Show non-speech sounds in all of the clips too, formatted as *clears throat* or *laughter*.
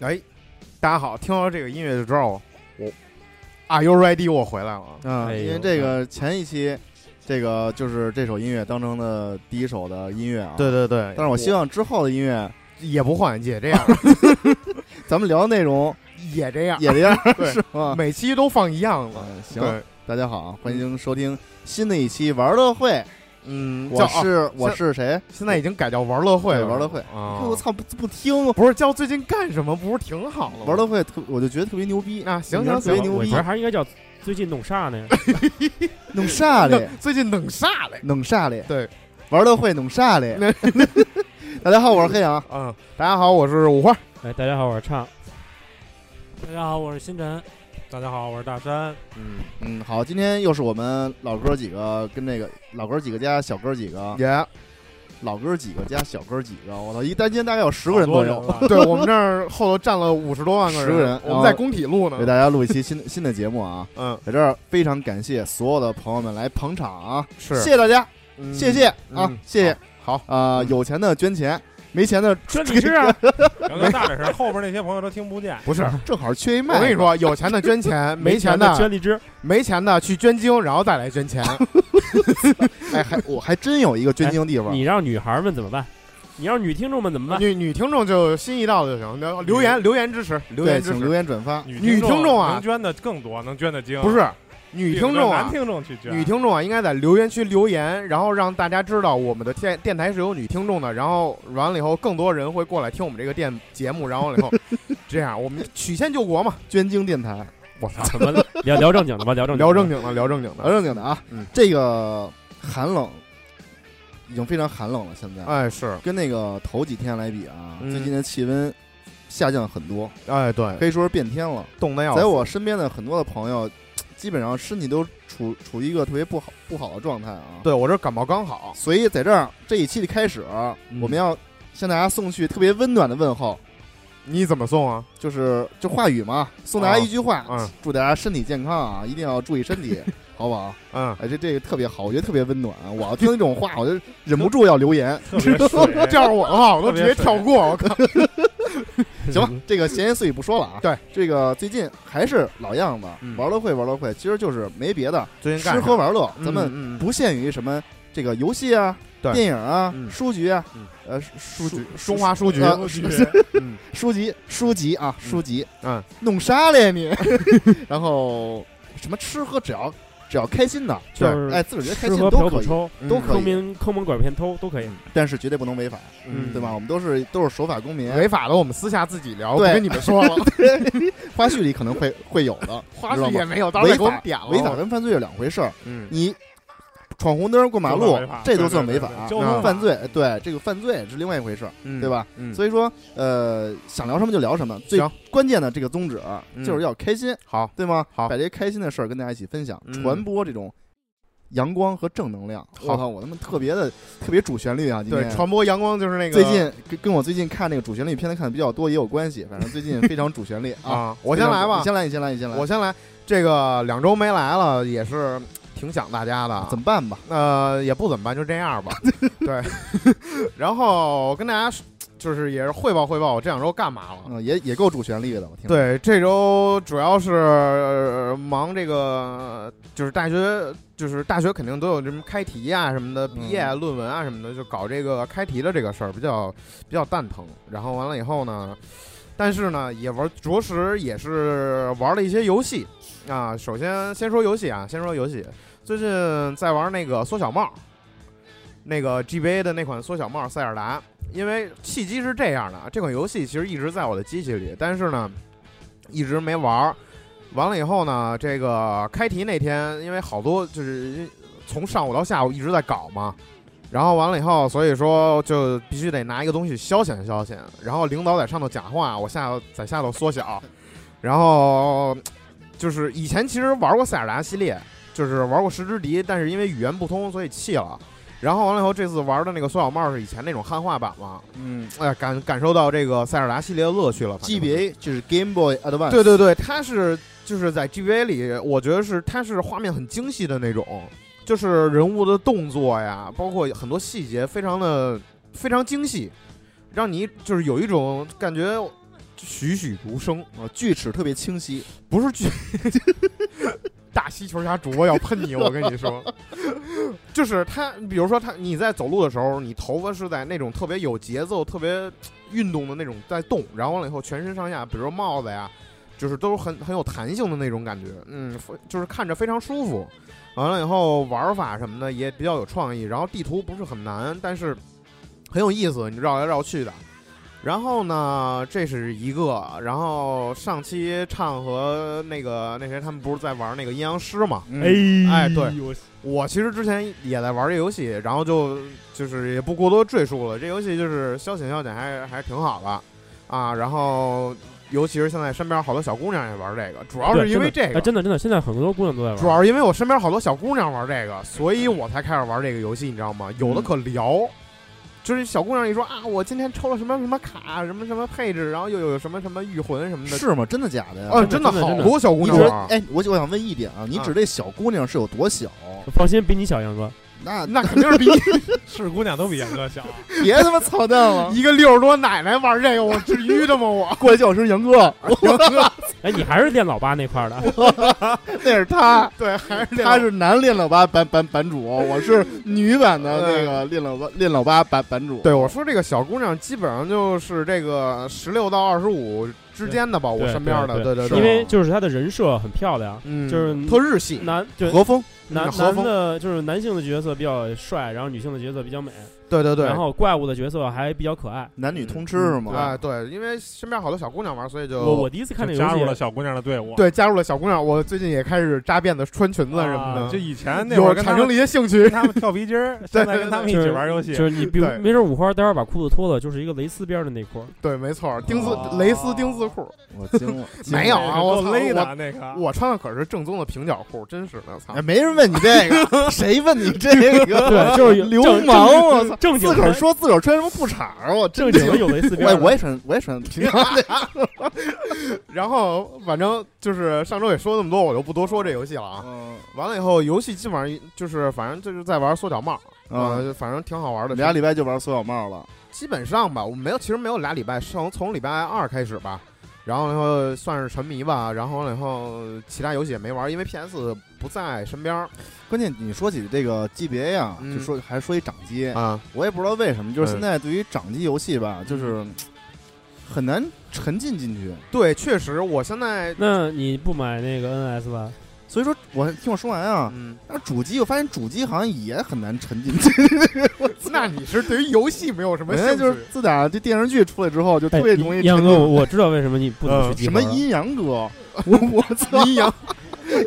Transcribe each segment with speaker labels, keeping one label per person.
Speaker 1: 哎，大家好，听到这个音乐就知道我我 Are you ready？我回来了。
Speaker 2: 啊、
Speaker 3: 哎呦
Speaker 2: 因为这个前一期，这个就是这首音乐当成的第一首的音乐啊。。
Speaker 1: 对对对，
Speaker 2: 但是我希望之后的音乐，
Speaker 1: 也不换，也这样，
Speaker 2: 咱们聊的内容
Speaker 1: 也这样，
Speaker 2: 也这样，
Speaker 1: 啊对
Speaker 2: 是吗？
Speaker 1: 每期都放一样了。
Speaker 2: 嗯行，
Speaker 1: 对，
Speaker 2: 大家好，啊欢迎收听新的一期玩乐会。
Speaker 1: 嗯
Speaker 2: 我
Speaker 1: 叫啊
Speaker 2: 是我是谁？
Speaker 1: 现在已经改叫玩乐会
Speaker 2: 哦对
Speaker 1: 了，
Speaker 2: 玩乐会哎
Speaker 1: 啊！哦
Speaker 2: 我操，不不听啊
Speaker 1: 不是叫最近干什么？不是挺好了吗？
Speaker 2: 玩乐会，特我就觉得特别牛逼，
Speaker 1: 啊，行
Speaker 2: 你说
Speaker 1: 行
Speaker 2: 贼
Speaker 1: 行，
Speaker 2: 牛
Speaker 3: 我
Speaker 2: 逼
Speaker 3: 觉得还是应该叫最近弄啥呢？
Speaker 1: *laughs*
Speaker 2: 弄啥嘞？
Speaker 1: 弄最近弄啥嘞？
Speaker 2: 弄啥嘞？
Speaker 1: 对，
Speaker 2: 玩乐会弄啥嘞？ *laughs* 大家好，我是黑羊。
Speaker 1: 嗯，大家好，我是五花。
Speaker 3: 哎，大家好，我是畅。
Speaker 4: 大家好，我是星辰。大家好，我是大
Speaker 3: *laughs*
Speaker 4: 山。
Speaker 2: 嗯嗯，好，今天又是我们老哥几个跟那个老哥几个加小哥几个，啊
Speaker 1: 也，
Speaker 2: 老哥几个加小哥几个，我操，一单间大概有十个人左右， *laughs*
Speaker 4: 好多人了
Speaker 1: 对我们这儿后头站了五十多万个
Speaker 2: 10个人
Speaker 1: 我们在工体路 *laughs*
Speaker 2: 给
Speaker 1: 呢。
Speaker 2: 大家录一期新新的节目啊。
Speaker 1: 嗯，
Speaker 2: 在这儿非常感谢所有的朋友们来捧场啊，
Speaker 1: 是，
Speaker 2: 谢谢大家，
Speaker 1: 嗯
Speaker 2: 谢谢啊
Speaker 1: 嗯，
Speaker 2: 谢谢。
Speaker 1: 好，好
Speaker 2: 啊，
Speaker 1: 嗯
Speaker 2: 有钱的捐钱，没钱的
Speaker 4: 这你是啊， *laughs* 两个大点声，后边那些朋友都听不见。
Speaker 1: 不是，
Speaker 2: 正好缺一麦。
Speaker 1: 我跟你，说，有钱的捐
Speaker 3: *laughs*
Speaker 1: 钱，没钱
Speaker 3: 钱
Speaker 1: 的
Speaker 3: 捐荔枝，
Speaker 1: 没钱的去捐精，然后再来捐钱。
Speaker 2: 哎，还我还真有一个捐精地
Speaker 1: 哎
Speaker 2: 方
Speaker 3: 你，让女孩们怎么办？你让女听众们怎么办？
Speaker 1: 女女听众就心意到的就行，留留言留言支持，留
Speaker 2: 对，
Speaker 1: 言支
Speaker 2: 请
Speaker 1: 持
Speaker 2: 留。言转发。
Speaker 4: 女
Speaker 1: 女听众啊
Speaker 4: 能捐的更多，能捐的精
Speaker 1: 不是女听众
Speaker 4: 男
Speaker 1: 啊，
Speaker 4: 听众去捐，
Speaker 1: 女听众啊，应该在留言区留言，然后让大家知道我们的电电台是有女听众的，然后完了以后，更多人会过来听我们这个电节目，然后完了以后，这样我们曲线救国嘛。
Speaker 2: 捐精电
Speaker 1: 嗯
Speaker 2: 台，
Speaker 3: 我操，怎么聊聊正经的吧？聊正
Speaker 1: 聊正
Speaker 3: 经
Speaker 1: 经的，聊正经
Speaker 2: 聊
Speaker 1: 的。
Speaker 2: 正经的啊
Speaker 1: 嗯，
Speaker 2: 这个寒冷已经非常寒冷了，现在
Speaker 1: 哎，是，
Speaker 2: 跟那个头几天来比啊，
Speaker 1: 嗯
Speaker 2: 最近的气温下降很多，
Speaker 1: 哎，对，
Speaker 2: 可以说是变天了。
Speaker 1: 冻得要死。
Speaker 2: 在我身边的很多的朋友，基本上身体都处处于一个特别不好不好的状态啊。，
Speaker 1: 对嗯我这感冒刚好，
Speaker 2: 所以在这儿这一期的开始，我们要向大家送去特别温暖的问候，
Speaker 1: 你怎么送啊？
Speaker 2: 就是就话语嘛，送大家一句话，
Speaker 1: 嗯
Speaker 2: 祝大家身体健康啊，一定要注意
Speaker 1: *laughs*
Speaker 2: 身体，好不好？
Speaker 1: 嗯，。
Speaker 2: 哎，这这个特别好，我觉得特别温暖。啊我要听这种话，我就忍不住要留言。
Speaker 4: 特
Speaker 2: *laughs*
Speaker 4: 别水
Speaker 1: 这要哎是我的话，我都
Speaker 4: 特
Speaker 1: 直
Speaker 4: 别
Speaker 1: 接跳过。我靠，
Speaker 2: 行吧，这个闲言碎语不说了啊。
Speaker 1: 嗯对，
Speaker 2: 这个最近还是老样子，
Speaker 1: 嗯
Speaker 2: 玩乐会玩乐会，其实就是没别的，
Speaker 1: 最近干
Speaker 2: 吃喝
Speaker 1: 啥
Speaker 2: 玩乐，咱们
Speaker 1: 嗯嗯嗯
Speaker 2: 不限于什么这个游戏啊、
Speaker 1: 对
Speaker 2: 电影啊、
Speaker 1: 嗯
Speaker 2: 书局啊
Speaker 1: 嗯、
Speaker 2: 呃书
Speaker 1: 书
Speaker 2: 书
Speaker 1: 局，中华书局，
Speaker 2: 呃
Speaker 1: 嗯
Speaker 2: 书籍、书籍啊、书籍，
Speaker 1: 嗯，
Speaker 2: 弄啥嘞你？ *laughs* 然后什么吃喝，只要只要开心的，
Speaker 3: 就是
Speaker 2: 哎，自个儿觉得开
Speaker 3: 吃
Speaker 2: 心
Speaker 3: 喝
Speaker 2: 都
Speaker 3: 嫖
Speaker 2: 可
Speaker 3: 赌
Speaker 2: 以，嗯
Speaker 3: 抽，
Speaker 2: 都可
Speaker 3: 坑
Speaker 2: 以，
Speaker 3: 民坑蒙拐骗偷都可以。
Speaker 2: 但是绝对不能违法，
Speaker 1: 嗯
Speaker 2: 对吧？？我们都是都是守法公民，
Speaker 1: 违法的我们私下自己聊，不
Speaker 2: 对
Speaker 1: 跟你们说
Speaker 2: *laughs*
Speaker 1: 了。
Speaker 2: 花絮里可能会会有的，
Speaker 1: 花
Speaker 2: 知道
Speaker 1: 絮
Speaker 2: 吗
Speaker 1: 也没有，当
Speaker 2: 违
Speaker 1: 时给我
Speaker 2: 法
Speaker 1: 们点了。
Speaker 2: 违法跟犯罪是两回事儿，
Speaker 1: 嗯，
Speaker 2: 你闯红灯过马路
Speaker 4: 违法，
Speaker 2: 这都算
Speaker 4: 对
Speaker 2: 违
Speaker 4: 对
Speaker 2: 法啊
Speaker 4: 对对交通
Speaker 1: 嗯
Speaker 4: 法
Speaker 2: 犯罪。对，这个犯罪是另外一回事儿，
Speaker 1: 嗯
Speaker 2: 对？吧？
Speaker 1: 嗯，
Speaker 2: 所以说，呃，想聊什么就聊什么。最
Speaker 1: 行
Speaker 2: 关键的这个宗旨啊
Speaker 1: 嗯
Speaker 2: 就是要开心，
Speaker 1: 好，
Speaker 2: 对吗？
Speaker 1: 好
Speaker 2: 把这些开心的事儿跟大家一起分享，
Speaker 1: 嗯
Speaker 2: 传播这种阳光和正能量。
Speaker 1: 好
Speaker 2: 我操，我他妈特别的特别主旋律啊！今
Speaker 1: 对，
Speaker 2: 天
Speaker 1: 传播阳光就是那个
Speaker 2: 最近跟跟我最近看那个主旋律片子看的比较多也有关系，反正最近非常主旋律啊。
Speaker 1: *laughs* 啊，我先来吧
Speaker 2: 你，先来，你先来，你先来。
Speaker 1: 我先来。这个两周没来了，也是挺想大家的。
Speaker 2: 啊怎么办吧？
Speaker 1: 呃，也不怎么办，就这样
Speaker 2: *laughs*
Speaker 1: 吧。对， *laughs* 然后跟大家说就是也是汇报汇报我这两周干嘛了。
Speaker 2: 嗯，也也够主旋律的，我听。，
Speaker 1: 啊对，这周主要是、呃忙这个，就是大学，就是大学肯定都有什么开题啊什么的，毕业啊、论文啊什么的，就搞这个开题的这个事儿比较比较蛋疼。然后完了以后呢，但是呢也玩，着实也是玩了一些游戏啊。首先先说游戏啊，先说游戏，最近在玩那个缩小帽。那个 GBA 的那款缩小帽塞尔达，因为契机是这样的，啊这款游戏其实一直在我的机器里，但是呢，一直没玩儿。完了以后呢，这个开题那天，因为好多就是从上午到下午一直在搞嘛，然后完了以后，所以说就必须得拿一个东西消遣消遣。然后领导在上头讲话，我下头在下头缩小。然后就是以前其实玩过塞尔达系列，就是玩过十之敌，但是因为语言不通，所以弃了。然后完了以后，这次玩的那个缩小帽是以前那种汉化版嘛，
Speaker 2: 嗯
Speaker 1: 哎呀，感感受到这个塞尔达系列的乐趣了。反正
Speaker 2: ，GBA 就是 Game Boy Advance，
Speaker 1: 对对对，它是就是在 GBA 里，我觉得是它是画面很精细的那种，就是人物的动作呀，包括很多细节，非常的非常精细，让你就是有一种感觉栩栩如生，
Speaker 2: 啊，锯齿特别清晰，
Speaker 1: 不是剧。大西球侠主播要喷你，我跟你说，就是他，比如说他，你在走路的时候，你头发是在那种特别有节奏、特别运动的那种在动，然后完了以后，全身上下，比如说帽子呀，就是都是很很有弹性的那种感觉，嗯，就是看着非常舒服。完了以后玩法什么的也比较有创意，然后地图不是很难，但是很有意思，你绕来绕去的。然后呢，这是一个。然后上期唱和那个那谁他们不是在玩那个阴阳师嘛？
Speaker 2: 哎，
Speaker 1: 哎
Speaker 3: 哎
Speaker 1: 对，我其实之前也在玩这游戏，然后就就是也不过多赘述了。这游戏就是消遣消遣还还挺好的啊。然后尤其是现在身边好多小姑娘也玩这个，主要
Speaker 3: 对
Speaker 1: 是因为这
Speaker 3: 真的
Speaker 1: 个
Speaker 3: 哎，真的真的，现在很多姑娘都在玩。
Speaker 1: 主要是因为我身边好多小姑娘玩这个，所以我才开始玩这个游戏，你知道
Speaker 3: 嗯
Speaker 1: 吗？有的可聊，就是小姑娘一说啊，我今天抽了什么什么卡，什么什么配置，然后又有什么什么御魂什么的，
Speaker 2: 是吗？真的假的呀？
Speaker 1: 啊，
Speaker 3: 真
Speaker 1: 的
Speaker 3: 的真的
Speaker 1: 好多小姑
Speaker 2: 你
Speaker 1: 娘啊
Speaker 2: 指
Speaker 1: 玩，
Speaker 2: 哎，我我想问一点啊，
Speaker 1: 嗯
Speaker 2: 你指这小姑娘是有多小？
Speaker 3: 放心，比你小杨哥。
Speaker 2: 那
Speaker 1: 那
Speaker 2: *laughs*
Speaker 1: 肯定是比
Speaker 3: 哎
Speaker 4: 是姑娘都比杨哥小，
Speaker 2: 别
Speaker 1: *laughs*
Speaker 2: 他妈操蛋 *laughs* 了！
Speaker 1: 一个六十多奶奶玩这个，我至于的吗？
Speaker 3: *laughs*
Speaker 1: 我
Speaker 2: 过来叫我声杨哥，
Speaker 3: *laughs* 哎，你还是练老八那块儿的，
Speaker 2: 那是他，
Speaker 1: *laughs* 对，还是
Speaker 2: 他是男练老八版版版主，我是女版的
Speaker 1: 对
Speaker 2: 那个练老八练老八版版主。
Speaker 1: 对我说这个小姑娘基本上就是这个十六到二十五之间的吧，我
Speaker 3: 对
Speaker 1: 身边的，
Speaker 3: 对
Speaker 1: 对
Speaker 2: 是
Speaker 1: 对，
Speaker 3: 因为就是他的人设很漂亮，
Speaker 1: 嗯，
Speaker 3: 就是
Speaker 1: 特日系，
Speaker 3: 男就
Speaker 2: 和风，
Speaker 3: 男
Speaker 1: 和
Speaker 3: 男
Speaker 1: 风
Speaker 3: 的就是男性的角色比较帅，然后女性的角色比较美，
Speaker 1: 对对对，
Speaker 3: 然后怪物的角色还比较可爱。
Speaker 2: 男女通吃是吗？哎
Speaker 1: 啊，对，因为身边好多小姑娘玩，所以就
Speaker 3: 我我第一次看这
Speaker 4: 就
Speaker 3: 游
Speaker 4: 加入了
Speaker 3: 戏，
Speaker 4: 小姑娘的队伍。
Speaker 1: 对，加入了小姑娘，我最近也开始扎辫子、穿裙子什么的，
Speaker 4: 啊就以前那会
Speaker 1: 有
Speaker 4: 儿跟他
Speaker 1: 产生
Speaker 4: 们
Speaker 1: 了一些兴趣
Speaker 4: 跟。他们跳皮筋
Speaker 3: *laughs*
Speaker 4: 儿，现在跟他们一起玩游戏
Speaker 3: 就。是你比如
Speaker 1: 对
Speaker 3: 没事五花，待会儿把裤子脱了，就是一个蕾丝边的内
Speaker 1: *laughs*
Speaker 3: 裤。
Speaker 1: 对，没错，钉子、
Speaker 2: 哦
Speaker 1: 蕾丝钉子裤，
Speaker 2: 我惊了，惊了
Speaker 1: 没有啊我操
Speaker 4: 够勒
Speaker 1: 我
Speaker 4: 的啊那个，
Speaker 1: 我穿的可是正宗的平角裤，真是的，操
Speaker 2: 哎，！没人问你这 *laughs* 个，谁问你这 *laughs* 个？
Speaker 3: 对，就是有
Speaker 2: 流
Speaker 3: 正
Speaker 2: 氓，我
Speaker 1: 啊
Speaker 2: 操！
Speaker 3: 正经
Speaker 2: 自个儿
Speaker 3: 的
Speaker 2: 说自个儿穿什么裤衩儿，我
Speaker 3: 正
Speaker 2: 正
Speaker 3: 经的有蕾丝边
Speaker 2: 我
Speaker 1: *laughs*
Speaker 3: 的。
Speaker 2: 我也穿，我也穿平常的。
Speaker 1: 然后反正就是上周也说那么多，我就不多说这游戏了啊。
Speaker 2: 嗯，
Speaker 1: 完了以后，游戏基本上就是反正就是在玩缩小帽，
Speaker 2: 啊
Speaker 4: 嗯
Speaker 1: 呃，反正挺好玩的。
Speaker 2: 俩礼拜就玩缩小帽了。
Speaker 1: 基本上吧，我没有，其实没有俩礼拜，从从礼拜二开始吧，然后然后算是沉迷吧，然后然后其他游戏也没玩，因为 PS 不在身边儿
Speaker 2: 关键你说起这个 GBA 啊，
Speaker 1: 嗯
Speaker 2: 就说还说一掌机，
Speaker 1: 啊，
Speaker 2: 我也不知道为什么，就
Speaker 1: 嗯
Speaker 2: 是现在对于掌机游戏吧，就是很难沉浸进去。
Speaker 1: 对，确实，我现在
Speaker 3: 那你不买那个 NS 吧？
Speaker 2: 所以说，我听我说完啊，
Speaker 1: 嗯，
Speaker 2: 那主机我发现主机好像也很难沉浸进去。
Speaker 1: 那你是对于游戏没有什么
Speaker 2: 人
Speaker 1: 兴趣？
Speaker 2: 家就是自打这电视剧出来之后，就特
Speaker 3: 哎
Speaker 2: 别容易，嗯沉
Speaker 3: 杨
Speaker 2: 浸。
Speaker 3: 哥，我我知道为什么你不能去集
Speaker 2: 什
Speaker 3: 合
Speaker 2: 么
Speaker 3: 了
Speaker 2: 阴阳哥，我我操，阴阳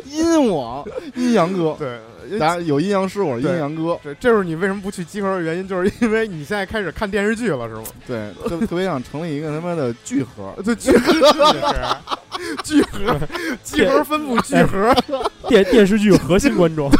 Speaker 2: 阴我阴阳哥，
Speaker 1: 对，
Speaker 2: 当然有阴阳师，我是
Speaker 1: 对
Speaker 2: 阴阳哥，
Speaker 1: 这这就是你为什么不去集合的原因，就是因为你现在开始看电视剧了，是吗？
Speaker 2: 对，特特别想成立一个他妈的聚合，
Speaker 1: 对，聚合，聚合，集合分
Speaker 2: 哎
Speaker 1: 布聚合，
Speaker 3: 电电视剧核心
Speaker 1: *laughs*
Speaker 3: 观众，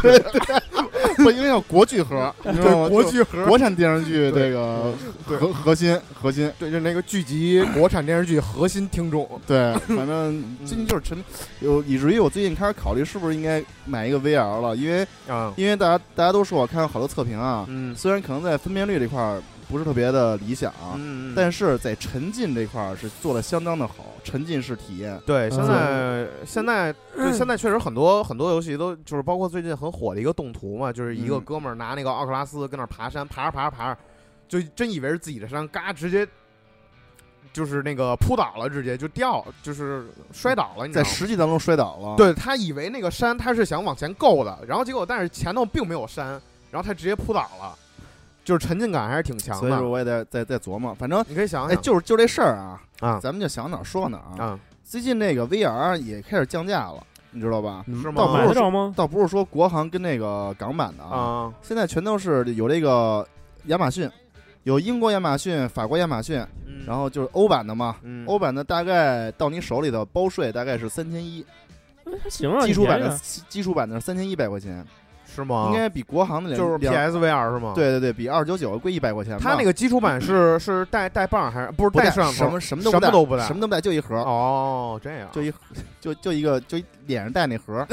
Speaker 2: 我应该叫国聚合，你知道吗？
Speaker 1: 对，国
Speaker 2: 就
Speaker 1: 聚合，
Speaker 2: 国产电视剧
Speaker 1: 对
Speaker 2: 这个
Speaker 1: 对
Speaker 2: 核核心核心，
Speaker 1: 对，就那个聚集国产电视剧核心听众。 *laughs*
Speaker 2: 对，反正最近就是沉，有以至于我最近开始考虑是不是应该买一个 VR 了，因为
Speaker 1: 啊，
Speaker 2: 因为大家大家都说我看好多测评啊，
Speaker 1: 嗯
Speaker 2: 虽然可能在分辨率这块儿不是特别的理想，啊
Speaker 1: 嗯，
Speaker 2: 但是在沉浸这块儿是做的相当的好，沉浸式体验。
Speaker 1: 对，现
Speaker 3: 嗯
Speaker 1: 在现在对现在确实很多很多游戏都就是包括最近很火的一个动图嘛，就是一个
Speaker 2: 嗯
Speaker 1: 哥们儿拿那个奥克拉斯跟那儿爬山，爬着爬着爬着，就真以为是自己的山，嘎直接就是那个扑倒了，直接就掉，就是摔倒了，你知
Speaker 2: 在
Speaker 1: 道吗？
Speaker 2: 实际当中摔倒了，，
Speaker 1: 嗯哦对他以为那个山他是想往前够的，然后结果但是前头并没有山，然后他直接扑倒了，就是沉浸感还是挺强啊
Speaker 2: 所以说
Speaker 1: 的。
Speaker 2: 我也在在在琢磨，反正
Speaker 1: 你可以想
Speaker 2: 哎，
Speaker 1: 想
Speaker 2: 就是就这事儿啊，
Speaker 1: 啊
Speaker 2: 咱们就想哪儿说哪儿啊。
Speaker 1: 啊，
Speaker 2: 最近那个 VR 也开始降价了，你知道吧？
Speaker 1: 是
Speaker 3: 到
Speaker 1: 吗
Speaker 3: 买？得着吗？
Speaker 1: *laughs*
Speaker 2: 倒不是说国行跟那个港版的啊，
Speaker 1: 啊，
Speaker 2: 现在全都是有这个亚马逊，有英国亚马逊、法国亚马逊，
Speaker 1: 嗯
Speaker 2: 然后哦就是欧版的嘛。
Speaker 1: 嗯
Speaker 2: 欧版的大概到你手里头包税大概是三千一，
Speaker 3: 还行啊，
Speaker 2: 基础版
Speaker 3: 你便宜
Speaker 2: 的
Speaker 3: 啊
Speaker 2: 基础版的是三千一百块钱，
Speaker 1: 是吗？
Speaker 2: 应该比国行的两
Speaker 1: 啊就是
Speaker 2: 两
Speaker 1: PSVR 是吗？，
Speaker 2: 对对对，比二九九贵一百块钱吧。
Speaker 1: 它那个基础版是是带带棒还是不是
Speaker 2: 不带
Speaker 1: 带摄像
Speaker 2: 什
Speaker 1: 头
Speaker 2: 么？什么
Speaker 1: 什么都
Speaker 2: 都
Speaker 1: 不带
Speaker 2: 什么都不带，就一盒，
Speaker 1: 哦，这样
Speaker 2: 就一就就一个就一脸上戴那
Speaker 1: *laughs*
Speaker 2: 盒，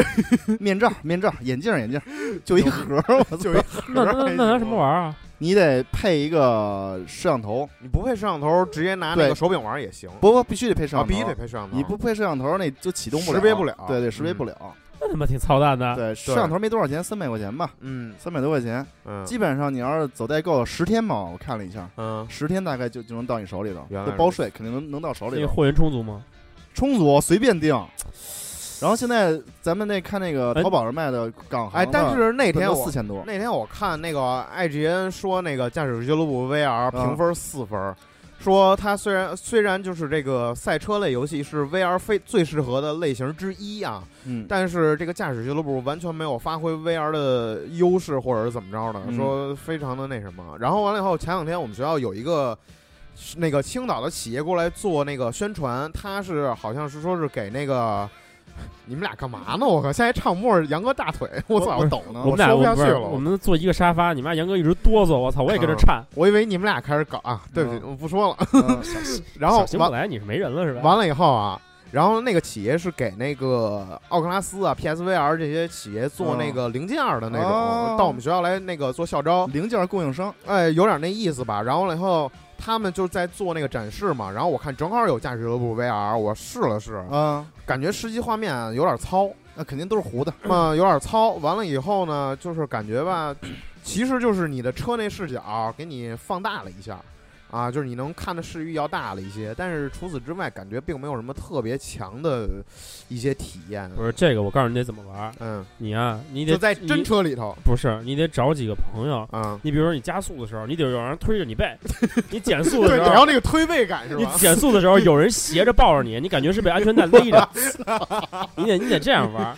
Speaker 2: 面罩面罩眼镜眼镜，就一盒，我就一 *laughs*
Speaker 4: 那那那拿什么玩儿啊？
Speaker 2: 你得配一个摄像头，
Speaker 1: 你不配摄像头，直接拿那
Speaker 2: 对
Speaker 1: 个手柄玩也行。
Speaker 2: 不不必须得配摄像
Speaker 1: 啊，
Speaker 2: 头，
Speaker 1: 必须得配摄像头。
Speaker 2: 你不配摄像头那就启动不了，
Speaker 1: 识别不了嗯
Speaker 2: 对对，识别不了。
Speaker 3: 嗯
Speaker 4: 那他妈挺操蛋
Speaker 3: 啊
Speaker 4: 的。
Speaker 2: 对，摄像头没多少钱，三百块钱吧，
Speaker 1: 嗯
Speaker 2: 三百多块钱，
Speaker 1: 嗯
Speaker 2: 基本上你要是走代购，十天吧，我看了一下，
Speaker 1: 嗯，
Speaker 2: 十天大概就就能到你手里头，
Speaker 1: 原来
Speaker 2: 就
Speaker 1: 如
Speaker 2: 包
Speaker 1: 此
Speaker 2: 税肯定能能到手
Speaker 3: 那
Speaker 2: 里
Speaker 3: 个
Speaker 2: 头，
Speaker 3: 货源充足吗？
Speaker 2: 充足哦随便定。然后现在咱们那看那个
Speaker 3: 哎
Speaker 2: 淘宝上卖的港行
Speaker 1: 哎，
Speaker 2: 的
Speaker 1: 但是那
Speaker 2: 一
Speaker 1: 天
Speaker 2: 四
Speaker 1: 我
Speaker 2: 千多，
Speaker 1: 那天我看那个 IGN 说那个驾驶俱乐部 VR
Speaker 2: 嗯
Speaker 1: 评分四分儿。说它虽然虽然就是这个赛车类游戏是 VR 非最适合的类型之一啊，
Speaker 2: 嗯，
Speaker 1: 但是这个驾驶俱乐部完全没有发挥 VR 的优势，或者是怎么着的，
Speaker 2: 嗯
Speaker 1: 说非常的那什么。然后完了以后，前两天我们学校有一个是那个青岛的企业过来做那个宣传，他是好像是说是给那个。你们俩干嘛呢？我靠！现在唱摸着杨哥大腿，我操！
Speaker 2: 我
Speaker 1: 我
Speaker 2: 抖呢，
Speaker 1: 我
Speaker 3: 们俩
Speaker 1: 啊说不下
Speaker 3: 不是
Speaker 1: 去了
Speaker 3: 我们坐一个沙发，你妈杨哥一直哆嗦，我操，我也跟着颤。
Speaker 1: 我以为你们俩开始搞啊！对不起，
Speaker 2: 嗯
Speaker 1: 我不说了。 *laughs*
Speaker 2: 嗯
Speaker 1: 然后
Speaker 3: 小邢
Speaker 1: 完
Speaker 3: 本来你是没人了是吧？
Speaker 1: 完了以后啊，然后那个企业是给那个奥克拉斯啊、PSVR 这些企业做那个零件儿的那种，
Speaker 2: 哦
Speaker 1: 到我们学校来那个做校招，
Speaker 2: 零件供应商，
Speaker 1: 哎，有点那意思吧。然后了以后，他们就在做那个展示嘛。然后我看正好有驾驶俱乐部 VR，我试了试，
Speaker 2: 啊，
Speaker 1: 感觉实际画面有点糙，
Speaker 2: 那肯定都是糊的，
Speaker 1: 嘛，有点糙。完了以后呢，就是感觉吧，其实就是你的车内视角给你放大了一下。啊，就是你能看的视域要大了一些，但是除此之外，感觉并没有什么特别强的一些体验。
Speaker 3: 不是这个，我告诉你得怎么玩儿。
Speaker 1: 嗯，
Speaker 3: 你啊，你得
Speaker 1: 就在
Speaker 3: 你
Speaker 1: 真车里头
Speaker 3: 不是，你得找几个朋友。
Speaker 1: 啊，
Speaker 3: 你比如说你加速的时候，你得有人推着
Speaker 1: *laughs*
Speaker 3: 你背；你减速的
Speaker 1: 对，
Speaker 3: 时
Speaker 1: 然后
Speaker 3: 候，
Speaker 1: 那个推背感是
Speaker 3: 你
Speaker 1: 吧？
Speaker 3: 减速的时候有人斜着抱着你，你感觉是被安全带勒
Speaker 1: *laughs*
Speaker 3: 着。你得你得这样玩儿，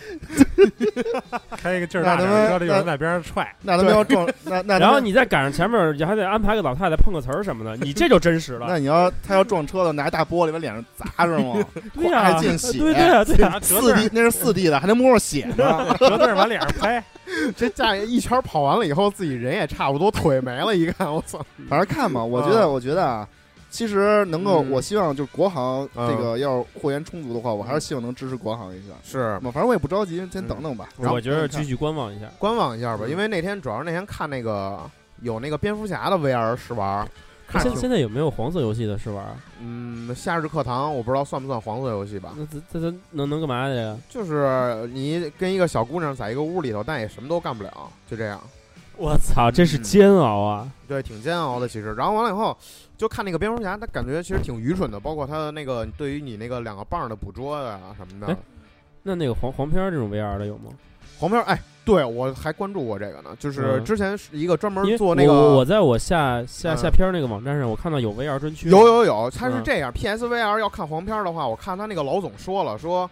Speaker 4: 开一个劲儿
Speaker 2: 那
Speaker 4: 大点
Speaker 2: 他妈
Speaker 4: 儿，知道这有人在边上踹。
Speaker 2: 那他妈要撞，那
Speaker 3: *laughs*
Speaker 2: 那他妈
Speaker 3: 然后你再赶上前面，你还得安排个老太太碰个瓷儿什么的，你这就真实了。
Speaker 2: 那你要他要撞车了，拿一大玻璃往脸上
Speaker 1: *laughs*
Speaker 2: 砸是吗？
Speaker 3: 对呀、
Speaker 2: 还进血
Speaker 3: 对对呀、对呀、啊
Speaker 4: 拿折
Speaker 2: 四
Speaker 4: 凳儿
Speaker 2: D 那是四
Speaker 1: *laughs*
Speaker 2: D 的，还能摸着血呢。
Speaker 4: 折凳儿往脸上拍，
Speaker 1: 这驾一圈跑完了以后，自己人也差不多，腿没了，一看我操，
Speaker 2: 反正看吧，
Speaker 1: 嗯
Speaker 2: 我觉得，我觉得啊，其实能够，我希望就是国行这
Speaker 1: 嗯
Speaker 2: 个要是货源充足的话，我还是希望能支持国行一下。
Speaker 1: 是
Speaker 2: 反正我也不着急，先等等吧。
Speaker 1: 然后
Speaker 3: 我觉得
Speaker 2: 看
Speaker 3: 继续观望一下。
Speaker 1: 观望一下吧，
Speaker 2: 嗯
Speaker 1: 因为那天主要是那天看那个有那个蝙蝠侠的 VR 试玩，看
Speaker 3: 现
Speaker 1: 挺
Speaker 3: 现在有没有黄色游戏的试玩啊？
Speaker 1: 嗯，夏日课堂我不知道算不算黄色游戏吧，
Speaker 3: 那这这这能能干嘛的呀？
Speaker 1: 就是你跟一个小姑娘在一个屋里头，但也什么都干不了，就这样，
Speaker 3: 我操，这
Speaker 1: 嗯
Speaker 3: 是煎熬啊！
Speaker 1: 对，挺煎熬的其实。然后完了以后，就看那个蝙蝠侠，他感觉其实挺愚蠢的，包括他的那个对于你那个两个棒儿的捕捉啊什么的
Speaker 3: 哎。那那个黄黄片儿这种 VR 的有吗？
Speaker 1: 黄片儿，哎，对我还关注过这个呢，就是
Speaker 3: 嗯
Speaker 1: 之前是一个专
Speaker 3: 因
Speaker 1: 门
Speaker 3: 为
Speaker 1: 做那
Speaker 3: 我
Speaker 1: 个
Speaker 3: 我在我下下
Speaker 1: 嗯
Speaker 3: 下片儿那个网站上，我看到有 VR 专区。
Speaker 1: 有有有，他是
Speaker 3: 嗯
Speaker 1: 这样、p s v r 要看黄片儿的话，我看他那个老总说了，说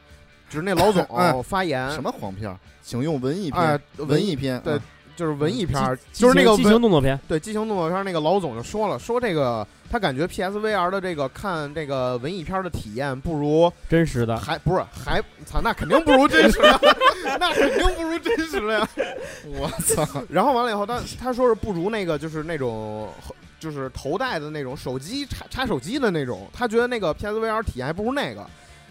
Speaker 1: 就是那老总
Speaker 3: 嗯
Speaker 2: 哎
Speaker 1: 发言，
Speaker 2: 什么黄片儿，请用文艺
Speaker 1: 哎
Speaker 2: 片，、
Speaker 1: 文
Speaker 2: 文
Speaker 1: 艺
Speaker 2: 艺片。啊 *laughs*
Speaker 1: 对就是文艺片儿，
Speaker 3: 激情，
Speaker 1: 就是那个
Speaker 3: 激情
Speaker 1: 文
Speaker 3: 动作片，
Speaker 1: 对激情动作片儿那个老总就说了，说这个他感觉 PSVR 的这个看这个文艺片儿的体验不如
Speaker 3: 真实的。
Speaker 1: 还不是还操，那肯定不如真实的， *laughs* 那肯定不如真实的呀。 *laughs*
Speaker 2: 我操，
Speaker 1: 然后完了以后，他他说是不如那个就是那种就是头戴的那种手机插插手机的那种，他觉得那个 PSVR 体验还不如那个。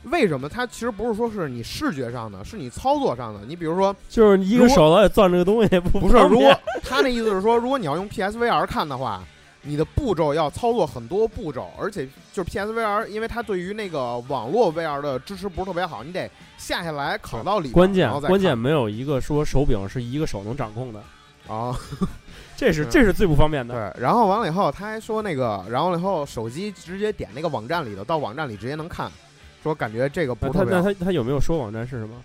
Speaker 1: 为什么？它其实不是说是你视觉上的，是你操作上的。你比如说，
Speaker 3: 就是一
Speaker 1: 如
Speaker 3: 个
Speaker 1: 果
Speaker 3: 手老得攥这个东西，不
Speaker 1: 不是，
Speaker 3: 方
Speaker 1: 如
Speaker 3: 便
Speaker 1: 果他那意思是说，如果你要用 PSVR 看的话，你的步骤要操作很多步骤，而且就是 PSVR，因为它对于那个网络 VR 的支持不是特别好，你得下下来拷到里边，
Speaker 3: 关键
Speaker 1: 然后再
Speaker 3: 关键
Speaker 1: 看
Speaker 3: 没有一个说手柄是一个手能掌控的，
Speaker 1: 啊。
Speaker 3: 这是
Speaker 1: 嗯
Speaker 3: 这是最不方便的。
Speaker 1: 对，然后完了以后，他还说那个，然后了以后手机直接点那个网站里头，到网站里直接能看，说感觉这个不
Speaker 3: 那
Speaker 1: 是
Speaker 3: 他
Speaker 1: 特别
Speaker 3: 那
Speaker 1: 好。
Speaker 3: 他他有没有说网站是
Speaker 1: *laughs*
Speaker 3: 什么？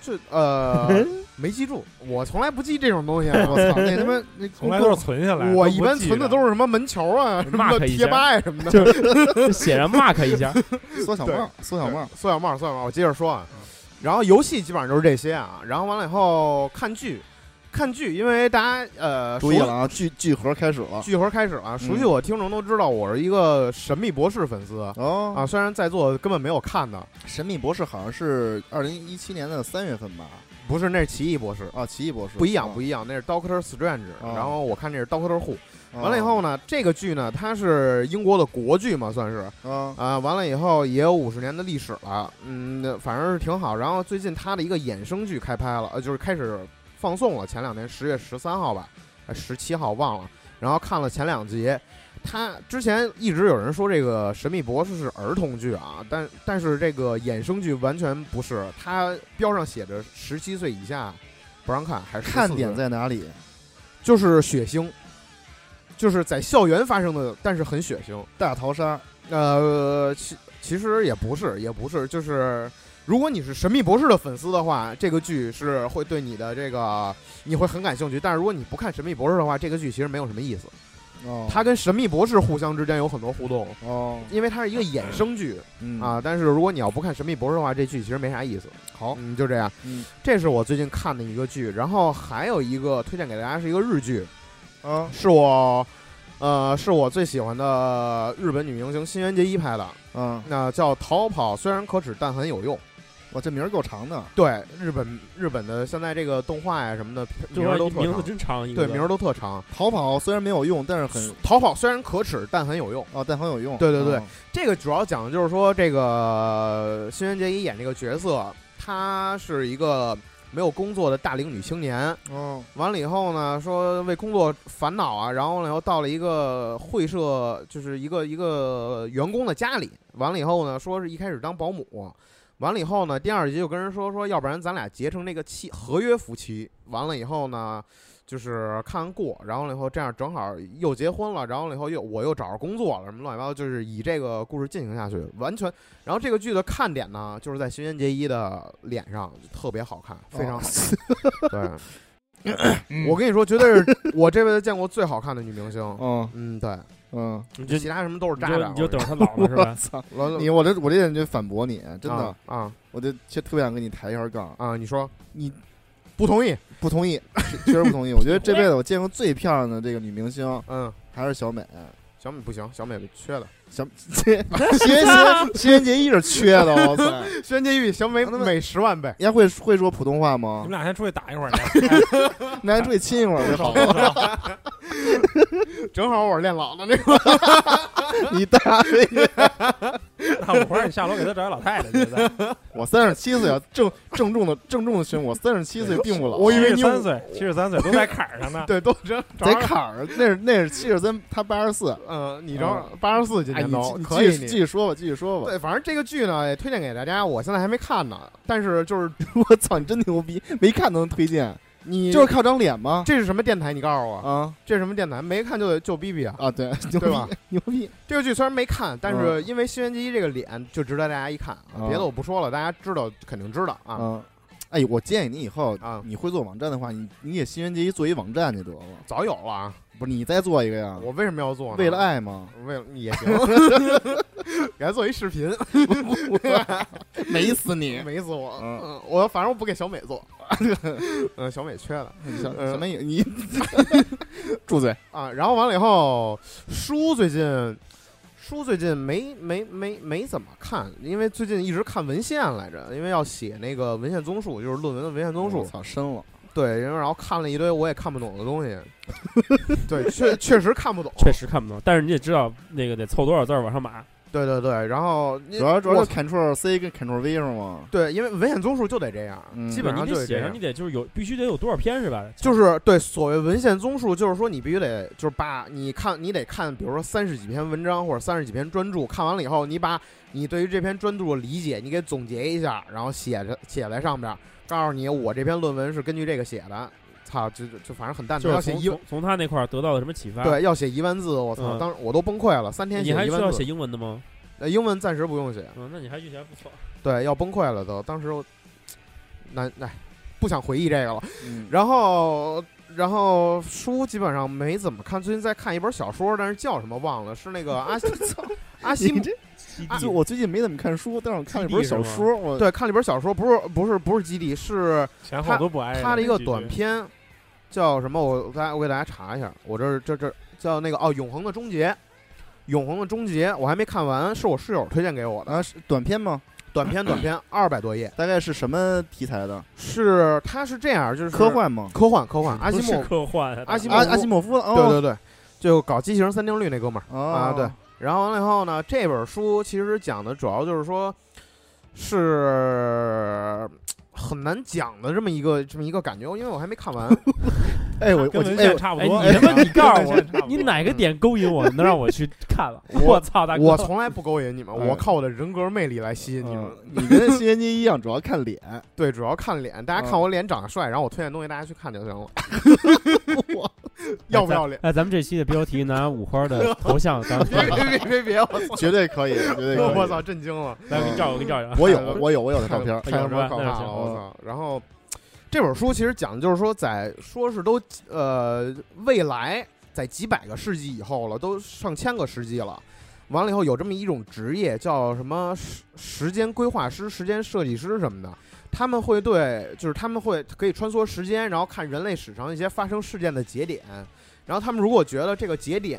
Speaker 1: 这
Speaker 3: *laughs*
Speaker 1: 呃没记住，我从来不记这种东西啊、
Speaker 2: 我操，那他妈那
Speaker 4: 从来都是存下来。
Speaker 1: 我
Speaker 4: 都
Speaker 1: 一
Speaker 4: 不
Speaker 1: 般
Speaker 4: 记
Speaker 1: 存的
Speaker 4: 着
Speaker 1: 都是什么门球啊、什么
Speaker 3: Mark 一
Speaker 1: 贴
Speaker 3: 下
Speaker 1: 吧呀、什么的。
Speaker 3: 就是写上 mark
Speaker 1: *laughs*
Speaker 3: 一下，
Speaker 2: 缩小帽，缩小帽。
Speaker 1: 缩小帽，缩小帽，我接着说啊。然后游戏基本上就是这些啊，然后完了以后看剧，看剧，因为大家呃
Speaker 2: 注意
Speaker 1: 熟
Speaker 2: 了啊，聚聚合开始了。
Speaker 1: 聚合开始了，啊熟悉
Speaker 2: 嗯
Speaker 1: 我听众都知道，我是一个神秘博士粉丝、
Speaker 2: 哦，
Speaker 1: 啊，虽然在座根本没有看的。
Speaker 2: 神秘博士好像是二零一七年的三月份吧？
Speaker 1: 不是，那是奇异博士，
Speaker 2: 啊，奇异博士
Speaker 1: 不一样，不
Speaker 2: 一
Speaker 1: 一样，那是 Doctor Strange，
Speaker 2: 啊
Speaker 1: 然后我看这是 Doctor Who。
Speaker 2: 样
Speaker 1: 完了以后呢，这个剧呢，它是英国的国剧嘛，算是
Speaker 2: 啊，
Speaker 1: 啊。完了以后也有五十年的历史了，嗯，那反正是挺好。然后最近它的一个衍生剧开拍了，呃，就是开始放送了，前两天十月十三号吧，哎十七号忘了。然后看了前两集，它之前一直有人说这个《神秘博士》是儿童剧啊，但但是这个衍生剧完全不是，它标上写着十七岁以下不让看，还是
Speaker 2: 看
Speaker 1: 14
Speaker 2: 点
Speaker 1: 岁
Speaker 2: 在哪里？
Speaker 1: 就是血腥，就是在校园发生的，但是很血腥。
Speaker 2: 大逃杀
Speaker 1: 呃，其其实也不是，也不是，就是如果你是神秘博士的粉丝的话，这个剧是会对你的这个你会很感兴趣。但是如果你不看神秘博士的话，这个剧其实没有什么意思。
Speaker 2: 哦，
Speaker 1: 它跟神秘博士互相之间有很多互动，
Speaker 2: 哦
Speaker 1: 因为它是一个衍生剧
Speaker 2: 嗯
Speaker 1: 啊。但是如果你要不看神秘博士的话，这剧其实没啥意思。
Speaker 2: 好
Speaker 1: 嗯，就这样。
Speaker 2: 嗯
Speaker 1: 这是我最近看的一个剧，然后还有一个推荐给大家是一个日剧，
Speaker 2: 啊
Speaker 1: 是我，呃，是我最喜欢的日本女明星新垣结衣拍的，
Speaker 2: 啊，
Speaker 1: 那叫《逃跑虽然可耻但很有用》。
Speaker 2: 我这名儿够长的，
Speaker 1: 对，日本日本的现在这个动画呀什么的名儿
Speaker 3: 说
Speaker 1: 都
Speaker 3: 你
Speaker 1: 特
Speaker 3: 名字
Speaker 1: 长，
Speaker 3: 真长，一个
Speaker 1: 对
Speaker 3: 字
Speaker 1: 名儿都特长。
Speaker 2: 逃跑虽然没有用，但是很
Speaker 1: 逃跑虽然可耻但很有用。
Speaker 2: 啊，但很有用。
Speaker 1: 对对对
Speaker 2: 啊，
Speaker 1: 这个主要讲的就是说，这个新垣结衣演这个角色，她是一个没有工作的大龄女青年。
Speaker 2: 哦
Speaker 1: 完了以后呢，说为工作烦恼啊，然后呢又到了一个会社，就是一个一个员工的家里。完了以后呢，说是一开始当保姆，完了以后呢，第二集就跟人说说，要不然咱俩结成这个契合约夫妻。完了以后呢，就是看过，然后了以后这样正好又结婚了，然后了以后又我又找着工作了，什么乱七八糟，就是以这个故事进行下去，完全。然后这个剧的看点呢，就是在新垣结衣的脸上，特别好看，非
Speaker 2: *laughs* 哦
Speaker 1: 常好。对。
Speaker 5: 嗯
Speaker 4: 嗯
Speaker 1: 我跟你说，绝对是我这辈子见过最好看的女明星。
Speaker 2: 嗯
Speaker 1: 嗯，对，
Speaker 2: 嗯，
Speaker 3: 你就
Speaker 1: 其他什么都是
Speaker 3: 你
Speaker 1: 渣
Speaker 3: 就
Speaker 1: 渣。
Speaker 3: 你就等着他老了是吧？
Speaker 2: 操！
Speaker 1: *laughs* 我跟你
Speaker 2: 你我这我这点就反驳你，真的
Speaker 1: 呃啊，啊
Speaker 2: 我就其实特别想跟你抬一下杠，
Speaker 1: 啊！你说
Speaker 2: 你
Speaker 1: *laughs* 不同意？
Speaker 2: 不同意， *laughs* 确实不同意。我觉得这辈子我见过最漂亮的这个女明星
Speaker 1: 嗯，
Speaker 2: 还是小美，
Speaker 1: 小美不行，小美缺的。
Speaker 2: 小 *laughs*
Speaker 1: *laughs*
Speaker 2: 这新垣新垣结衣是缺的，我操！
Speaker 1: 轩监狱小美美十万倍。
Speaker 2: 人家会会说普通话
Speaker 4: 你
Speaker 2: 吗
Speaker 4: 们？俩先出去打一会儿去。
Speaker 2: 那还出去亲一会儿就好。
Speaker 1: *laughs* 正好我是练老的那个。
Speaker 2: 你
Speaker 1: *laughs*
Speaker 2: 大爷！
Speaker 4: 那我回头你下楼给他找一老太太去。再
Speaker 2: 我三十七岁啊，郑郑重的郑重的宣布，我三十七岁并不
Speaker 1: *laughs*
Speaker 2: 老。
Speaker 1: 我以为你
Speaker 4: 三岁，七十三岁都在坎儿上
Speaker 1: *laughs*
Speaker 4: 呢。
Speaker 1: 对，都真
Speaker 2: 在坎儿，那是那是七十三，他八十四。
Speaker 1: 嗯，你正好八十四今
Speaker 2: 哎，
Speaker 1: 年
Speaker 2: 你
Speaker 1: 都
Speaker 2: 继
Speaker 1: 可以
Speaker 2: 继
Speaker 1: 你。
Speaker 2: 续说吧，继续说吧。
Speaker 1: 对，反正这个剧呢也推荐给大家，我现在还没看呢。但是就是
Speaker 2: 我操，你真牛逼，没看都能推荐，
Speaker 1: 你
Speaker 2: 就是靠张脸吗？
Speaker 1: 这是什么电台？你告诉我，
Speaker 2: 啊
Speaker 1: 这是什么电台？没看就得就逼逼
Speaker 2: *laughs*
Speaker 1: 啊！
Speaker 2: 啊，对，牛
Speaker 1: 对吧
Speaker 2: 逼，牛逼。
Speaker 1: 这个剧虽然没看，但是因为新垣结衣这个脸就值得大家一看，啊
Speaker 2: 嗯
Speaker 1: 别的我不说了，大家知道肯定知道啊
Speaker 2: 嗯，哎，我建议你以后
Speaker 1: 啊，
Speaker 2: 你会做网站的话，你你给新垣结衣做一网站去得了，
Speaker 1: 早有了啊，
Speaker 2: 不是你再做一个呀？
Speaker 1: 我为什么要做呢？
Speaker 2: 为了，爱吗？
Speaker 1: 为了也
Speaker 2: *laughs*
Speaker 1: 行，给他做一视频，
Speaker 2: 美死你！
Speaker 1: 美死我，
Speaker 2: 嗯
Speaker 1: 嗯，我反正我不给小美做， *laughs* 嗯，小美缺的
Speaker 2: *laughs* 小
Speaker 1: 呃
Speaker 2: 小美，
Speaker 1: *laughs*
Speaker 2: 你住嘴！
Speaker 1: 啊。然后完了以后，书最近。书最近没没没没怎么看，因为最近一直看文献来着，因为要写那个文献综述，就是论文的文献综
Speaker 2: 我
Speaker 1: 述。
Speaker 2: 操，深了。
Speaker 1: 对，然后然后看了一堆我也看不懂的东西， *laughs* 对，确确实看不懂，
Speaker 3: 确实看不懂，但是你得知道那个得凑多少字儿往上码。
Speaker 1: 对对对，然后你
Speaker 2: 主要主要
Speaker 1: 我
Speaker 2: 是 Ctrl C 跟 Ctrl V 是吗？
Speaker 1: 对，因为文献综述就得这样，
Speaker 2: 嗯
Speaker 1: 基本上
Speaker 3: 你
Speaker 1: 就
Speaker 3: 得
Speaker 1: 是这
Speaker 3: 写上，
Speaker 1: 样
Speaker 3: 你。得就是有必须得有多少篇是吧？
Speaker 1: 就是对所谓文献综述，就是说你必须得就是把你看你得看，比如说三十几篇文章或者三十几篇专著，看完了以后，你把你对于这篇专著的理解，你给总结一下，然后写着写在上边，告诉你我这篇论文是根据这个写的。操，就就就反正很蛋
Speaker 3: 就
Speaker 1: 疼，
Speaker 3: 是
Speaker 1: 要写
Speaker 3: 从
Speaker 1: 一
Speaker 3: 从从他那块儿得到了什么启发？，
Speaker 1: 对要写一万字，我操，
Speaker 3: 嗯
Speaker 1: 当时我都崩溃了，三天
Speaker 3: 你还
Speaker 1: 一
Speaker 3: 需
Speaker 1: 万
Speaker 3: 要
Speaker 1: 字
Speaker 3: 写。英文的吗？
Speaker 1: 呃，英文暂时不用写，
Speaker 3: 嗯，那你还运气还不错。
Speaker 1: 对，要崩溃了都。当时我，难哎，不想回忆这个了。
Speaker 2: 嗯，
Speaker 1: 然后，然后书基本上没怎么看，最近在看一本小说，但是叫什么忘了，是那个阿西阿西
Speaker 2: 你
Speaker 1: 姆。
Speaker 2: 这
Speaker 1: 啊
Speaker 2: 就我最近没怎么看书，但是我看了一本小说，我
Speaker 1: 对，看了一本小说，不是不是不是基地，是
Speaker 4: 前后都不
Speaker 5: 哎
Speaker 4: 挨着。
Speaker 1: 他的一个短
Speaker 4: 这几句，
Speaker 1: 篇，叫什么？我我大家我给大家查一下，我这这这叫那个哦，《永恒的终结》，《永恒的终结》，我还没看完，是我室友推荐给我的。
Speaker 2: 啊是短篇吗？
Speaker 1: 短篇短篇二百多页，
Speaker 2: 大概是什么题材的？
Speaker 1: 是它是这样，就是
Speaker 2: 科幻吗？
Speaker 1: 科幻科幻，阿西
Speaker 3: 不
Speaker 1: 莫
Speaker 3: 是科幻啊，
Speaker 1: 阿西
Speaker 2: 阿
Speaker 1: 莫夫
Speaker 2: 阿西莫夫了，
Speaker 1: 对
Speaker 2: 哦
Speaker 1: 对对，就搞畸形三定律那哥们儿、
Speaker 2: 哦
Speaker 1: 啊，对。然后完了以后呢，这本书其实讲的主要就是说，是很难讲的这么一个这么一个感觉，因为我还没看完。
Speaker 2: 哎，我
Speaker 4: 跟
Speaker 2: 我
Speaker 4: 文
Speaker 2: 哎
Speaker 4: 献，差不
Speaker 3: 哎，
Speaker 4: 多。
Speaker 3: 你他妈，你告诉
Speaker 4: 跟文献差不
Speaker 3: 我，
Speaker 4: 多
Speaker 3: 你哪个点勾引我，能让我去看了？
Speaker 1: 我
Speaker 3: *laughs* 我操，大哥！
Speaker 1: 我从来不勾引你们，
Speaker 2: 哎
Speaker 1: 我靠我的人格魅力来吸引你们。
Speaker 2: 嗯你跟新垣结衣一样，主要看脸。
Speaker 1: 对，主要看脸，大家看我脸长得帅，然后我推荐东西大家去看就行了。我要不要脸？
Speaker 3: 哎，咱们这期的标题拿五花的头像 *laughs* 当
Speaker 1: 别别别别别！我操！
Speaker 2: *laughs* 绝对可以，绝对可
Speaker 1: *laughs*
Speaker 2: 以。
Speaker 1: 我操！震惊了。
Speaker 3: 来，我给你照一个，我给你 *laughs* 照一个。
Speaker 2: 我有，我有， *laughs* 我有那嗯照
Speaker 1: *laughs*
Speaker 2: 片。
Speaker 1: 太他妈可怕
Speaker 3: 那是
Speaker 1: 了，我操！然后这本书其实讲的就是说，在说是都呃未来在几百个世纪以后了，都上千个世纪了。完了以后有这么一种职业叫什么时时间规划师、时间设计师什么的，他们会对，就是他们会可以穿梭时间，然后看人类史上一些发生事件的节点。然后他们如果觉得这个节点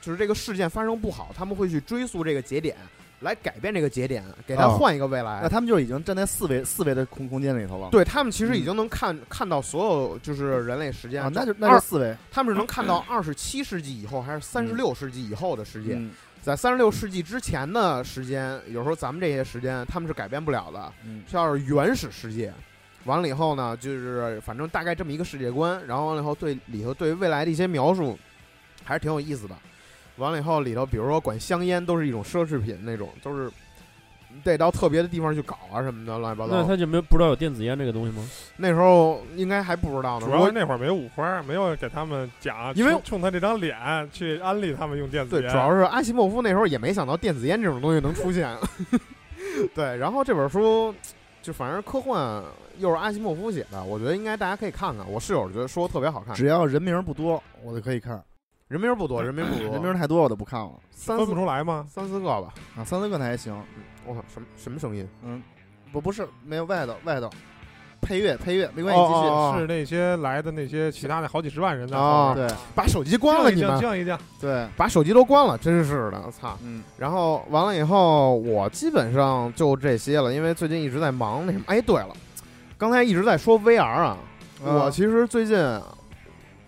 Speaker 1: 就是这个事件发生不好，他们会去追溯这个节点，来改变这个节点，给他
Speaker 2: 哦
Speaker 1: 换一个未来。
Speaker 2: 那他们就已经站在四维四维的空空间里头
Speaker 1: 哎
Speaker 2: 了。
Speaker 1: 对他们其实已
Speaker 2: 嗯
Speaker 1: 经能看、看到所有就是人类时间，
Speaker 2: 啊，那就那
Speaker 1: 二
Speaker 2: 就四维。
Speaker 1: 他们是能看到二十七世纪以后还是三十六世纪以后的世界，
Speaker 2: 嗯
Speaker 1: 在三十六世纪之前的时间，有时候咱们这些时间他们是改变不了的，
Speaker 2: 嗯
Speaker 1: 叫原始世界。完了以后呢，就是反正大概这么一个世界观，然后完了以后对里头对未来的一些描述，还是挺有意思的。完了以后里头，比如说管香烟都是一种奢侈品那种，都是你得到特别的地方去搞啊什么的，乱七八糟
Speaker 3: 那
Speaker 1: 的。
Speaker 3: 他就没有不知道有电子烟这个东西吗？
Speaker 1: 那时候应该还不知道呢。
Speaker 4: 主
Speaker 1: 如果
Speaker 4: 要是那会儿没有五花，没有给他们讲，
Speaker 1: 因为
Speaker 4: 冲冲他这张脸去安利他们用电子
Speaker 1: 对，
Speaker 4: 烟。
Speaker 1: 主要是阿西莫夫那时候也没想到电子烟这种东西能出现。 *laughs* 对，然后这本书就反正科幻又是阿西莫夫写的，我觉得应该大家可以看看。我室友觉得说特别好看，
Speaker 2: 只要人名不多，我就可以看。
Speaker 1: 人名不多，人名
Speaker 4: *clears throat*
Speaker 1: 不多，
Speaker 2: 人名太多，我就不看了。
Speaker 1: 三
Speaker 4: 分
Speaker 1: 四
Speaker 4: 不出来吗？
Speaker 1: 三四个吧。
Speaker 2: 啊，三四个那还行。
Speaker 1: 我靠，什么什么声音？
Speaker 2: 嗯，不不是，没有外头外头，配乐配乐没关系，
Speaker 1: 哦
Speaker 2: 继续。
Speaker 1: 哦
Speaker 4: 是那些来的那些其他的好几十万人在
Speaker 1: 啊
Speaker 4: 后边
Speaker 2: 对
Speaker 1: 把手机关了，
Speaker 4: 降一
Speaker 1: 你
Speaker 4: 降
Speaker 1: 们
Speaker 4: 降一降，
Speaker 2: 对，
Speaker 1: 把手机都关了，真是的，操！
Speaker 2: 嗯，
Speaker 1: 然后完了以后，我基本上就这些了，因为最近一直在忙那什么。哎，对了，刚才一直在说 VR 啊，
Speaker 2: 啊
Speaker 1: 我其实最近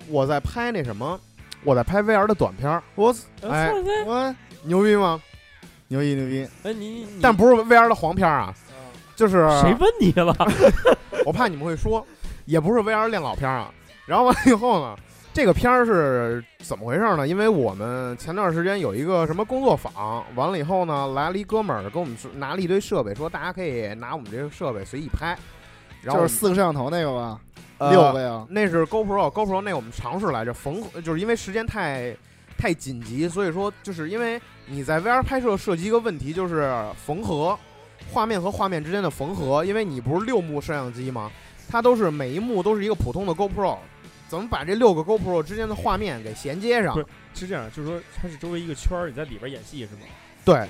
Speaker 1: 我在拍那什么，我在拍 VR 的短片儿，
Speaker 2: 我
Speaker 1: 哎，
Speaker 2: 我
Speaker 1: 牛逼吗？
Speaker 2: 牛逼牛逼，
Speaker 3: 哎，你
Speaker 2: 嗯
Speaker 3: 你
Speaker 1: 但不是 VR 的黄片儿啊，就是
Speaker 3: 谁问你了？
Speaker 1: 我怕你们会说，也不是 VR 练老片儿啊。然后完了以后呢，这个片儿是怎么回事呢？因为我们前段时间有一个什么工作坊，完了以后呢，来了一哥们儿跟我们说拿了一堆设备，说大家可以拿我们这个设备随意拍。然后
Speaker 2: 就是四个摄像头那个吧，
Speaker 1: 呃
Speaker 2: 六个呀。
Speaker 1: 那是 GoPro，GoPro 那我们尝试来着，缝合就是因为时间太太紧急，所以说就是因为你在 VR 拍摄涉及一个问题，就是缝合画面和画面之间的缝合，因为你不是六幕摄像机吗？它都是每一幕都是一个普通的 GoPro，怎么把这六个 GoPro 之间的画面给衔接上
Speaker 3: 不？是 *laughs* 是这样，就是说它是周围一个圈儿，你在里边演戏是吗？
Speaker 1: 对，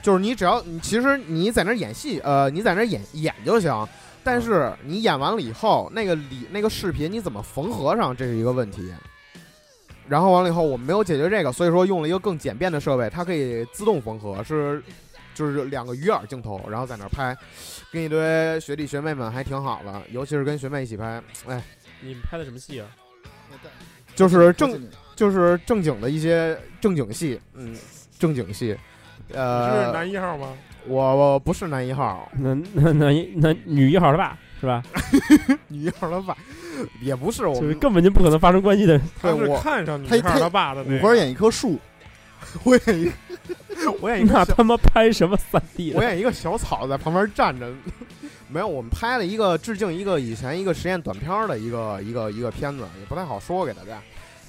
Speaker 1: 就是你只要你其实你在那儿演戏，呃，你在那儿演演就行。
Speaker 4: 嗯
Speaker 1: 但是你演完了以后，那个里那个视频你怎么缝合上，这是一个问题。然后完了以后，我们没有解决这个，所以说用了一个更简便的设备，它可以自动缝合，是就是两个鱼眼镜头，然后在那儿拍，跟一堆学弟学妹们还挺好的，尤其是跟学妹一起拍，哎，
Speaker 3: 你们拍的什么戏啊？
Speaker 1: 就是正就是正经的一些正经戏，嗯，正经戏，
Speaker 4: 你是
Speaker 1: 呃，
Speaker 4: 男一号吗？
Speaker 1: 我我不是男一号，
Speaker 3: 男男男男女一号的爸是吧？
Speaker 1: *laughs* 女一号的爸，也不是我
Speaker 3: 就是
Speaker 1: 们，
Speaker 3: 根本就不可能发生关系的。
Speaker 4: 他是
Speaker 1: 我
Speaker 4: 看上女
Speaker 2: 他
Speaker 4: 一号
Speaker 2: 他
Speaker 4: 他爸的那
Speaker 2: 五
Speaker 4: 个
Speaker 2: 花演一棵树，
Speaker 1: 我演一，我演一
Speaker 3: 那
Speaker 1: 个小，
Speaker 3: 他妈拍什么三 D？
Speaker 1: 我演一个小草在旁边站着。 *laughs* 没有，我们拍了一个致敬一个以前一个实验短片儿的一个一个一个片子，也不太好说给大家。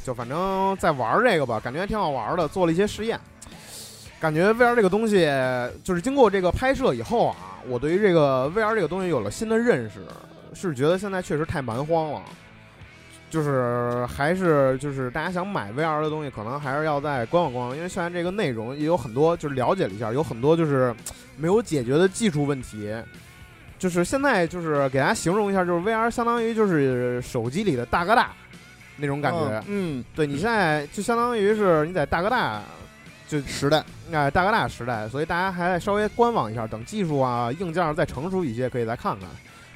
Speaker 1: 就反正在玩儿这个吧，感觉还挺好玩儿的，做了一些实验。感觉 VR 这个东西，就是经过这个拍摄以后啊，我对于这个 VR 这个东西有了新的认识，是觉得现在确实太蛮荒了。就是还是就是大家想买 VR 的东西，可能还是要再观望观望，因为现在这个内容也有很多，就是了解了一下，有很多就是没有解决的技术问题。就是现在就是给大家形容一下，就是 VR 相当于就是手机里的大哥大那种感觉。
Speaker 2: 嗯，
Speaker 1: 对你现在就相当于是你在大哥大就
Speaker 2: 时代，
Speaker 1: 哎大哥大时代，所以大家还稍微观望一下，等技术啊硬件再成熟一些，可以来看看。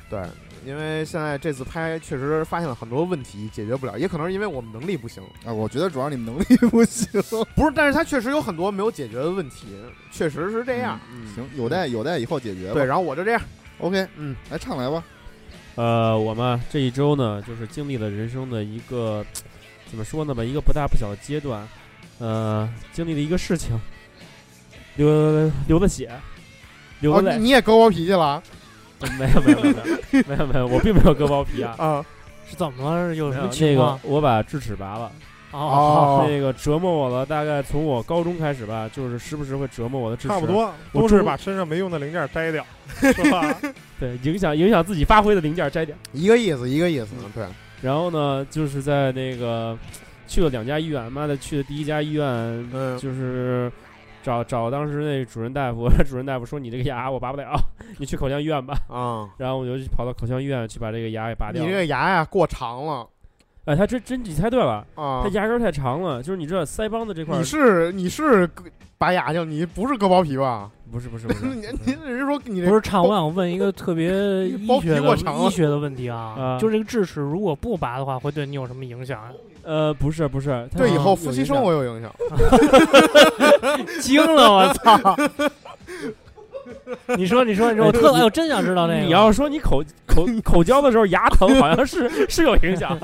Speaker 1: 对，因为现在这次拍确实发现了很多问题，解决不了，也可能是因为我们能力不行。
Speaker 2: 啊，我觉得主要你们能力
Speaker 1: *laughs*
Speaker 2: 不行。
Speaker 1: 不是，但是它确实有很多没有解决的问题，确实是这样。
Speaker 3: 嗯
Speaker 1: 嗯
Speaker 2: 行，有待有待以后解决吧。
Speaker 1: 对，然后我就这样，
Speaker 2: ，OK，
Speaker 1: 嗯，
Speaker 2: 来唱来吧。
Speaker 3: 呃，我们这一周呢，就是经历了人生的一个怎么说呢吧，一个不大不小的阶段，呃，经历了一个事情，流流的血，流
Speaker 1: 哦
Speaker 3: 的，泪，
Speaker 1: 你也狗我脾气了。
Speaker 3: 没有没有没有没有没有，我并没有割包皮啊
Speaker 5: *laughs*
Speaker 1: 啊？
Speaker 4: 是怎么了？有
Speaker 3: 没
Speaker 4: 什么
Speaker 3: 有那
Speaker 4: 情
Speaker 3: 个
Speaker 4: 况？，
Speaker 3: 我把智齿拔了，
Speaker 4: 哦，
Speaker 1: 哦
Speaker 3: 那个折磨我了，大概从我高中开始吧，就是时不时会折磨我的智齿，
Speaker 5: 差不，多
Speaker 3: 我
Speaker 5: 都是
Speaker 3: 中
Speaker 5: 把身上没用的零件摘
Speaker 1: *laughs*
Speaker 5: 掉，是吧？
Speaker 3: 对，影响影响自己发挥的零件摘掉。
Speaker 1: 一个意思，一个意思。
Speaker 3: 嗯
Speaker 1: 对，
Speaker 3: 然后呢，就是在那个去了两家医院，妈的去的第一家医院
Speaker 1: 嗯，
Speaker 3: 就是找找当时那主任大夫，主任大夫说你这个牙我拔不了， *laughs* 你去口腔医院吧。
Speaker 1: 啊，
Speaker 3: 然后我就去跑到口腔医院去把这个牙给拔
Speaker 1: 你
Speaker 3: 掉
Speaker 1: 这
Speaker 3: 了。
Speaker 1: 个牙呀过长了
Speaker 3: 哎，他真真你猜对了，
Speaker 1: 啊
Speaker 3: 他，牙根儿太长了，就是你知道腮帮子这块儿
Speaker 1: 你是你是割拔牙去了，你不是割包皮吧？
Speaker 3: 不是不是不是
Speaker 1: *laughs* 你你人说你这
Speaker 4: 不是唱，我想问一个特别
Speaker 1: 包
Speaker 4: 医
Speaker 1: 皮
Speaker 4: 学
Speaker 1: 过
Speaker 4: 的
Speaker 1: 长嗯了
Speaker 4: 医学的问题
Speaker 1: *laughs*
Speaker 4: 啊
Speaker 3: 啊，
Speaker 4: 就这个智齿如果不拔的话，会对你有什么影响啊？
Speaker 3: 呃不是不是，它
Speaker 1: 对以后
Speaker 3: 有
Speaker 1: 夫妻
Speaker 3: 影响
Speaker 1: 生活有影响。
Speaker 4: 惊了，我
Speaker 3: *laughs*
Speaker 4: 操！你说，你说，你说，我特哎，我真想知道那个。
Speaker 3: 你要说你 *laughs* 口口口交的时候牙疼，好
Speaker 1: *laughs*
Speaker 3: 像是是有影 *laughs* 响。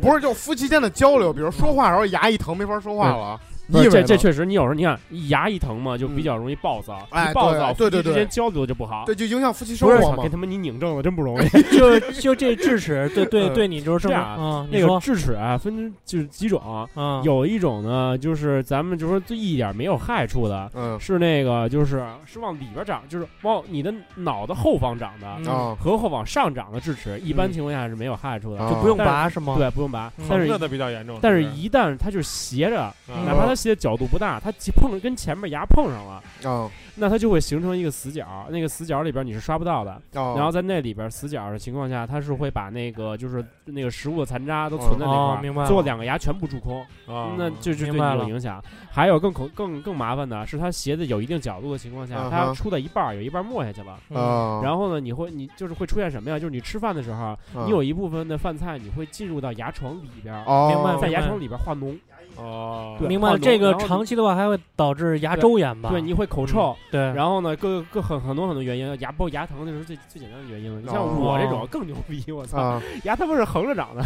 Speaker 1: 不是，就夫妻间的交流，比如说话的时候牙一疼没法说话了，啊你以
Speaker 3: 不是
Speaker 1: 为
Speaker 3: 这
Speaker 1: 呢
Speaker 3: 这确实，你有时候你看牙一疼嘛，就比较容易暴躁，
Speaker 1: 哎
Speaker 3: 一暴躁，
Speaker 1: 对对对
Speaker 3: 夫妻之
Speaker 1: 对
Speaker 3: 间交流就不好。
Speaker 1: 对就影响夫妻生
Speaker 3: 不是
Speaker 1: 活
Speaker 3: 想
Speaker 1: 嘛
Speaker 3: 给？他们你拧正了，真不容易。
Speaker 4: 就就这智齿，对对
Speaker 1: 嗯
Speaker 4: 对，你就是
Speaker 3: 这
Speaker 4: 正
Speaker 3: 样
Speaker 4: 常。嗯，
Speaker 3: 啊
Speaker 4: 你
Speaker 3: 那个
Speaker 4: 说，
Speaker 3: 智齿啊，分就是几种，
Speaker 4: 嗯，
Speaker 3: 啊有一种呢，就是咱们就说最一点没有害处的，
Speaker 1: 嗯
Speaker 3: 是那个就是是往里边长，就是往你的脑的后方长的，
Speaker 4: 嗯
Speaker 1: 啊
Speaker 3: 和后往上长的智齿，一般
Speaker 4: 嗯
Speaker 3: 情况下是没有害处的，
Speaker 1: 啊
Speaker 4: 就不用拔是吗？
Speaker 3: 对，不用拔。
Speaker 4: 嗯
Speaker 3: 但
Speaker 5: 横着
Speaker 3: 是
Speaker 5: 的比较严重，
Speaker 3: 但是
Speaker 5: 不
Speaker 3: 一旦它就是斜着，
Speaker 5: 嗯
Speaker 3: 哪怕它斜的角度不大，它碰跟前面牙碰上了，
Speaker 4: 嗯
Speaker 1: 啊
Speaker 3: 那它就会形成一个死角，那个死角里边你是刷不到的。
Speaker 1: 啊，
Speaker 3: 然后在那里边死角的情况下，它是会把那个就是那个食物的残渣都
Speaker 1: 哦
Speaker 3: 存在那
Speaker 4: 哦
Speaker 3: 块，儿，
Speaker 4: 明白了。
Speaker 3: 最后两个牙全部蛀空，
Speaker 5: 啊，
Speaker 3: 那这是对
Speaker 4: 明
Speaker 3: 你
Speaker 4: 白
Speaker 3: 有
Speaker 4: 了
Speaker 3: 影响。
Speaker 1: 嗯
Speaker 3: 还有更恐更更麻烦的是，它鞋子有一定角度的情况下，
Speaker 1: 嗯
Speaker 3: 它
Speaker 1: 哼
Speaker 3: 出到一半儿有一半儿没下去了。
Speaker 4: 嗯，
Speaker 1: 啊，
Speaker 3: 然后呢，你会你就是会出现什么呀？就是你吃饭的时候，啊
Speaker 1: 嗯
Speaker 3: 你有一部分的饭菜你会进入到牙床里边儿，
Speaker 1: 哦，
Speaker 4: 明白
Speaker 3: 在
Speaker 4: 了
Speaker 3: 牙床里边儿化脓，
Speaker 5: 哦，
Speaker 3: 对
Speaker 4: 明白
Speaker 3: 化
Speaker 4: 了。
Speaker 3: 脓
Speaker 4: 这个
Speaker 3: 然后
Speaker 4: 长期的话还会导致牙周炎吧？
Speaker 3: 对你会口臭，
Speaker 4: 对，
Speaker 3: 然后呢，各各很很多很多原因，牙包牙疼那是最最简单的原因了。你像
Speaker 1: 哦
Speaker 3: 我这种更牛逼，我操，
Speaker 1: 啊
Speaker 3: 牙他妈是横着长的，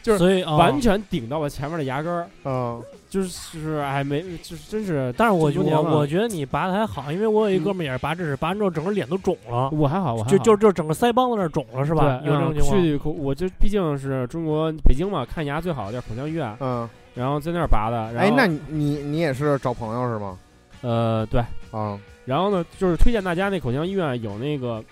Speaker 3: 就是
Speaker 4: 所以哦
Speaker 3: 完全顶到了前面的牙根儿，
Speaker 1: 啊
Speaker 3: 就是就是哎没就是真是，
Speaker 4: 但是我
Speaker 3: 这么多年了
Speaker 4: 我我觉得你拔的还好，因为我有一哥们儿也是拔智齿，拔完之后整个脸都肿了，
Speaker 3: 我还好，我还
Speaker 4: 就
Speaker 3: 好
Speaker 4: 就就整个腮帮子那儿肿了是吧？
Speaker 3: 对
Speaker 4: 有这种
Speaker 3: 嗯
Speaker 4: 情况？
Speaker 3: 去口我就毕竟是中国北京嘛，看牙最好的地儿口腔医院，
Speaker 1: 嗯，
Speaker 3: 然后在那儿拔的。然
Speaker 1: 哎
Speaker 3: 后，
Speaker 1: 那你你你也是找朋友是吗？
Speaker 3: 呃对，
Speaker 1: 啊
Speaker 3: 然后呢，就是推荐大家那口腔医院有那个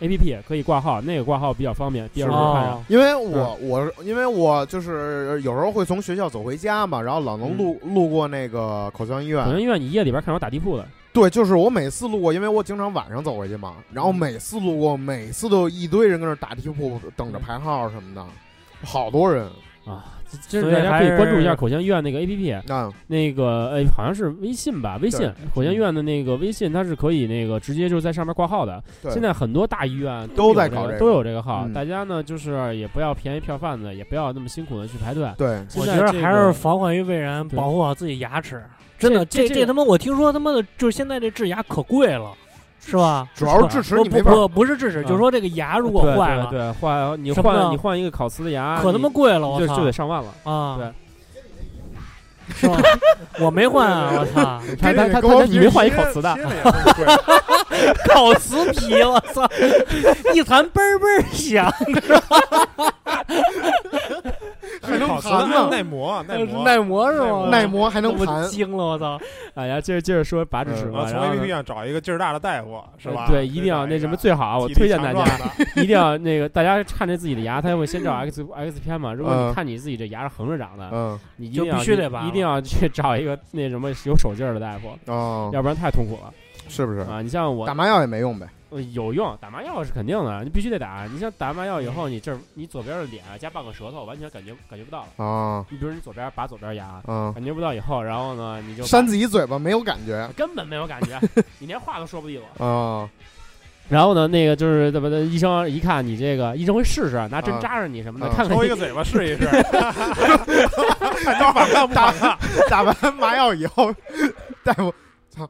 Speaker 3: A P P 可以挂号，那个挂号比较方便，第二
Speaker 1: 是
Speaker 3: 时看上。
Speaker 4: 哦，
Speaker 1: 因为
Speaker 3: 嗯
Speaker 1: 我我是因为我就是有时候会从学校走回家嘛，然后老
Speaker 3: 嗯
Speaker 1: 能路路过那个口腔医
Speaker 3: 口
Speaker 1: 院
Speaker 3: 腔，医院你夜里边看着打地铺的，
Speaker 1: 对，就是我每次路过，因为我经常晚上走回去嘛，然后每次路过，每次都有一堆人跟那儿打地铺，等着排号什么的，好多人。
Speaker 3: 啊，这
Speaker 4: 所
Speaker 3: 是
Speaker 4: 以
Speaker 3: 大家
Speaker 4: 还
Speaker 3: 可以关注一下
Speaker 4: 是
Speaker 3: 口腔医院那个 A P P，
Speaker 1: 那
Speaker 3: 那个哎好像是微信吧，微信
Speaker 1: 对
Speaker 3: 口腔医院的那个微信它是可以那个直接就在上面挂号的。
Speaker 1: 对
Speaker 3: 现在很多大医院
Speaker 1: 都
Speaker 3: 有
Speaker 1: 在
Speaker 3: 这
Speaker 1: 搞
Speaker 3: 个
Speaker 1: 这
Speaker 3: 都
Speaker 1: 个
Speaker 3: 有这个号，
Speaker 1: 嗯
Speaker 3: 大家呢就是也不要便宜票贩子，也不要那么辛苦的去排队。
Speaker 1: 对，
Speaker 4: 我
Speaker 3: 现
Speaker 4: 觉
Speaker 3: 在
Speaker 4: 得
Speaker 3: 这
Speaker 4: 还
Speaker 3: 个
Speaker 4: 是防患于未然，
Speaker 3: 对
Speaker 4: 保护好自己牙齿。真的，这
Speaker 3: 这这
Speaker 4: 这他妈，我听说他妈的，就是现在这治牙可贵了，是吧？
Speaker 1: 主要是智齿
Speaker 4: 不
Speaker 1: 你没
Speaker 4: 不
Speaker 1: 法
Speaker 4: 不，不是智齿，
Speaker 3: 嗯
Speaker 4: 就是说这个牙如果
Speaker 3: 对
Speaker 4: 坏
Speaker 3: 对
Speaker 4: 了，
Speaker 3: 对，换你
Speaker 4: 什么
Speaker 3: 换
Speaker 4: 呢
Speaker 3: 你换一个烤瓷的牙，
Speaker 4: 可他妈
Speaker 3: 你
Speaker 4: 贵了，我
Speaker 3: 就
Speaker 4: 操！
Speaker 3: 就得上万了。
Speaker 4: 啊，
Speaker 3: 对，
Speaker 4: 是吧？我没换啊，我操，
Speaker 3: *laughs* 他
Speaker 1: 这
Speaker 3: 他
Speaker 1: 得
Speaker 3: 他
Speaker 1: 给我
Speaker 3: 他
Speaker 1: 比
Speaker 3: 你没换一
Speaker 5: 切
Speaker 3: 烤瓷的
Speaker 5: 切，了也这么贵
Speaker 4: 烤 *laughs* 瓷皮，我操，一弹嘣儿嘣儿响，
Speaker 1: 还能
Speaker 5: 烤瓷
Speaker 1: 弹呢
Speaker 5: 耐磨，啊呃耐磨，
Speaker 4: 耐磨是吗？
Speaker 1: 耐磨还能
Speaker 4: 我
Speaker 1: 弹，
Speaker 4: 惊了，我操！
Speaker 3: 哎呀，接着接着说拔智齿
Speaker 1: 嗯
Speaker 3: 嘛，
Speaker 5: 啊，从
Speaker 3: 然后
Speaker 5: A P P
Speaker 3: 呢
Speaker 5: 上找一个劲儿大的大夫，是吧？
Speaker 3: 对，一定要那什
Speaker 1: 哎
Speaker 3: 么最好，我推荐大家
Speaker 5: 家，
Speaker 3: *laughs* 一定要那个大家看着自己的牙，他
Speaker 4: *laughs*
Speaker 3: 会先照 X X 片嘛。如果
Speaker 1: 嗯
Speaker 3: 你看你自己这牙是横着长的，
Speaker 1: 嗯
Speaker 3: 你一定要
Speaker 4: 就必须得拔
Speaker 3: 一定要去找一个那什么有手劲儿的大夫，
Speaker 1: 哦
Speaker 4: 嗯
Speaker 3: 要不然太痛苦了。
Speaker 1: 是不是？
Speaker 3: 啊。你像我
Speaker 1: 打麻药也没用呗，
Speaker 3: 呃有用，打麻药是肯定的，你必须得打。你像打麻药以
Speaker 4: 嗯
Speaker 3: 后，你这儿你左边的脸啊加半个舌头，完全感觉感觉不到了。
Speaker 1: 啊
Speaker 3: 你比如你左边拔左边牙，
Speaker 1: 啊，
Speaker 3: 感觉不到以后，然后呢你就把
Speaker 1: 扇自己嘴巴没有感觉
Speaker 3: 根本没有感
Speaker 4: *laughs*
Speaker 3: 觉，你连话都说不利落。
Speaker 1: 啊
Speaker 3: 然后呢，那个就是怎么的，医生一看你这个，医生会试试，拿
Speaker 4: 嗯
Speaker 3: 针
Speaker 1: 啊
Speaker 3: 扎着你什么的，
Speaker 1: 啊
Speaker 3: 看看
Speaker 5: 抽一
Speaker 3: 你
Speaker 5: 个嘴巴试一试，看招反抗不反抗？
Speaker 1: 打完麻药以后，大夫，操，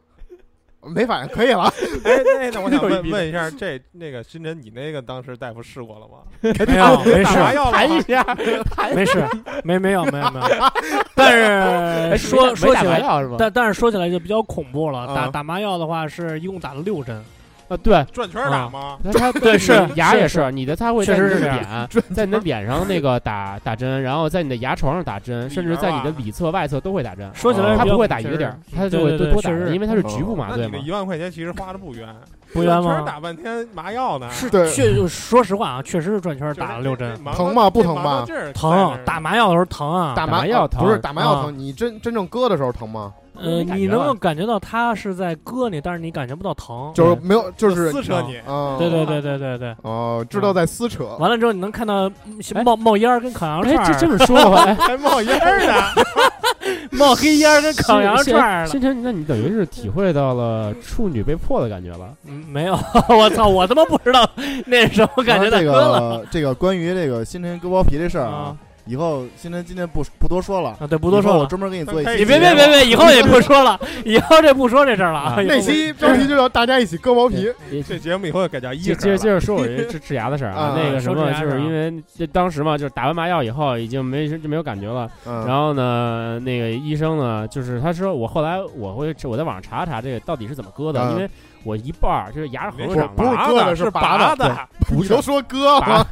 Speaker 1: 没反应，可以了。
Speaker 5: 哎，那那我 *laughs* 想
Speaker 3: 又一
Speaker 5: 问
Speaker 3: 逼
Speaker 5: 问一下，这那个新晨，你那个当时大夫试过了吗？
Speaker 4: 没有，哎没
Speaker 5: 打麻
Speaker 4: 事，
Speaker 5: 药了
Speaker 3: 弹一
Speaker 5: 吗？
Speaker 3: 下，
Speaker 4: 没事，没没有没有没有。但是说说起
Speaker 3: 哎没打麻
Speaker 4: 来，
Speaker 3: 药是吧？
Speaker 4: 但但是说起来就比较恐怖了。打
Speaker 1: 啊
Speaker 4: 打麻药的话，是一共打了六针，
Speaker 3: 啊，对，
Speaker 5: 转圈打吗？
Speaker 3: 他
Speaker 4: 呃对是
Speaker 3: 牙
Speaker 4: 是
Speaker 3: 也
Speaker 4: 是
Speaker 3: 是，你的他会
Speaker 4: 确
Speaker 3: 在你
Speaker 4: 实
Speaker 3: 的
Speaker 4: 是这
Speaker 3: 脸，在你的脸上那个打打针，然后在你的牙床上打针，甚至在你的里侧、外侧都会打针。
Speaker 4: 说起来
Speaker 1: 哦
Speaker 4: 是
Speaker 3: 他
Speaker 4: 比较
Speaker 3: 不会打一
Speaker 4: 恐
Speaker 3: 个
Speaker 4: 怖
Speaker 3: 点儿，他就
Speaker 4: 对
Speaker 3: 会
Speaker 4: 对
Speaker 3: 多
Speaker 4: 对
Speaker 3: 多打
Speaker 4: 确实，是
Speaker 3: 因为他是局部麻
Speaker 4: 哦
Speaker 5: 那
Speaker 3: 醉
Speaker 5: 你这
Speaker 3: 嘛。
Speaker 5: 一万块钱其实花的不冤，
Speaker 4: 不冤
Speaker 5: 转
Speaker 4: 吗？
Speaker 5: 圈打半天麻药呢，
Speaker 4: 是
Speaker 1: 对
Speaker 4: 确说实话啊，呃确实是转圈
Speaker 5: 就是
Speaker 4: 打了六针
Speaker 5: 这，忙到
Speaker 1: 疼吗不疼吧
Speaker 5: 这忙到这儿在那
Speaker 4: 疼
Speaker 5: 儿。
Speaker 4: 打麻药的时候疼啊。
Speaker 1: 打麻
Speaker 3: 麻药疼
Speaker 1: 不是打麻药
Speaker 4: 啊
Speaker 1: 疼，你真真正割的时候疼吗？
Speaker 4: 呃，
Speaker 3: 没感
Speaker 4: 你
Speaker 3: 觉
Speaker 4: 能
Speaker 3: 了
Speaker 4: 够感觉到它是在割你，但是你感觉不到疼。
Speaker 1: 就是没有，就是
Speaker 5: 撕扯你，
Speaker 1: 啊，
Speaker 4: 哦对对对
Speaker 5: *laughs*
Speaker 4: 对对对。
Speaker 1: 哦，知道在撕扯，
Speaker 4: 完了之后，你能看到嗯
Speaker 3: 哎
Speaker 4: 冒冒烟儿跟烤羊
Speaker 3: 哎
Speaker 4: 肉，串
Speaker 3: 这
Speaker 4: 儿，
Speaker 3: 这么说的话，
Speaker 4: *laughs*
Speaker 3: 哎
Speaker 5: 还冒烟儿呢。
Speaker 4: 冒黑烟儿跟烤羊肉
Speaker 3: 新
Speaker 4: 串儿了。
Speaker 3: 新晨，那你等于是体会到了处女被迫的感觉了。
Speaker 4: 嗯没 *laughs* 有，我操，我他妈不知道那是什么感觉
Speaker 2: 当
Speaker 4: 大
Speaker 2: 然这
Speaker 4: 哥了
Speaker 2: 个这个关于这个新辰割包皮这事儿啊
Speaker 4: 啊，
Speaker 2: 以后新辰今天不不多说了，
Speaker 4: 啊！对，不多
Speaker 2: 以后
Speaker 4: 说
Speaker 2: 我
Speaker 4: 了。
Speaker 2: 专门给你做一
Speaker 5: 分开
Speaker 2: 期
Speaker 4: 你
Speaker 2: 节目。
Speaker 4: 别别别别，以后也不说了，以后这不说这事儿了啊。 *laughs*
Speaker 3: 啊
Speaker 4: 以后
Speaker 1: 那期标题就叫大家一起割包皮，
Speaker 3: 也
Speaker 5: 这节目以后改叫医
Speaker 3: 接
Speaker 5: 生
Speaker 3: 接着接
Speaker 5: 了
Speaker 3: 着说我这治治牙的事儿啊
Speaker 1: 啊，
Speaker 3: 那个什
Speaker 4: 说治
Speaker 3: 么，
Speaker 4: 牙事
Speaker 3: 就
Speaker 4: 儿
Speaker 3: 是
Speaker 4: 啊
Speaker 3: 因为这当时嘛，就是打完麻药以后已经没就没有感觉了。然
Speaker 1: 然
Speaker 3: 后呢，那个医生呢，就是他说我后来我会我在网上查查这个到底是怎么割的，
Speaker 1: 嗯
Speaker 3: 因为我一半儿就是牙是合
Speaker 5: 没
Speaker 3: 着
Speaker 5: 事
Speaker 3: 长
Speaker 1: 不
Speaker 3: 的，
Speaker 1: 是
Speaker 5: 拔
Speaker 1: 割的是
Speaker 5: 是
Speaker 1: 拔
Speaker 5: 拔
Speaker 1: 的
Speaker 5: 的，
Speaker 1: 你都说割
Speaker 3: 拔
Speaker 1: 了，
Speaker 4: 啊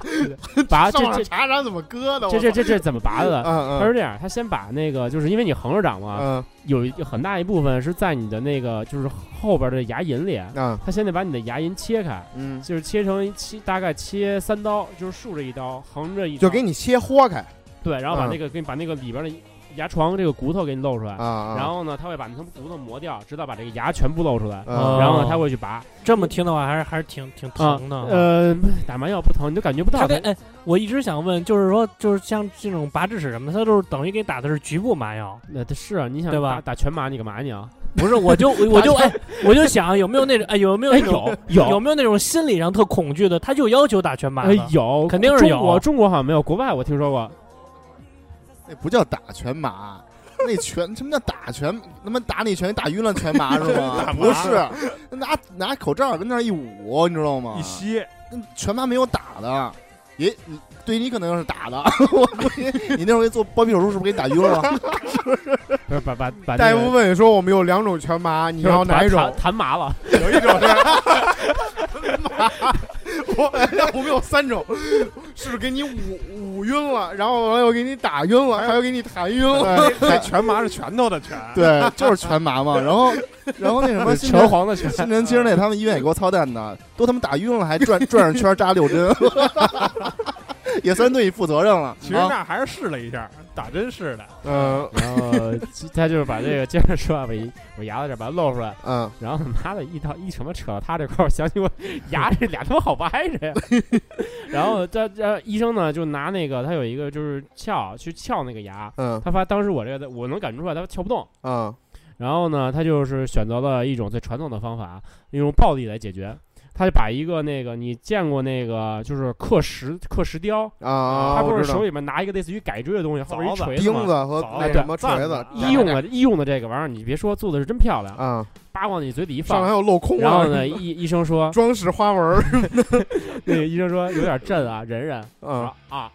Speaker 3: 拔这
Speaker 1: 上网
Speaker 3: 这
Speaker 1: 查查怎么割的，
Speaker 3: 这这这这怎么拔
Speaker 1: 我
Speaker 3: 的？
Speaker 1: 操，嗯
Speaker 3: 他是
Speaker 1: 嗯
Speaker 3: 这样，他先把那个就是因为你横着长嘛，
Speaker 1: 嗯
Speaker 3: 有一很大一部分是在你的那个就是后边的牙龈里，
Speaker 1: 嗯
Speaker 3: 他先得把你的牙龈切开，
Speaker 1: 嗯，
Speaker 3: 就是切成切大概切三刀，就是竖着一刀，横着一刀，
Speaker 1: 就给你切豁开
Speaker 3: 对，然后把
Speaker 1: 嗯
Speaker 3: 那个给你把那个里边的牙床这个骨头给你露
Speaker 4: 嗯
Speaker 3: 出来
Speaker 1: 啊，，啊
Speaker 3: 然后呢，他会把那层骨头磨掉，直到把这个牙全部露出来。
Speaker 1: 嗯
Speaker 3: 然后呢
Speaker 4: 哦，
Speaker 3: 他会去拔。
Speaker 4: 这么听的话，还是还是挺挺疼的。
Speaker 3: 呃，打麻药不疼，你就感觉不
Speaker 4: 啊他
Speaker 3: 到
Speaker 4: 这
Speaker 3: 它。
Speaker 4: 哎，我一直想问，就是说，就是像这种拔智齿什么的，它都是等于给打的是局部麻药，
Speaker 3: 那它是啊，你想
Speaker 4: 对吧
Speaker 3: 打打全麻，你干嘛你啊？
Speaker 4: 不是？我就我我就哎，我就想有没有那种哎有没有
Speaker 3: 哎，
Speaker 4: 那种
Speaker 3: 有
Speaker 4: 有
Speaker 3: 有
Speaker 4: 没有那种心理上特恐惧的，他就要求打全麻
Speaker 3: 哎
Speaker 4: 的？
Speaker 3: 有，
Speaker 4: 肯定是有
Speaker 3: 中国中国好像没有，国外我听说过。
Speaker 2: 那不叫打全麻， *laughs* 那拳什么叫打拳？他妈打你一拳，你打晕了全麻是吗？
Speaker 4: *laughs*
Speaker 5: 打麻
Speaker 2: 不
Speaker 1: 啊
Speaker 2: 是，拿拿口罩跟那儿一捂，你知道吗？
Speaker 5: 一吸，
Speaker 2: 那全麻没有打的，也你对你可能是打的， *laughs* 我估计你那会儿做包皮手术是不是给你打晕了？
Speaker 3: 不是把把把
Speaker 1: 大
Speaker 3: 那
Speaker 1: 夫
Speaker 3: 个
Speaker 1: 问说我们有两种全麻，你
Speaker 3: 就是
Speaker 1: 要哪一
Speaker 3: 把
Speaker 1: 种
Speaker 4: *laughs*
Speaker 3: 弹？弹麻了？
Speaker 1: 有一种是，我我们有三种，是给你 *laughs* 捂捂晕了，然后完了又给你打晕了，还有给你弹晕了。
Speaker 2: 对
Speaker 5: 这拳麻是拳头的拳，
Speaker 2: 对，就是全麻嘛。然后然后那什么新
Speaker 3: 拳
Speaker 2: 辰
Speaker 3: 皇的拳。
Speaker 2: 新辰今儿那他们医院也给我操蛋的，都他妈打晕了还转转着圈扎六针， *laughs* 也算对你负责任了。
Speaker 5: 其实
Speaker 2: 啊
Speaker 5: 那还是试了一下，打针试的。
Speaker 1: 嗯
Speaker 3: 然后其他就是把这个接着说啊，把一我牙在这儿把它露出来，
Speaker 1: 嗯，
Speaker 3: 然后他妈的一刀一什么扯到他这块儿，我想
Speaker 5: *laughs*
Speaker 3: 起我牙这俩他妈好掰着呀。 *laughs* 然后这这医生呢就拿那个他有一个就是撬去撬那个牙，
Speaker 1: 嗯
Speaker 3: 他发当时我这个我能感觉出啊来他撬不动。
Speaker 1: 嗯
Speaker 3: 然后呢，他就是选择了一种最传统的方法，用暴力来解决。他就把一个那个你见过那个就是刻石刻石雕，
Speaker 1: 啊，
Speaker 3: 他不
Speaker 1: 我
Speaker 3: 是
Speaker 1: 知道
Speaker 3: 手里面拿一个类似于改锥的东西，后边一
Speaker 5: 凿子
Speaker 3: 锤
Speaker 1: 钉
Speaker 3: 嘛
Speaker 1: 子和
Speaker 5: 凿
Speaker 1: 那
Speaker 3: 子
Speaker 1: 什么锤
Speaker 5: 钻
Speaker 1: 子
Speaker 5: 子，
Speaker 3: 医用的医用的这个玩意儿，你别说做的是真漂亮，
Speaker 1: 啊，
Speaker 3: 叭往你嘴里一
Speaker 1: 上来还
Speaker 3: 放。
Speaker 1: 有镂空
Speaker 3: 然后呢，
Speaker 1: *laughs* 啊，
Speaker 3: 医医生说，
Speaker 1: 装饰花纹儿，
Speaker 3: 那个医生说有点震啊，忍忍
Speaker 1: 嗯
Speaker 3: 啊啊，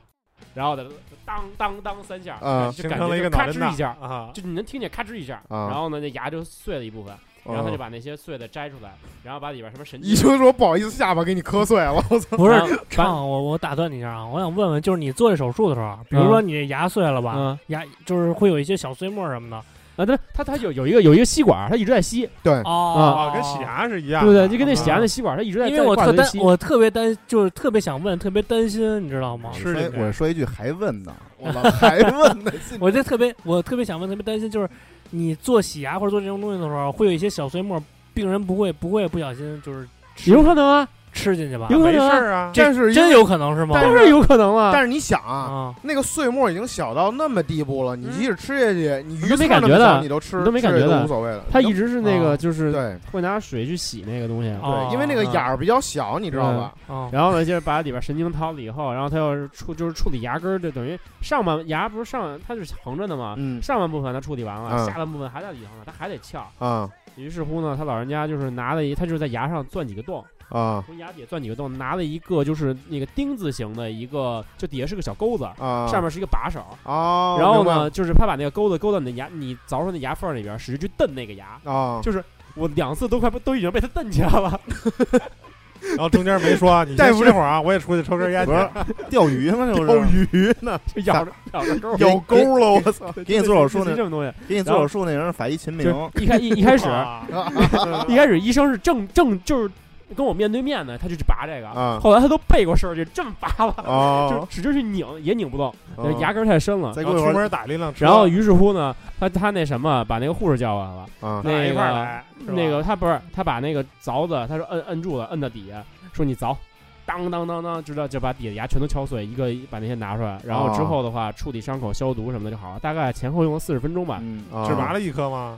Speaker 3: 然后呢，当当当三下，
Speaker 1: 啊
Speaker 3: 就
Speaker 5: 形
Speaker 3: 感
Speaker 5: 成了
Speaker 3: 觉
Speaker 5: 一
Speaker 3: 就
Speaker 5: 个
Speaker 3: 咔
Speaker 5: 脑震
Speaker 3: 哧
Speaker 5: 荡
Speaker 3: 一下，
Speaker 5: 啊，
Speaker 3: 就你能听见咔哧一下，
Speaker 1: 啊
Speaker 3: 然后呢，那牙就碎了一部分，然后他
Speaker 1: 嗯
Speaker 3: 就把那些碎的摘出来，然后把里边什么神经
Speaker 1: 医生说不好意思，下巴给你磕碎了，我操，
Speaker 4: 不是
Speaker 3: 然后，
Speaker 4: 畅，我我打断你一下啊，我想问问，就是你做这手术的时候，比如
Speaker 3: 嗯
Speaker 4: 说你这牙碎了吧，
Speaker 3: 嗯
Speaker 4: 牙就是会有一些小碎沫什么的。
Speaker 3: 啊，对，他他有有一个有一个吸管，他一直在吸，
Speaker 4: 哦
Speaker 5: 啊，跟洗，牙是一样
Speaker 3: 对
Speaker 5: 的，
Speaker 3: 不对？就跟那
Speaker 5: 啊
Speaker 3: 洗牙那吸管，他一直在
Speaker 4: 因为我
Speaker 3: 在
Speaker 4: 特
Speaker 3: 灌
Speaker 4: 担
Speaker 3: 在，吸
Speaker 4: 我特别担，就是特别想问，特别担心，你知道吗？
Speaker 5: 吃
Speaker 2: 所以
Speaker 5: 进去
Speaker 2: 我说一句还问呢，我老还问 *laughs* 呢，
Speaker 4: 我就特别，我特别想问，特别担心，就是你做洗牙或者做这种东西的时候，会有一些小碎沫病人不会不会不小心就是吃
Speaker 3: 有可能啊，
Speaker 4: 吃进去吧？
Speaker 3: 有可
Speaker 1: 没事
Speaker 3: 能啊，
Speaker 1: 儿啊。
Speaker 4: 这
Speaker 1: 但是因
Speaker 4: 真
Speaker 1: 为，
Speaker 4: 有可能是吗？
Speaker 3: 当然有可能啊，
Speaker 1: 但
Speaker 3: 是
Speaker 1: 是你想啊，
Speaker 4: 啊，嗯
Speaker 1: 那个碎末已经小到那么地步了，你即使吃下去，你
Speaker 3: 你
Speaker 1: 鱼
Speaker 3: 都没
Speaker 1: 刺儿
Speaker 3: 感
Speaker 1: 那
Speaker 3: 觉
Speaker 1: 么小
Speaker 3: 的
Speaker 1: 你都吃，
Speaker 3: 你都没感
Speaker 1: 吃
Speaker 3: 觉
Speaker 1: 也
Speaker 3: 的
Speaker 1: 无所谓了。
Speaker 3: 他
Speaker 1: 你都
Speaker 3: 一直是那
Speaker 4: 啊
Speaker 3: 个就是
Speaker 1: 对
Speaker 3: 会拿水去洗那个东西，
Speaker 4: 哦
Speaker 1: 对，因为那个
Speaker 4: 啊
Speaker 1: 眼儿比较小，你知道吧？
Speaker 4: 哦，
Speaker 3: 然后呢，就是把里边神经掏了以后，然后他要是处就是处理牙根儿，就等于上半牙不是上，它是横着的嘛，
Speaker 1: 嗯
Speaker 3: 上半部分他处理完了，
Speaker 1: 嗯
Speaker 3: 下半部分还在里头呢，他还得撬。
Speaker 1: 啊
Speaker 3: 于是乎呢，他老人家就是拿了一，他就是在牙上钻几个洞，
Speaker 1: 啊
Speaker 3: 从牙底下钻几个洞，拿了一个就是那个钉子形的一个，就底下是个小钩子，
Speaker 1: 啊！
Speaker 3: 上面是一个把手。
Speaker 1: 哦，
Speaker 3: 然后
Speaker 1: 明白了
Speaker 3: 呢，就是他把那个钩子勾到你的牙，你凿出那牙缝儿里边，使劲去蹬那个牙，
Speaker 1: 啊，
Speaker 3: 就是我两次都快被都已经被他蹬起来了。
Speaker 5: 然后中间没
Speaker 4: *laughs*
Speaker 5: 说，你
Speaker 1: 大
Speaker 5: 先
Speaker 1: 夫
Speaker 5: 歇会儿啊，我也出去抽根烟去
Speaker 2: 不。是 *laughs* 钓鱼吗？这不
Speaker 1: 钓
Speaker 2: 是
Speaker 1: 鱼呢，
Speaker 3: 就咬 *laughs* 着咬着钩儿，
Speaker 1: 咬钩了，我操！
Speaker 2: 给你做手术
Speaker 3: 那
Speaker 2: 那
Speaker 3: 这种东西，
Speaker 2: 给你做手术那人是法医秦明，
Speaker 3: 就是一开一一
Speaker 1: *laughs*
Speaker 3: 开始
Speaker 1: 啊
Speaker 4: *laughs*
Speaker 5: 啊 *laughs*
Speaker 3: 一开始医生是正正就是跟我面对面的，他就去拔这个，
Speaker 1: 啊
Speaker 3: *laughs* 后来他都背过身儿去这么拔了，就
Speaker 1: 哦，
Speaker 3: 使劲去拧也拧不动，
Speaker 1: 哦
Speaker 3: 牙根儿太深了。
Speaker 2: 再
Speaker 5: 然
Speaker 2: 过
Speaker 5: 后
Speaker 2: 一
Speaker 5: 出
Speaker 2: 会儿
Speaker 5: 门打了一辆车，
Speaker 3: 然后于是乎呢，他他那什么把那个护士叫过来了，
Speaker 1: 啊
Speaker 5: 俩人一块儿来，是吧
Speaker 3: 那个他不是他把那个凿子，他说摁摁住了，摁到底下，说你凿。当当当当，知道就把底下牙全都敲碎，一个把那些拿出来，然后之
Speaker 1: 哦
Speaker 3: 后的话处理伤口、消毒什么的就好了。大概前后用了四十分钟吧，
Speaker 2: 嗯
Speaker 1: 啊
Speaker 5: 只拔了一颗吗？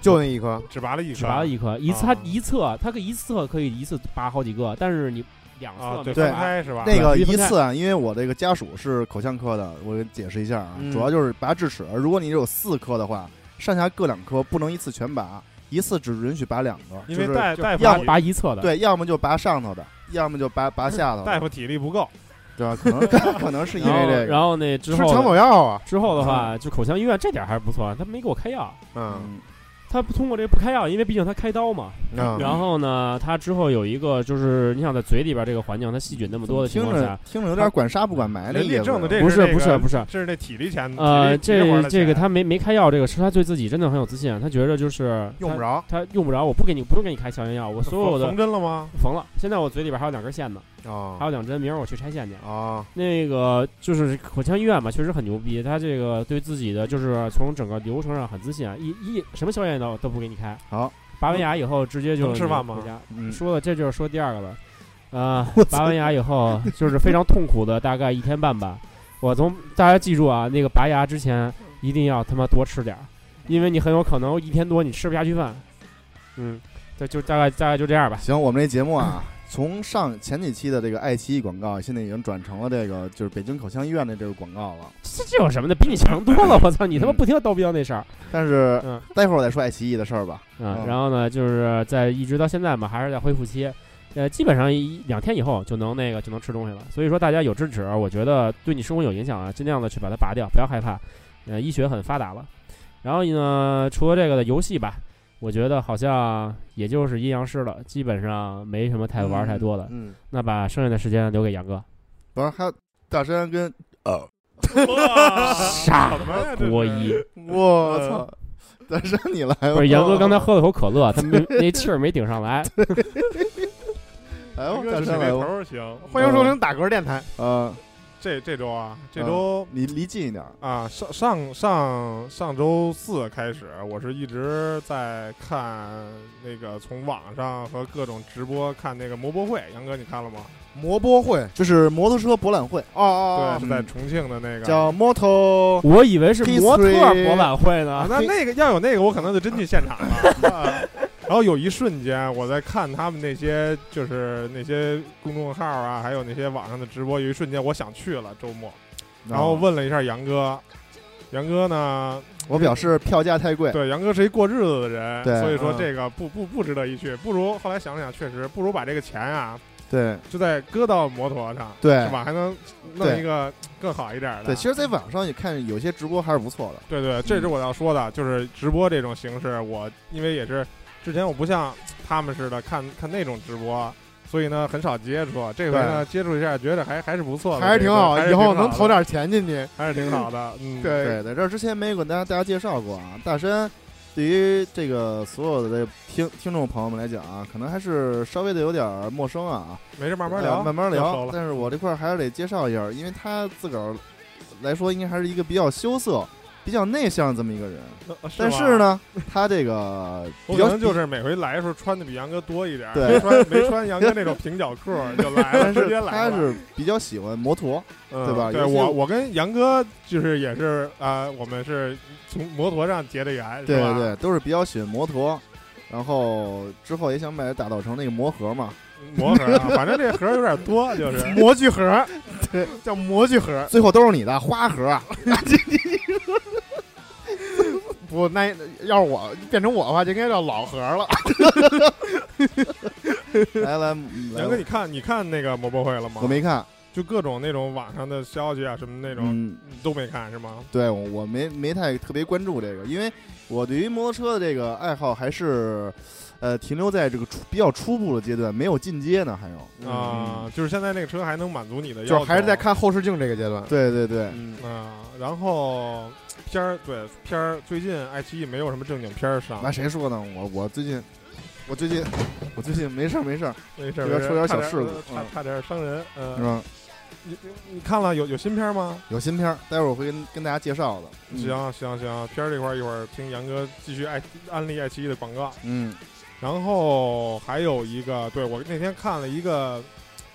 Speaker 1: 就那一颗
Speaker 5: 只拔了一颗，
Speaker 3: 只拔了一颗，一次
Speaker 5: 啊
Speaker 3: 它一侧，它可以一侧可以一次拔好几个，但是你两
Speaker 5: 啊对，
Speaker 3: 侧，没
Speaker 5: 分
Speaker 3: 法拔
Speaker 5: 开是吧？
Speaker 2: 那个
Speaker 3: 对
Speaker 2: 一次啊，因为我这个家属是口腔科的，我给解释一下啊，
Speaker 1: 嗯
Speaker 2: 主要就是拔智齿。如果你有四颗的话，上下各两颗，不能一次全拔，一次只允许拔两个，
Speaker 5: 因为
Speaker 2: 就是
Speaker 5: 大大夫
Speaker 2: 要
Speaker 5: 体
Speaker 3: 拔一侧的。
Speaker 2: 对，要么就拔上头的，要么就拔拔下头
Speaker 5: 大
Speaker 2: 的，
Speaker 5: 夫体力不够，
Speaker 2: 对吧？可能可能是因
Speaker 3: 然后
Speaker 2: 为这个，
Speaker 3: 然后那之
Speaker 1: 吃长
Speaker 3: 后
Speaker 1: 草药啊，
Speaker 3: 之后的话，就口腔医院这点还是不错，他没给我开药，
Speaker 1: 嗯
Speaker 2: 嗯，
Speaker 3: 他不通过这个不开药，因为毕竟他开刀嘛。
Speaker 1: 啊
Speaker 3: 然后呢，他之后有一个就是你想在嘴里边这个环境，它细菌那么多的情
Speaker 2: 听
Speaker 3: 况下
Speaker 2: 着，听着有点管哎杀不管埋的
Speaker 5: 人
Speaker 2: 意
Speaker 5: 家
Speaker 2: 思。
Speaker 5: 挣的这
Speaker 3: 不是
Speaker 5: 那
Speaker 3: 不是
Speaker 5: 个嗯
Speaker 3: 不是
Speaker 5: 这是那体力钱，
Speaker 3: 呃，
Speaker 5: 体力体力活儿
Speaker 3: 这
Speaker 5: 的
Speaker 3: 这个
Speaker 5: 钱
Speaker 3: 他没没开药，这个是他对自己真的很有自信，他觉得就是
Speaker 1: 用不
Speaker 3: 着，
Speaker 1: 着
Speaker 3: 他用不着，我不给你不用给你开消炎药，我所有
Speaker 5: 缝
Speaker 3: 的
Speaker 5: 针了
Speaker 3: *laughs*
Speaker 5: 吗？
Speaker 3: 缝了，现在我嘴里边还有两根线呢，还
Speaker 1: 啊
Speaker 3: 有两针，明儿我去拆线去。
Speaker 1: 啊
Speaker 3: 那个就是口腔医院嘛，确实很牛逼。他这个对自己的就是从整个流程上很自信啊，一一什么消炎药都不给你开。
Speaker 2: 好，
Speaker 3: 拔完牙以后直接就
Speaker 5: 能吃饭吗
Speaker 3: 回家
Speaker 2: 嗯，
Speaker 3: 说了，这就是说第二个了。啊、拔完牙以后就是非常痛苦的，大概一天半吧。我从大家记住啊，那个拔牙之前一定要他妈多吃点儿，因为你很有可能一天多你吃不下去饭。嗯，这就大概大概就这样吧。
Speaker 2: 行，我们这节目
Speaker 5: *laughs*
Speaker 2: 啊，从上前几期的这个爱奇艺广告，现在已经转成了这个就是北京口腔医院的这个广告了。
Speaker 5: 嗯
Speaker 3: 这这有什么的？比你强多了！我操，你他妈不听叨逼叨那事儿。
Speaker 2: 但是
Speaker 3: 嗯
Speaker 2: 待会儿我再说爱奇艺的事儿吧。
Speaker 3: 啊
Speaker 2: 嗯，
Speaker 3: 然后呢，就是在一直到现在嘛，还是在恢复期，呃，基本上一两天以后就能那个就能吃东西了。所以说大家有智齿，我觉得对你生活有影响啊，尽量的去把它拔掉，不要害怕。呃，医学很发达了。然后呢，除了这个的游戏吧，我觉得好像也就是阴阳师了，基本上没什么太玩儿太多的。
Speaker 1: 嗯，
Speaker 3: 那把剩下的时间留给杨哥。
Speaker 2: 不是，还有大山跟呃，
Speaker 3: 傻
Speaker 5: 什么呀这
Speaker 3: 国
Speaker 5: 是
Speaker 3: 一
Speaker 2: 我操，大山你来吧。
Speaker 3: 不是杨哥刚才喝了口可乐，他没那气儿没顶上来。
Speaker 5: 一
Speaker 2: 来吧，哎大
Speaker 5: 个是
Speaker 2: 山
Speaker 5: 这
Speaker 2: 来
Speaker 5: 头
Speaker 2: 吧。
Speaker 5: 儿行，
Speaker 1: 欢迎收听打嗝电台，
Speaker 2: 呃，
Speaker 5: 这这周啊，
Speaker 2: 嗯
Speaker 5: 这周
Speaker 2: 你离近一点儿。
Speaker 5: 啊，上上上上周四开始，我是一直在看那个从网上和各种直播看那个摩博会，杨哥你看了吗？
Speaker 1: 摩波会
Speaker 2: 这是摩托车博览会，
Speaker 1: 哦
Speaker 5: 对，
Speaker 1: 哦
Speaker 3: 嗯
Speaker 5: 是在啊重庆的那个。
Speaker 2: 叫 Moto
Speaker 3: 我以为是模特
Speaker 2: History
Speaker 3: 博览会呢
Speaker 5: 啊，。那那个要有那个，我可能就真去现场了。啊
Speaker 2: *laughs*
Speaker 5: 然后有一瞬间，我在看他们那些就是那些公众号啊，还有那些网上的直播，有一瞬间我想去了周末，然
Speaker 2: 哦
Speaker 5: 后问了一下杨哥，杨哥呢，
Speaker 2: 我表示票价太贵，
Speaker 5: 对，杨哥是一过日子的人，
Speaker 2: 对
Speaker 5: 所以说
Speaker 1: 嗯
Speaker 5: 这个不不不值得一去，不如后来想了想，确实不如把这个钱啊，
Speaker 2: 对
Speaker 5: 就再搁到摩托上，
Speaker 2: 对
Speaker 5: 是吧？还能弄
Speaker 2: 对
Speaker 5: 一个更好一点的。
Speaker 2: 对，其实，在网上也看有些直播还是不错的。
Speaker 5: 对对，这是我要说的，就是直播这种形式，我因为也是之前我不像他们似的看看那种直播。所以呢，很少接触。这回呢，接触一下，觉得还还是不错的，
Speaker 1: 还是挺好
Speaker 5: 这，个还
Speaker 1: 哦以
Speaker 5: 是挺
Speaker 1: 后
Speaker 5: 好的
Speaker 1: 能投，点钱进去，
Speaker 5: 还是挺好的。嗯，
Speaker 1: 对
Speaker 2: 对，在这儿之前没有跟大家大家介绍过啊，大山对于这个所有的这个听听众朋友们来讲啊，可能还是稍微的有点儿陌生啊，
Speaker 5: 没事，慢慢
Speaker 2: 呃
Speaker 5: 聊，
Speaker 2: 慢慢
Speaker 5: 要熟
Speaker 2: 聊。
Speaker 5: 了
Speaker 2: 但是我这块儿还是得介绍一下，因为他自个儿来说，应该还是一个比较羞涩、比较内向这么一个人，
Speaker 5: 呃
Speaker 2: 但
Speaker 5: 吧
Speaker 2: 是
Speaker 5: *laughs*
Speaker 2: 呢，他这个
Speaker 5: 我
Speaker 2: 比
Speaker 5: 可
Speaker 2: 较
Speaker 5: 能就是每回来的时候穿的比杨哥多一点儿，
Speaker 2: 对
Speaker 5: 没穿没穿杨哥那种平角裤儿就来了，
Speaker 2: *laughs* 但
Speaker 5: 直
Speaker 2: 是
Speaker 5: 接来
Speaker 2: 他
Speaker 5: 了，
Speaker 2: 是比较喜欢摩托，
Speaker 5: 嗯
Speaker 2: 对吧
Speaker 5: 对
Speaker 2: 尤其
Speaker 5: 我我跟杨哥就是也是啊，我们是从摩托上结的缘，
Speaker 2: 对
Speaker 5: 是吧
Speaker 2: 对对，，都是比较喜欢摩托。然后之后也想把它打造成那个魔盒嘛，
Speaker 5: 魔盒啊，反正这盒儿有点多， *laughs* 就是
Speaker 1: 模具盒，
Speaker 2: 对，
Speaker 1: 叫模具盒。
Speaker 2: 最后都是你的花盒啊，
Speaker 1: 不，那要是我变成我的话，就应该叫老盒了。
Speaker 5: 哎
Speaker 2: 来来
Speaker 5: 杨哥，
Speaker 2: 来
Speaker 5: 你，看你看那个魔博会了吗？
Speaker 2: 我，没看，
Speaker 5: 就各种那种网上的消息啊，什么那种
Speaker 2: 嗯，
Speaker 5: 你都没看是吗？
Speaker 2: 对我我没没太特别关注这个，因为我对于摩托车的这个爱好还是，呃，停留在这个初比较初步的阶段，没有进阶呢，还有
Speaker 5: 啊、
Speaker 2: 嗯
Speaker 5: 就是现在那个车还能满足你的要
Speaker 1: 就
Speaker 5: 求，
Speaker 1: 还是在看后视镜这个阶段。
Speaker 2: 对对对，
Speaker 1: 嗯，
Speaker 5: 啊、然后片儿对片儿，最近爱奇艺没有什么正经片儿上
Speaker 2: 那，谁说呢？我我最近，我最近，我最近没事儿没事儿，
Speaker 5: 没事儿，
Speaker 2: 这边
Speaker 5: 没事儿
Speaker 2: 出点
Speaker 5: 差
Speaker 2: 小事故
Speaker 5: 呃差
Speaker 2: 嗯
Speaker 5: 差点伤人。
Speaker 2: 是
Speaker 5: 嗯，
Speaker 2: 吧？
Speaker 5: 你你看了有有新片儿吗？
Speaker 2: 有新片儿，待会儿我会跟跟大家介绍的。嗯
Speaker 5: 行行行，片儿这块儿一会儿听杨哥继续爱安利爱奇艺的广告。
Speaker 2: 嗯，
Speaker 5: 然后还有一个，对我那天看了一个，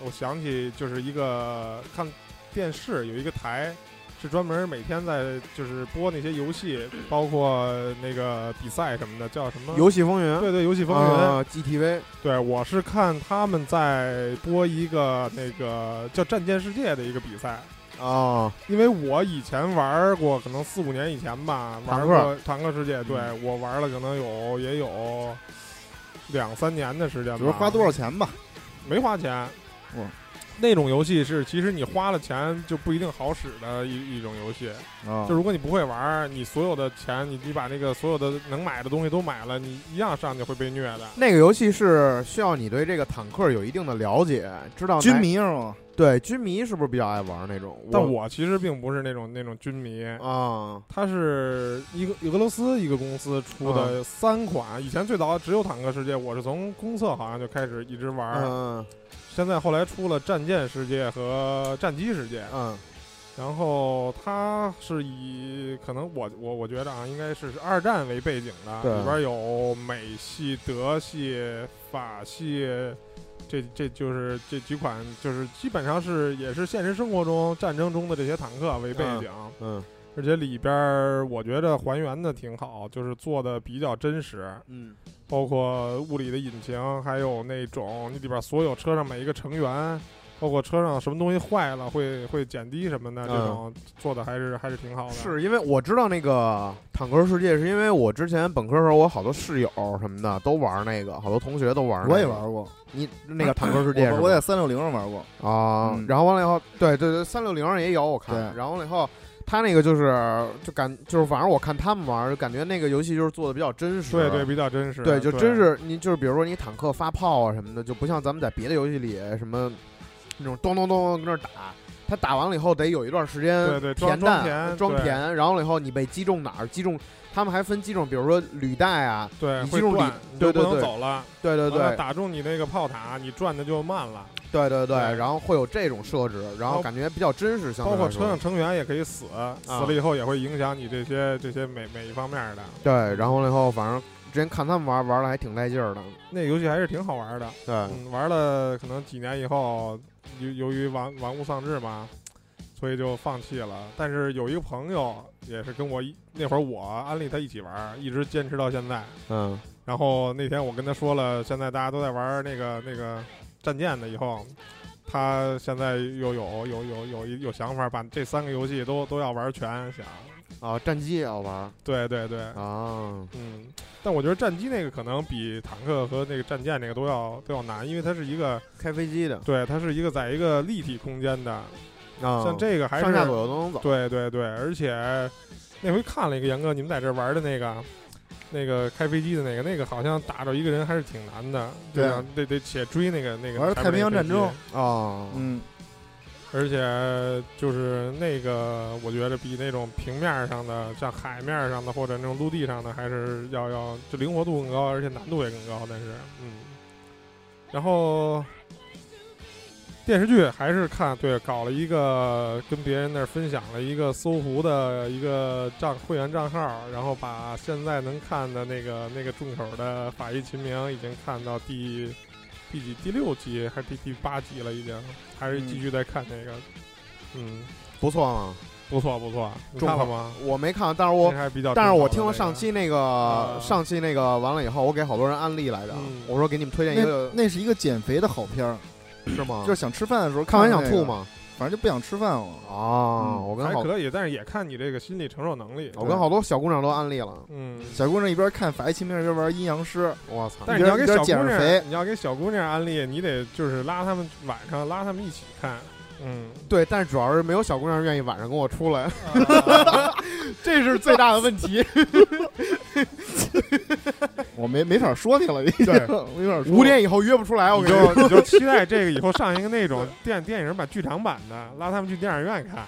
Speaker 5: 我想起就是一个看电视有一个台是专门每天在就是播那些游戏，包括那个比赛什么的，叫什么？
Speaker 1: 嗯游戏风云，
Speaker 5: 对对，游戏风云。
Speaker 1: 啊，GTV，
Speaker 5: 对，我是看他们在播一个那个叫《战舰世界》的一个比赛，
Speaker 1: 哦，
Speaker 5: 因为我以前玩过，可能四五年以前吧，玩
Speaker 1: 坦克
Speaker 5: 过《坦克世界》对，
Speaker 2: 嗯
Speaker 5: 我玩了可能有也有两三年的时间吧。
Speaker 2: 就是花多少钱吧。
Speaker 5: 没花钱。
Speaker 2: 哇，
Speaker 5: 那种游戏是其实你花了钱就不一定好使的一一种游戏。
Speaker 2: 啊
Speaker 5: 就如果你不会玩儿，你所有的钱，你你把那个所有的能买的东西都买了，你一样上去会被虐的。
Speaker 1: 那个游戏是需要你对这个坦克有一定的了解，知道哪
Speaker 2: 军迷是吗？
Speaker 1: 对军迷是不是比较爱玩那种？
Speaker 5: 但我其实并不是那种那种军迷，
Speaker 1: 啊，
Speaker 5: 它是一个俄罗斯一个公司出
Speaker 1: 嗯
Speaker 5: 的三款，以前最早只有坦克世界，我是从公测好像就开始一直玩儿，
Speaker 1: 嗯
Speaker 5: 现在后来出了战舰世界和战机世界，
Speaker 1: 嗯
Speaker 5: 然后它是以可能我我我觉得啊，应该是二战为背景
Speaker 1: 对
Speaker 5: 的，里边有美系、德系、法系，这这就是这几款，就是基本上是也是现实生活中战争中的这些坦克为背景，
Speaker 1: 嗯
Speaker 5: 而且里边儿我觉得还原的挺好，就是做的比较真实，
Speaker 1: 嗯
Speaker 5: 包括物理的引擎，还有那种你里边所有车上每一个成员，包括车上什么东西坏了会会减低什么的，
Speaker 1: 嗯
Speaker 5: 这种做的还是还是挺好的。
Speaker 1: 是因为我知道那个坦克世界，是因为我之前本科时候，我好多室友什么的都玩那个，好多同学都玩。
Speaker 2: 我也，玩过，
Speaker 1: 你那个坦克世界是吧
Speaker 2: 我我在三六零上玩过。
Speaker 1: 啊
Speaker 2: 嗯，
Speaker 1: 然后完了以后，对对对，三六零上也有我看，
Speaker 2: 对
Speaker 1: 然后了以后。他那个就是就感就是，反正我看他们玩，就感觉那个游戏就是做的比较真实，
Speaker 5: 对啊对，比较真实。
Speaker 1: 对，就真是你就是比如说你坦克发炮啊什么的，就不像咱们在别的游戏里什么那种咚咚咚跟那儿打，他打完了以后得有一段时间
Speaker 5: 对对装
Speaker 1: 填
Speaker 5: 装
Speaker 1: 弹
Speaker 5: 填
Speaker 1: 装
Speaker 5: 对
Speaker 1: 填，然后了以后你被击中哪儿击中，他们还分击中，比如说履带啊，
Speaker 5: 对
Speaker 1: 你
Speaker 5: 会
Speaker 1: 进入
Speaker 5: 断
Speaker 1: 里，
Speaker 5: 你就
Speaker 1: 对对
Speaker 5: 不能
Speaker 1: 对
Speaker 5: 走了。
Speaker 1: 对对
Speaker 5: 完了
Speaker 1: 对
Speaker 5: 打中你那个炮塔，你转的就慢了。
Speaker 1: 对对对，
Speaker 5: 对
Speaker 1: 然后会有这种设置，然
Speaker 5: 包
Speaker 1: 后感觉比较真实，相对
Speaker 5: 包括
Speaker 1: 来
Speaker 5: 车
Speaker 1: 说啊
Speaker 5: 上成员也可以死，死了以后也会影响你这些这些每每一方面的。
Speaker 1: 对，然后了以后反正之前看他们玩玩的还挺带劲儿的，
Speaker 5: 那游戏还是挺好玩的。
Speaker 1: 对，
Speaker 5: 嗯，玩了可能几年以后，由由于玩玩物丧志嘛，所以就放弃了。但是有一个朋友也是跟我一那会儿我安利他一起玩，一直坚持到现在。
Speaker 1: 嗯
Speaker 5: 然后那天我跟他说了，现在大家都在玩那个那个战舰的，以后他现在又有有有有一有想法，把这三个游戏都都要玩全，想
Speaker 1: 啊，战机也要玩
Speaker 5: 对对对，
Speaker 1: 啊，
Speaker 5: 嗯，但我觉得战机那个可能比坦克和那个战舰那个都要都要难，因为它是一个。
Speaker 1: 开飞机的
Speaker 5: 对，它是一个在一个立体空间的，
Speaker 1: 啊，
Speaker 5: 像这个还是
Speaker 1: 上下左右都能走，啊
Speaker 5: 对对对，而且那回看了一个杨哥，你们在这玩的那个，那个开飞机的那个，那个好像打着一个人还是挺难的，
Speaker 2: 对啊
Speaker 5: 吧？得得且追那个那个
Speaker 2: 玩
Speaker 5: 前面
Speaker 2: 太平洋
Speaker 5: 那飞
Speaker 2: 战争
Speaker 5: 机，
Speaker 1: 啊，
Speaker 2: 嗯，
Speaker 5: 而且就是那个我觉得比那种平面上的，像海面上的或者那种陆地上的，还是要要就灵活度更高，而且难度也更高，但是嗯，然后。电视剧还是看对，搞了一个跟别人那儿分享了一个搜狐的一个账会员账号，然后把现在能看的那个那个重口的《法医秦明》已经看到第第几第六集还是第第八集了，已经还是继续在看那个，嗯，
Speaker 1: 不错嘛。
Speaker 5: 不错不错，你看了吗？
Speaker 1: 我没看，但是我
Speaker 5: 那还是比较，
Speaker 1: 但是我听了上，期那个
Speaker 5: 啊
Speaker 1: 上期那个完了以后，我给好多人安利来着
Speaker 5: 嗯，
Speaker 1: 我说给你们推荐一
Speaker 2: 那
Speaker 1: 个，
Speaker 2: 那是一个减肥的好片儿，
Speaker 1: 是吗？
Speaker 2: 就是想吃饭的时候
Speaker 1: 啊看完
Speaker 2: 那
Speaker 1: 想吐
Speaker 2: 个？
Speaker 1: 嘛。
Speaker 2: 反正就不想吃饭了。
Speaker 1: 啊，
Speaker 2: 嗯
Speaker 1: 我跟
Speaker 5: 还
Speaker 1: 好
Speaker 5: 可以，但是也看你这个心理承受能力。
Speaker 1: 我跟好多小姑娘都安利了，
Speaker 5: 嗯，
Speaker 2: 小姑娘一边看《法医秦明》一边玩阴阳师，
Speaker 1: 我
Speaker 6: 啊
Speaker 1: 操！
Speaker 5: 但是你要给小姑
Speaker 2: 一边减着
Speaker 5: 娘
Speaker 2: 肥，
Speaker 5: 你要给小姑娘安利，你得就是拉他们晚上拉他们一起看，嗯，
Speaker 1: 对，但是主要是没有小姑娘愿意晚上跟我出 *laughs* 来，这是最大的问 *laughs* 题。
Speaker 2: 我没没法说你了，已经
Speaker 5: 对
Speaker 2: 没法说。
Speaker 1: 五点以后约不出来，我
Speaker 5: 你
Speaker 1: 跟你说。
Speaker 5: 就你就期待这个以后上一个那种电电影版剧场版的，拉他们去电影院看。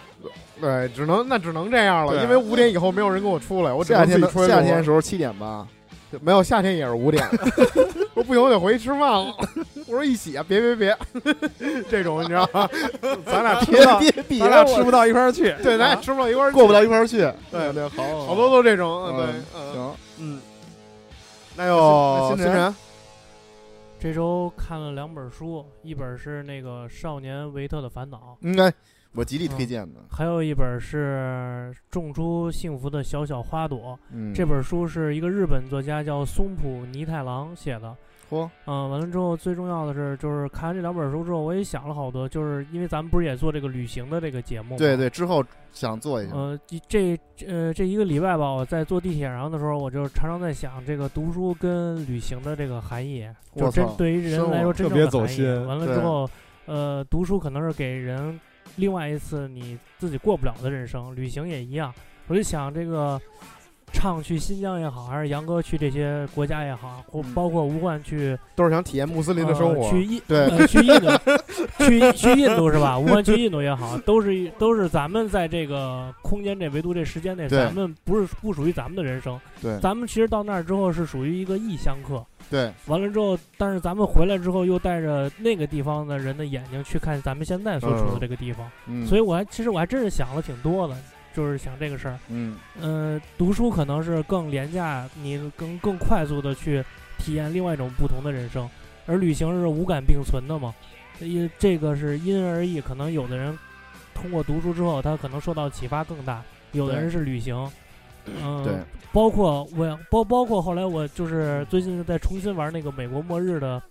Speaker 1: 对，只能那只能这样了，
Speaker 5: 对
Speaker 1: 因为五点以后没有人跟我出来，我只
Speaker 2: 夏
Speaker 1: 能自
Speaker 2: 天
Speaker 1: 己
Speaker 2: 的
Speaker 1: 出来
Speaker 2: 夏
Speaker 1: 录
Speaker 2: 天的时候七点吧，
Speaker 1: *laughs* 没有夏天也是五
Speaker 2: *laughs*
Speaker 1: 点， *laughs* 我不行我得回去吃饭了。我说一起啊，别别别， *laughs* 这种你知道
Speaker 2: *laughs*
Speaker 1: 吗？
Speaker 5: 咱俩吃
Speaker 2: 别
Speaker 5: 不到，
Speaker 2: 别别，
Speaker 5: 咱俩
Speaker 2: 我
Speaker 5: 吃不到一块儿去。嗯
Speaker 1: 对，咱也吃不到一块儿去，
Speaker 2: 过不到一块儿去。
Speaker 1: 对
Speaker 2: 对，好，
Speaker 1: 好多都这种，
Speaker 2: 嗯
Speaker 1: 对，嗯
Speaker 2: 行。
Speaker 1: 嗯。那就
Speaker 2: 那新
Speaker 1: 新
Speaker 2: 人
Speaker 1: 人
Speaker 3: 这周看了两本书，一本是那个《少年维特的烦恼
Speaker 2: 应该我极力推荐的。》，
Speaker 3: 还有一本是《种出幸福的小小花朵》。
Speaker 2: 嗯，
Speaker 3: 这本书是一个日本作家叫松浦弥太郎写的。
Speaker 2: 嚯，
Speaker 3: 嗯，完了之后，最重要的是，就是看完这两本书之后，我也想了好多，就是因为咱们不是也做这个旅行的这个节目，
Speaker 2: 对。对，之后想做一下。
Speaker 3: 呃，这这呃这一个礼拜吧，我在坐地铁上的时候，我就常常在想这个读书跟旅行的这个含义，就
Speaker 2: 我
Speaker 3: 真
Speaker 2: 操
Speaker 3: 对于
Speaker 2: 生
Speaker 3: 人
Speaker 2: 活
Speaker 3: 来说
Speaker 5: 特
Speaker 3: 真正
Speaker 5: 别
Speaker 3: 的
Speaker 5: 走
Speaker 3: 含义
Speaker 5: 心
Speaker 3: 完了之
Speaker 2: 对
Speaker 3: 后，呃，读书可能是给人另外一次你自己过不了的人生，旅行也一样。我就想这个。唱去新疆也好，还是杨哥去这些国家也好，或
Speaker 2: 嗯
Speaker 3: 包括吴冠去
Speaker 1: 都是想体验穆斯林的
Speaker 3: 呃
Speaker 1: 生活，
Speaker 3: 去印
Speaker 2: 对
Speaker 3: 呃去印度，去去印度是吧？无论去印度也好，都是一都是咱们在这个空间这维度这时间内，
Speaker 2: 对
Speaker 3: 咱们不是不属于咱们的人生。
Speaker 2: 对
Speaker 3: 咱们其实到那儿之后是属于一个异乡客。
Speaker 2: 对，
Speaker 3: 完了之后，但是咱们回来之后又带着那个地方的人的眼睛去看咱们现在所处
Speaker 1: 嗯
Speaker 3: 的这个地方，
Speaker 2: 嗯，
Speaker 3: 所
Speaker 2: 以
Speaker 3: 以我还其实我还真是想了挺多的，就是想这个事儿。
Speaker 2: 嗯，
Speaker 3: 呃，读书可能是更廉价，你更更快速的去体验另外一种不同的人生，而旅行是五感并存的嘛，因这个是因人而异，可能有的人通过读书之后，他可能受到启发更大，有的
Speaker 2: 对
Speaker 3: 人是旅
Speaker 2: *clears throat*
Speaker 3: 行，嗯、
Speaker 2: 对，
Speaker 3: 包括我包包括后来我就是最近在重新玩那个美国末日的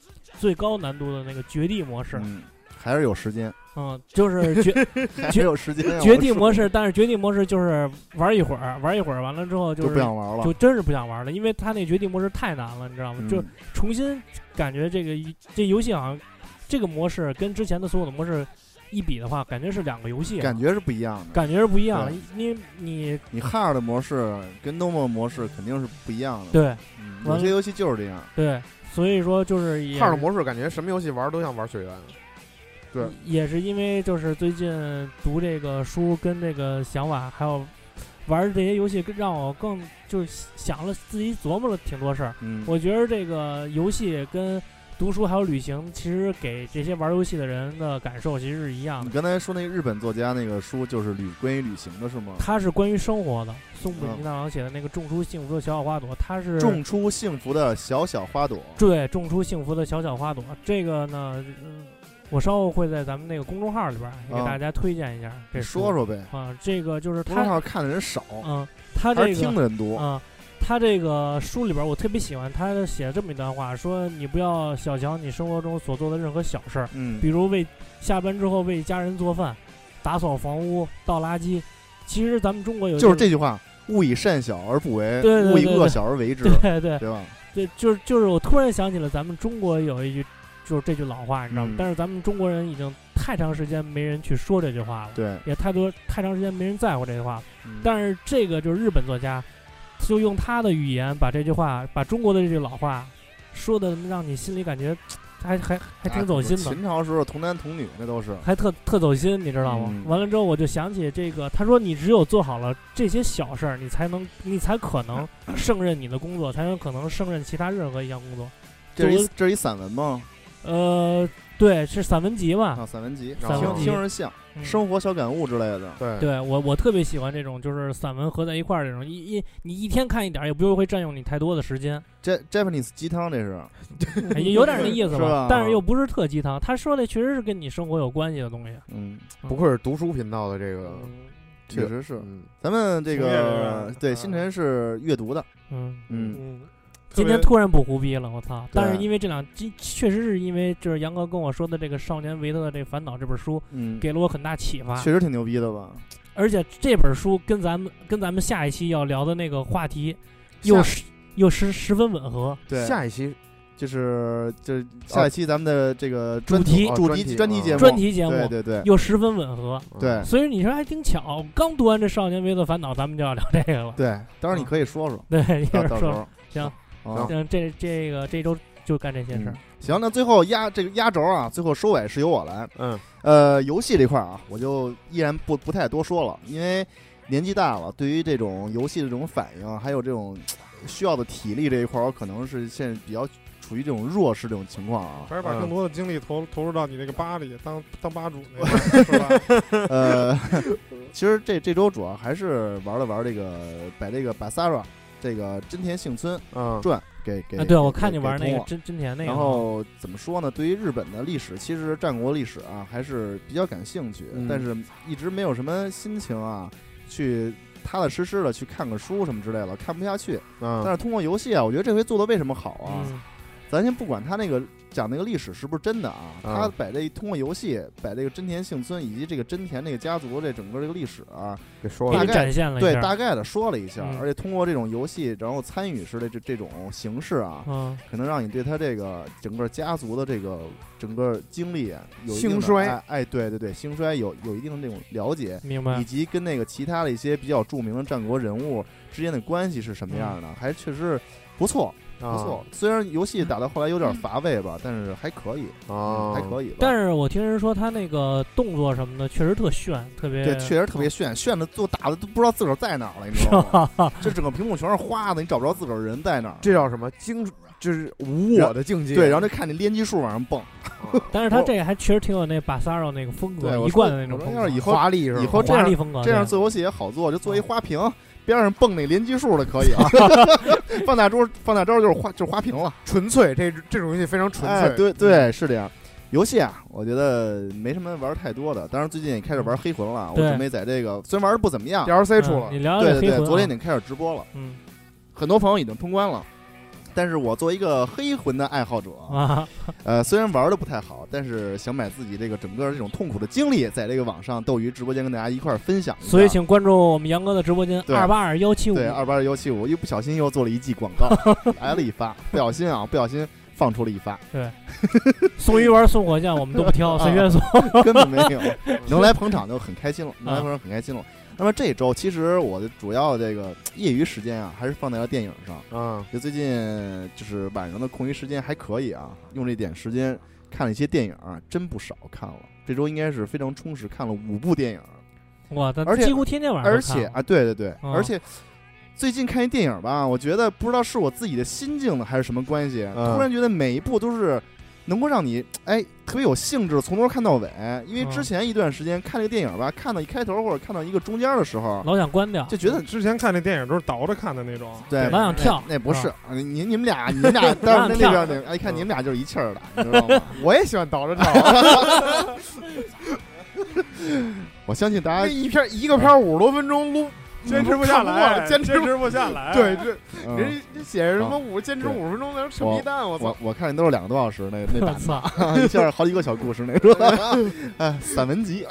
Speaker 3: 最高难度的那个绝地模式，
Speaker 2: 嗯还是有时间，
Speaker 3: 嗯，就是绝
Speaker 2: 还是有时间啊。
Speaker 3: 绝地
Speaker 2: *laughs* 我
Speaker 3: 模式，但是绝地模式就是玩一会儿，玩一会儿完了之后
Speaker 2: 就
Speaker 3: 就
Speaker 2: 不
Speaker 3: 是
Speaker 2: 想玩了
Speaker 3: 就。真是不想玩了，因为他那绝地模式太难了，你知道吗？
Speaker 2: 嗯
Speaker 3: 就重新感觉这个一这游戏好像这个模式跟之前的所有的模式一比的话，感觉是两个游戏啊，
Speaker 2: 感觉是不一样的。
Speaker 3: 感觉是不一样
Speaker 2: 对。
Speaker 3: 你你
Speaker 2: 你 hard 的模式跟 normal 模式肯定是不一样的。
Speaker 3: 对
Speaker 2: 嗯，
Speaker 3: 完
Speaker 2: 有
Speaker 3: 了
Speaker 2: 些游戏就是这样。
Speaker 3: 对，所以说就是也
Speaker 1: 哈尔模式感觉什么游戏玩都像玩血缘，
Speaker 2: 对
Speaker 3: 也是因为就是最近读这个书跟这个想法，还有玩这些游戏，让我更就是想了自己琢磨了挺多事儿。
Speaker 2: 嗯，
Speaker 3: 我觉得这个游戏跟读书还有旅行，其实给这些玩游戏的人的感受其实是一样
Speaker 2: 你刚
Speaker 3: 的。
Speaker 2: 才说那日本作家那个书就是旅关于旅行的是吗？
Speaker 3: 它是关于生活的，松本
Speaker 2: 嗯
Speaker 3: 一大郎写的那个《种出幸福的小小花朵》，它是
Speaker 2: 种出幸福的小小花朵。
Speaker 3: 对种出幸福的小小花朵。这个呢，嗯我稍后会在咱们那个公众号里边儿也给
Speaker 2: 啊
Speaker 3: 大家推荐一下这
Speaker 2: 你
Speaker 3: 书
Speaker 2: 说说呗，
Speaker 3: 啊，这个就是
Speaker 2: 公众
Speaker 3: 它，
Speaker 2: 号看的人少，
Speaker 3: 嗯，
Speaker 2: 还
Speaker 3: 它这
Speaker 2: 是听
Speaker 3: 个
Speaker 2: 的人多。
Speaker 3: 啊。他这个书里边儿，我特别喜欢他写这么一段话，说你不要小瞧你生活中所做的任何小事儿，
Speaker 2: 嗯
Speaker 3: 比，如为下班之后为家人做饭、打扫房屋、倒垃圾。其实咱们中国有
Speaker 2: 就是这句话：勿以善小而不为，
Speaker 3: 对对
Speaker 2: 勿以
Speaker 3: 对
Speaker 2: 恶
Speaker 3: 对
Speaker 2: 小而为之，
Speaker 3: 种，对对
Speaker 2: 对吧？
Speaker 3: 对，就是就是我突然想起了咱们中国有一句就是这句老话，你知道吗？
Speaker 2: 嗯
Speaker 3: 但是咱们中国人已经太长时间没人去说这句话了，
Speaker 2: 对，
Speaker 3: 也太多太长时间没人在乎这句话了。
Speaker 2: 嗯
Speaker 3: 但是这个就是日本作家，就用他的语言把这句话，把中国的这句老话说的让你心里感觉还还还挺走心的。
Speaker 2: 秦朝时候童男童女那都是，
Speaker 3: 还特特走心，你知道吗？
Speaker 2: 嗯
Speaker 3: 完了之后，我就想起这个，他说你只有做好了这些小事儿，你才能，你才可
Speaker 2: *laughs*
Speaker 3: 能胜任你的工作，才有可能胜任其他任何一项工作。
Speaker 2: 这是
Speaker 3: 作
Speaker 2: 一这是一散文吗？
Speaker 3: 呃，对，是散文集嘛。
Speaker 2: 啊，散文集，
Speaker 1: 散文
Speaker 2: 听
Speaker 1: 集
Speaker 2: 听着像
Speaker 3: 嗯
Speaker 2: 生活小感悟之类的。
Speaker 1: 对
Speaker 3: 对我我特别喜欢这种就是散文合在一块儿这种，一一你一天看一点儿，也不会占用你太多的
Speaker 2: *laughs*
Speaker 3: 时间，
Speaker 2: 这 Japanese 鸡汤这是，
Speaker 3: 哎也有点那意思
Speaker 2: 是吧
Speaker 3: 但是又不是特鸡汤。他说的确实是跟你生活有关系的东西。
Speaker 2: 嗯，
Speaker 1: 不愧是读书频道的这个，
Speaker 2: 确实是。
Speaker 1: 嗯，
Speaker 2: 咱们这
Speaker 5: 从业人
Speaker 2: 个
Speaker 5: 员
Speaker 2: 对
Speaker 5: 啊
Speaker 2: 星辰是阅读的，
Speaker 3: 嗯，
Speaker 2: 嗯，
Speaker 5: 嗯，
Speaker 3: 今天
Speaker 5: 特
Speaker 3: 突然不胡逼了，我操！但是
Speaker 2: 对
Speaker 3: 因为这两，这确实是因为就是杨哥跟我说的这个《少年维特的这烦恼》这本书，
Speaker 2: 嗯，
Speaker 3: 给了我很大启发。
Speaker 2: 确实挺牛逼的吧？
Speaker 3: 而且这本书跟咱们跟咱们下一期要聊的那个话题又
Speaker 1: 下
Speaker 3: 是又是十分吻合。
Speaker 2: 对，
Speaker 1: 下一期
Speaker 2: 就是就是下一期咱们的这个专
Speaker 3: 主题
Speaker 2: 哦
Speaker 1: 主
Speaker 2: 主
Speaker 1: 题
Speaker 2: 题专题节目，
Speaker 3: 专题节目
Speaker 2: 对对对
Speaker 3: 又十分吻合，
Speaker 2: 对
Speaker 1: 嗯
Speaker 3: 所以你说还挺巧。刚读完这《少年维的烦恼》，咱们就要聊这个了。
Speaker 2: 对，当然你可以说说，
Speaker 3: 对， *laughs* 一会
Speaker 2: 到
Speaker 3: 儿
Speaker 2: 到时
Speaker 3: 说。
Speaker 2: 候
Speaker 3: 行
Speaker 2: 啊。
Speaker 3: 嗯，这这个这周就干这些事儿
Speaker 2: 嗯。行，那最后压这个压轴啊，最后收尾是由我来。
Speaker 5: 嗯，
Speaker 2: 呃，游戏这块儿啊，我就依然不不太多说了，因为年纪大了，对于这种游戏的这种反应，还有这种呃需要的体力这一块儿，我可能是现在比较处于这种弱势这种情
Speaker 5: *laughs*
Speaker 2: 况啊。
Speaker 5: 还是把
Speaker 1: 嗯
Speaker 5: 更多的精力投投入到你那个吧里，当当吧主那个是吧？
Speaker 2: 呃， *laughs* 其实这这周主要还是玩了玩这个，把这个把 Sara 这个真田幸村
Speaker 1: 嗯，
Speaker 2: 传给给
Speaker 3: 啊，对，
Speaker 2: 给
Speaker 3: 我看你玩
Speaker 2: 给
Speaker 3: 那
Speaker 2: 通
Speaker 3: 个
Speaker 2: 了
Speaker 3: 真真田
Speaker 1: 哎
Speaker 3: 那个，
Speaker 2: 然后怎么说呢？对于日本的历史，其实战国历史啊还是比较感兴趣，
Speaker 1: 嗯
Speaker 2: 但是一直没有什么心情啊，去踏踏实实的去看个书什么之类的，看不下去。但
Speaker 1: 嗯，
Speaker 2: 是通过游戏啊，我觉得这回做的为什么好啊？
Speaker 3: 嗯，
Speaker 2: 咱先不管他那个讲那个历史是不是真的啊，
Speaker 1: 嗯
Speaker 2: 他把这通过游戏把这个真田幸村以及这个真田这个家族这整个这个历史啊，
Speaker 1: 给说
Speaker 3: 给
Speaker 1: 了
Speaker 3: 你
Speaker 2: 大，概
Speaker 3: 展现了一
Speaker 2: 对
Speaker 3: 下
Speaker 2: 大概的说了一下，
Speaker 3: 嗯
Speaker 2: 而且通过这种游戏，然后参与式的这这种形式啊，
Speaker 3: 嗯，
Speaker 2: 可能让你对他这个整个家族的这个整个经历啊有一定
Speaker 1: 兴
Speaker 2: 的
Speaker 1: 衰
Speaker 2: 哎，哎，对对对，兴衰有有一定的这种了解，
Speaker 3: 明
Speaker 2: 以
Speaker 3: 白。
Speaker 2: 及跟那个其他的一些比较著名的战国人物之间的关系是什么样的，还确实不错，不
Speaker 1: 啊
Speaker 2: 错。虽然游戏打到后来有点乏味吧，但是还可以，
Speaker 1: 啊，
Speaker 2: 嗯还可以吧。
Speaker 3: 但是我听人说他那个动作什么的确实特炫，特别
Speaker 2: 对，确实特别炫，炫的都打的都不知道自个儿在哪儿了，你知道吗？
Speaker 3: *laughs*
Speaker 2: 这整个屏幕全是花的，你找不着自个儿人在哪儿。
Speaker 1: 这叫什么？精就是无我的境界。
Speaker 2: 对，然后就看你连击数往上蹦。
Speaker 3: 但是他这个还确实挺有那巴萨罗那个风
Speaker 2: 对
Speaker 3: 格，
Speaker 2: 我
Speaker 3: 一
Speaker 2: 说
Speaker 3: 贯的那种
Speaker 2: 我说
Speaker 3: 风
Speaker 2: 要
Speaker 3: 格
Speaker 2: 是，以后
Speaker 1: 华丽是吧？
Speaker 2: 以后这
Speaker 3: 华
Speaker 2: 样
Speaker 3: 丽风格。
Speaker 2: 这样
Speaker 3: 啊对啊
Speaker 2: 做游戏也好做，就做一花瓶，边上蹦那连击数的可以
Speaker 3: *laughs*
Speaker 2: 啊。放大招，放大招就是花，就是花瓶了。
Speaker 1: 纯粹，这这种游戏非常纯
Speaker 2: 哎，
Speaker 1: 粹。
Speaker 3: 嗯
Speaker 1: 嗯
Speaker 2: 对对，是这样。游戏啊，我觉得没什么玩太多的。当然，最近也开始玩黑魂了。我
Speaker 3: 对
Speaker 2: 准备在这个虽然玩的不怎么样，
Speaker 1: DLC 出
Speaker 3: 嗯
Speaker 1: 了
Speaker 3: 你，聊聊
Speaker 2: 对
Speaker 3: 这
Speaker 2: 对
Speaker 3: 黑
Speaker 2: 对，
Speaker 3: 魂。
Speaker 2: 昨天已经开始直播了，
Speaker 3: 嗯
Speaker 2: 很多朋友已经通关了。但是我作为一个黑魂的爱好者， *laughs*
Speaker 3: 啊，
Speaker 2: 呃，虽然玩的不太好，但是想把自己这个整个这种痛苦的经历，在这个网上斗鱼直播间跟大家一块儿分享一下。
Speaker 3: 所以请关注我们杨哥的直播间
Speaker 2: 对
Speaker 3: 二八二幺七五。
Speaker 2: 对，二八二幺七五，一不小心又做了一记广
Speaker 3: *laughs*
Speaker 2: 告，来了一发，不小心啊，不小心放出了一发，
Speaker 3: 送鱼丸送火箭我们都 *laughs*
Speaker 2: *laughs*
Speaker 3: 不
Speaker 2: 啊
Speaker 3: 嗯挑，随便送。
Speaker 2: 根本没
Speaker 3: *laughs*
Speaker 2: 有，能来捧场就很开心了，能来捧场很开心了。那么这周其实我的主要这个业余时间啊，还是放在了电影上。
Speaker 1: 嗯，
Speaker 2: 就最近就是晚上的空余时间还可以啊，用这点时间看了一些电影、啊，真不少看了。这周应该是非常充实，看了五部电影，啊
Speaker 3: 哇，他
Speaker 2: 而且
Speaker 3: 几乎天天晚上
Speaker 2: 而
Speaker 3: 都看
Speaker 2: 且啊，对对对，
Speaker 3: 嗯
Speaker 2: 而且最近看一电影吧，我觉得不知道是我自己的心境呢，还是什么关系，
Speaker 1: 嗯
Speaker 2: 突然觉得每一部都是能够让你哎特别有兴致，从头看到尾。因为
Speaker 3: 嗯
Speaker 2: 之前一段时间看这个电影吧，看到一开头或者看到一个中间的时候，
Speaker 3: 老想关掉，
Speaker 2: 就觉得
Speaker 5: 之前看那电影都是倒着看的那种，
Speaker 2: 对
Speaker 3: 老想跳。
Speaker 2: 那不是
Speaker 3: 啊，
Speaker 2: 你你你们俩，你们俩当时那那边那哎，一看你们俩就是一气儿的，你知道吗？
Speaker 1: 我也喜欢倒
Speaker 2: *laughs*
Speaker 1: 着找，
Speaker 2: 我相信大
Speaker 1: 那
Speaker 2: 家
Speaker 1: 一片一个片五十多分钟撸，
Speaker 5: 哎坚持不下
Speaker 1: 嗯
Speaker 5: 来，
Speaker 1: 坚
Speaker 5: 持
Speaker 1: 持
Speaker 5: 不下来。
Speaker 1: 对，这
Speaker 2: 嗯
Speaker 1: 人家写着什么五坚持五十分钟，那扯皮蛋，我操
Speaker 2: 我！我看都是两个多小时，那那
Speaker 3: 我
Speaker 2: 版
Speaker 3: 操，
Speaker 2: *laughs* 一下好几个小故事那种， *laughs* 哎，散文集，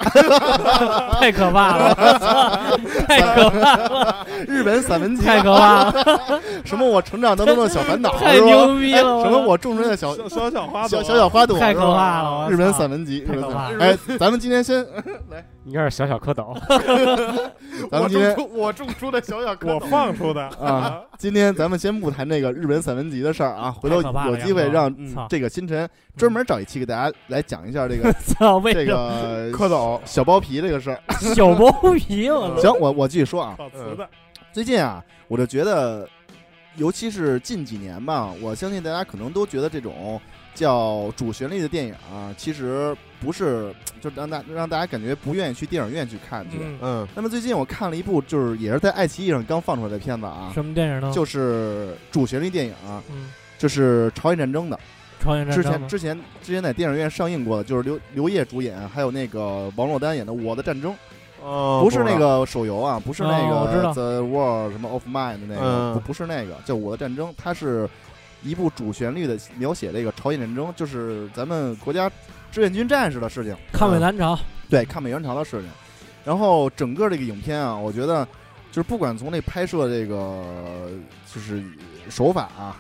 Speaker 3: 太可
Speaker 2: *laughs*
Speaker 3: 怕了！我操太可怕了，
Speaker 2: 日本散文集，
Speaker 3: 太
Speaker 2: *laughs*
Speaker 3: 可怕了，
Speaker 2: 什么我成长当中的小烦恼，
Speaker 3: 太
Speaker 2: 是吧
Speaker 3: 牛逼了
Speaker 2: 哎 *laughs*
Speaker 3: 我
Speaker 2: 什么我种植的小
Speaker 5: 小小小花
Speaker 2: 小
Speaker 5: 朵，
Speaker 2: 小小花朵，
Speaker 3: 太可
Speaker 2: 是吧
Speaker 3: 怕了我操
Speaker 2: 日本散文集，日
Speaker 3: 太
Speaker 2: 本
Speaker 3: 可怕
Speaker 2: 散文
Speaker 3: 了
Speaker 2: 哎，咱们今天先，
Speaker 6: 应该是小小蝌蚪，
Speaker 2: 咱
Speaker 1: 我
Speaker 2: 们今
Speaker 1: 种
Speaker 2: 天
Speaker 1: 出我种出的小小蝌
Speaker 5: 我
Speaker 1: 蚪，
Speaker 5: 放出的
Speaker 2: 啊，今天咱们先不谈这个日本散文集的事儿啊，回头
Speaker 3: 太可怕了
Speaker 2: 有机会让嗯
Speaker 3: 杨哥嗯操
Speaker 2: 这个星辰专门找一期给大家来讲一下这
Speaker 3: *laughs*
Speaker 4: *laughs*
Speaker 2: 个
Speaker 3: 操！为
Speaker 2: 这
Speaker 3: 什么
Speaker 1: *laughs*
Speaker 2: 个
Speaker 1: 蝌蚪，
Speaker 2: 小包皮这个事儿。
Speaker 3: 小
Speaker 2: *laughs*
Speaker 1: 嗯
Speaker 3: 包皮？我操！
Speaker 2: 行，我我继续说啊，
Speaker 5: 好词的，
Speaker 2: 最近啊，我就觉得尤其是近几年吧，我相信大家可能都觉得这种叫主旋律的电影啊，其实不是就让大让大家感觉不愿意去电影院去看去。
Speaker 4: 嗯，
Speaker 1: 嗯，
Speaker 2: 那么最近我看了一部，就是也是在爱奇艺上刚放出来的片子啊，
Speaker 4: 什么电影呢？
Speaker 2: 就是主旋律电影啊，
Speaker 4: 嗯，
Speaker 2: 就是朝鲜战争的。
Speaker 4: 朝鲜战
Speaker 2: 之
Speaker 4: 争
Speaker 2: 前
Speaker 4: 吗
Speaker 2: 之前之前在电影院上映过的，就是刘刘烨主演，还有那个王珞丹演的《我的战争》，
Speaker 1: 哦
Speaker 2: 不是那，个手游啊，不是那
Speaker 4: 哦我知
Speaker 2: 个
Speaker 4: 道
Speaker 2: The War 什么 of Mine 的那
Speaker 1: 嗯
Speaker 2: 个，不不是那个叫《我的战争》，它是一部主旋律的描写这个朝鲜战争，就是咱们国家志愿军战士的事情，
Speaker 4: 抗美援朝，
Speaker 2: 对，抗美援朝的事情。然后整个这个影片啊，我觉得就是不管从这拍摄这个就是手法啊，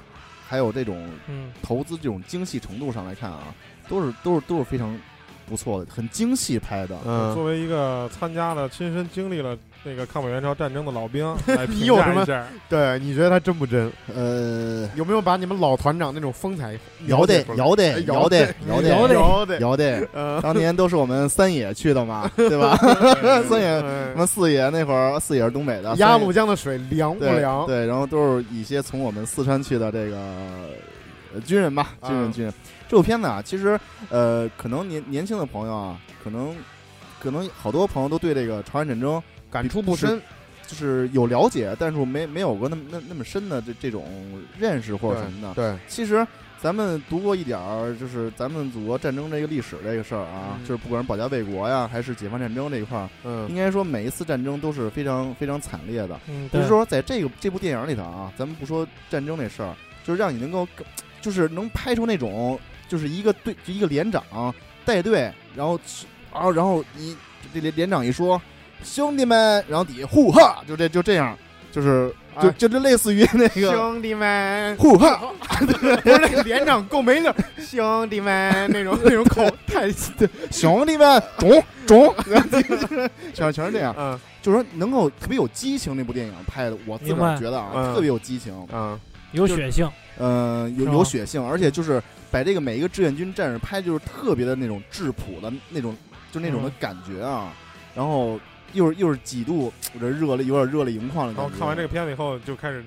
Speaker 2: 还有这种
Speaker 4: 嗯，
Speaker 2: 投资这种精细程度上来看啊，都是都是都是非常不错的，很精细拍的。
Speaker 1: 嗯，
Speaker 5: 作为一个参加了、亲身经历了那个抗美援朝战争的老
Speaker 2: *laughs*
Speaker 5: 兵来
Speaker 1: 你
Speaker 5: 评
Speaker 1: 有
Speaker 5: 价
Speaker 1: 什么
Speaker 5: 一下，
Speaker 1: 对，你觉得他真不真？
Speaker 2: 呃，
Speaker 1: 有没有把你们老团长那种风采
Speaker 2: 姚队，姚
Speaker 1: 哎
Speaker 2: 队，姚队，
Speaker 1: 姚
Speaker 2: 姚队，
Speaker 1: 姚
Speaker 2: 姚队，
Speaker 1: 姚队，
Speaker 2: 姚队，
Speaker 1: 嗯，
Speaker 2: *laughs* 当年都是我们三野去
Speaker 1: *laughs*
Speaker 2: 的嘛，对吧？三野，什
Speaker 5: 嗯
Speaker 2: 么四野那会儿，四野是东北的，
Speaker 1: 鸭
Speaker 2: 三野
Speaker 1: 绿江的水凉不
Speaker 2: 对
Speaker 1: 凉？
Speaker 2: 对，然后都是一些从我们四川去的这个呃军人吧，军人
Speaker 1: 啊
Speaker 2: 军人。这部片子啊，其实呃，可能年年轻的朋友啊，可能可能好多朋友都对这个朝鲜战争
Speaker 1: 感触不深，
Speaker 2: 就是有了解，但是我没没有过那么那那么深的这这种认识或者什么的。
Speaker 1: 对，
Speaker 2: 其实咱们读过一点儿，就是咱们祖国战争这个历史这个事儿啊，
Speaker 4: 嗯
Speaker 2: 就是不管是保家卫国呀，还是解放战争这一块儿，应
Speaker 1: 嗯，
Speaker 2: 该说每一次战争都是非常非常惨烈的。
Speaker 4: 嗯，
Speaker 2: 就
Speaker 4: 对
Speaker 2: 是，说，在这个这部电影里头啊，咱们不说战争这事儿，就是让你能够，就是能拍出那种，就是一个队，就一个连长带队，然后去啊，然后你这连连长一说，兄弟们，然后底下呼哈，就这就这样，就是就
Speaker 1: 哎
Speaker 2: 就就类似于那个
Speaker 1: 兄弟们，
Speaker 2: 呼哈，
Speaker 1: 不是那个连长够没溜 *laughs* 儿，兄弟们那种那种口太，
Speaker 2: 兄弟们，中中， *laughs* 全全是这样，
Speaker 1: *laughs* 嗯
Speaker 2: 就是说能够特别有激情。那部电影拍的，我自
Speaker 4: 明
Speaker 2: 个儿
Speaker 4: 白
Speaker 2: 觉得
Speaker 1: 嗯
Speaker 2: 啊，特别有激情。
Speaker 1: 嗯，
Speaker 4: 有
Speaker 2: 就
Speaker 4: 血性，
Speaker 2: 呃，有
Speaker 4: 是吗
Speaker 2: 有血性，而且就是把这个每一个志愿军战士拍，就是特别的那种质朴的那种，就那种的
Speaker 4: 嗯
Speaker 2: 感觉啊。然后又是又是几度，我这热泪有点热泪盈眶的
Speaker 5: 然后
Speaker 2: 感觉。
Speaker 5: 哦看完这个，片子以后就开始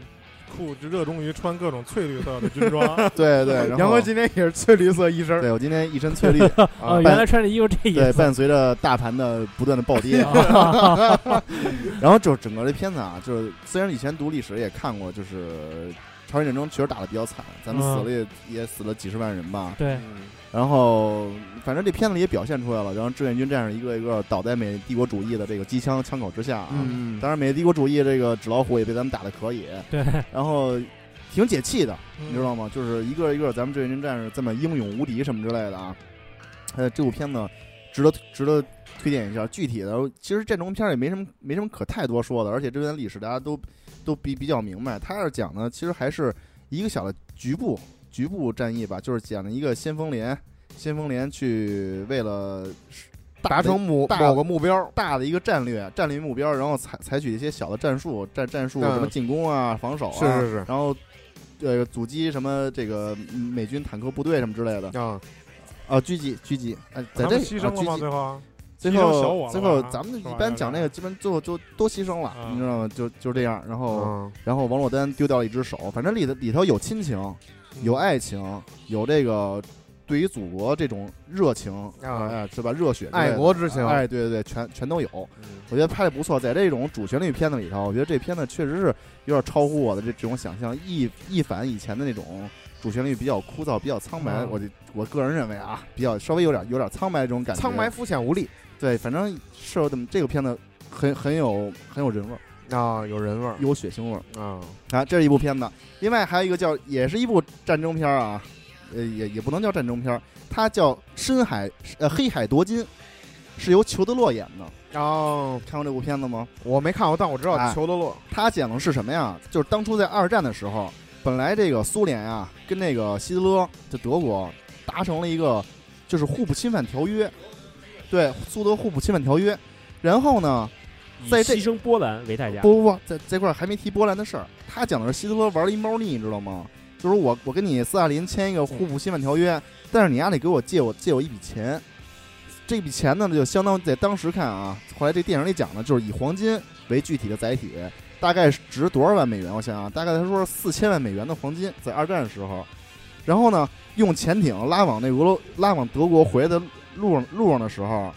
Speaker 5: 酷，就热衷于穿各种翠绿色的军装，
Speaker 2: *laughs* 对
Speaker 5: *laughs*
Speaker 2: 对，然
Speaker 1: 杨
Speaker 2: 后
Speaker 1: 哥今天也是翠绿色一身儿，
Speaker 2: 对我今天一身翠
Speaker 4: *laughs*
Speaker 2: 绿，
Speaker 4: 啊，
Speaker 2: 半
Speaker 4: 原来穿这衣服这
Speaker 2: 对，
Speaker 4: 颜色，
Speaker 2: 伴随着大盘的不断的暴跌。
Speaker 4: *laughs* 啊
Speaker 2: *laughs* 然后就是整个这片子啊，就是虽然以前读历史也看过，就是朝鲜战争确实打的比较惨，咱们死了也、也死了几十万人吧。
Speaker 1: 嗯
Speaker 4: 对，
Speaker 2: 然后，反正这片子里也表现出来了，然后志愿军战士一个一个倒在美帝国主义的这个机枪枪口之下啊。
Speaker 1: 嗯，
Speaker 2: 当然，美帝国主义这个纸老虎也被咱们打的可以，
Speaker 4: 对，
Speaker 2: 然后挺解气的，
Speaker 4: 嗯
Speaker 2: 你知道吗？就是一个一个咱们志愿军战士这么英勇无敌什么之类的啊。呃，这部片子值得值得推荐一下。具体的，其实战争片也没什么没什么可太多说的，而且这段历史大家都都比比较明白。它是讲呢，其实还是一个小的局部局部战役吧，就是讲了一个先锋连，先锋连去为了
Speaker 1: 达
Speaker 2: 大的
Speaker 1: 成某
Speaker 2: 大
Speaker 1: 某个目标，
Speaker 2: 大的一个战略战略目标，然后采采取一些小的战术，战战术
Speaker 1: 嗯
Speaker 2: 什么进攻啊、防守啊，
Speaker 1: 是是是，
Speaker 2: 然后呃阻击什么这个美军坦克部队什么之类的
Speaker 1: 啊，
Speaker 2: 啊，狙击狙击，哎， *laughs* 在
Speaker 5: 咱
Speaker 2: 这
Speaker 5: 们
Speaker 2: 里
Speaker 5: 牺牲了
Speaker 2: 啊
Speaker 5: 吗？
Speaker 2: 狙
Speaker 5: 最后
Speaker 2: 击最
Speaker 5: 牺牲小我
Speaker 2: 后
Speaker 5: 了
Speaker 2: 最后
Speaker 5: 吧
Speaker 2: 咱们
Speaker 5: 是吧
Speaker 2: 一般讲那个，基本最后就都牺牲了，
Speaker 5: 嗯
Speaker 2: 你知道吗？就就这样，然后
Speaker 1: 嗯
Speaker 2: 然后王珞丹丢掉了一只手，反正里头里头有亲情，
Speaker 1: 嗯
Speaker 2: 有爱情，有这个对于祖国这种热情
Speaker 1: 啊
Speaker 2: 哎是吧？热血之类的
Speaker 1: 爱国之情，嗯
Speaker 2: 哎，对对对，全全都有。我觉得拍的不错，在这种主旋律片子里头，我觉得这片子确实是有点超乎我的这这种想象，一一反以前的那种主旋律比较枯燥、比较苍白。
Speaker 4: 嗯
Speaker 2: 我就我个人认为啊，比较稍微有点有点苍白这种感觉。
Speaker 1: 苍白、肤浅、无力
Speaker 2: 对，反正是有这么这个片子很很有很有人味儿，
Speaker 1: 啊，有人味儿
Speaker 2: 有血腥味儿
Speaker 1: 啊，
Speaker 2: 啊。这是一部片子，另外还有一个叫也是一部战争片儿啊，呃，也也不能叫战争片儿，它叫《深海》呃《黑海夺金》，是由裘德洛演的。
Speaker 1: 然后
Speaker 2: 看过这部片子吗？
Speaker 1: 我没看过，但我知道
Speaker 2: 哎
Speaker 1: 裘德洛，
Speaker 2: 他讲的是什么呀？就是当初在二战的时候，本来这个苏联啊跟那个希特勒就德国达成了一个就是互不侵犯条约，对苏德互不侵犯条约。然后呢，
Speaker 7: 以
Speaker 2: 在这
Speaker 7: 牺牲波兰为代价。
Speaker 2: 不不不，在这块儿还没提波兰的事儿，他讲的是希特勒玩了一猫腻，你知道吗？就是我我跟你斯大林签一个互不侵犯条约，但是你丫得给我借我借我一笔钱。这笔钱呢，就相当于在当时看啊，后来这电影里讲的，就是以黄金为具体的载体，大概是值多少万美元？我想想啊，大概他说是四千万美元的黄金，在二战时候。然后呢，用潜艇拉往那俄罗拉往德国回来的路上路上的时候，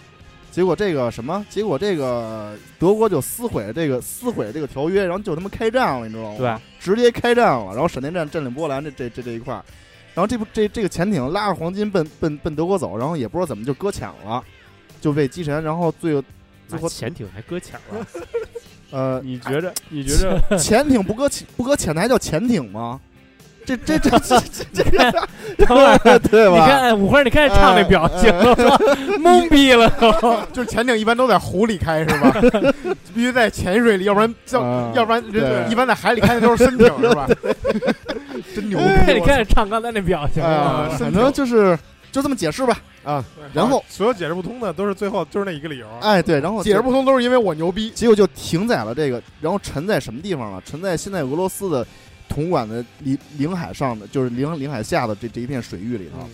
Speaker 2: 结果这个什么？结果这个德国就撕毁了这个撕毁了这个条约，然后就他妈开战了，你知道吗？
Speaker 7: 对，
Speaker 2: 直接开战了。然后闪电战占领波兰这这这这一块儿，然后这部这这个潜艇拉着黄金奔奔奔德国走，然后也不知道怎么就搁浅了，就被击沉。然后最后最
Speaker 7: 买
Speaker 2: 后
Speaker 7: 潜艇还搁浅了，
Speaker 2: 呃
Speaker 7: 你觉着？你觉
Speaker 5: *laughs*
Speaker 7: 着？
Speaker 2: 潜艇不搁浅不搁浅的还叫潜艇吗？这这这这这
Speaker 4: *laughs*
Speaker 2: 这
Speaker 4: 等会儿，
Speaker 2: 这对
Speaker 4: 你
Speaker 2: 吧？哎
Speaker 4: 看五花，你开始唱那表情了，懵逼了都。
Speaker 1: *laughs* 就是潜艇一般都在湖里开是吧？ *laughs* 必须在潜水里，要不然叫、
Speaker 2: 啊
Speaker 1: 要不然
Speaker 2: 对
Speaker 1: 人一般在海里开的都是深艇是 *laughs* 吧？
Speaker 4: *laughs*
Speaker 1: 真
Speaker 2: 哎
Speaker 1: 牛逼！
Speaker 4: 你开始唱刚才那表情了。
Speaker 2: 啊，反正就是就这么解释吧。
Speaker 1: 啊，
Speaker 2: 然后
Speaker 5: 所有解释不通的都是最后就是那一个理由。
Speaker 2: 哎，对，然后
Speaker 1: 解释不通都是因为我牛逼。
Speaker 2: 结果就停在了这个，然后沉在什么地方了？沉在现在俄罗斯的铜管的领领海上的，就是领领海下的这这一片水域里头。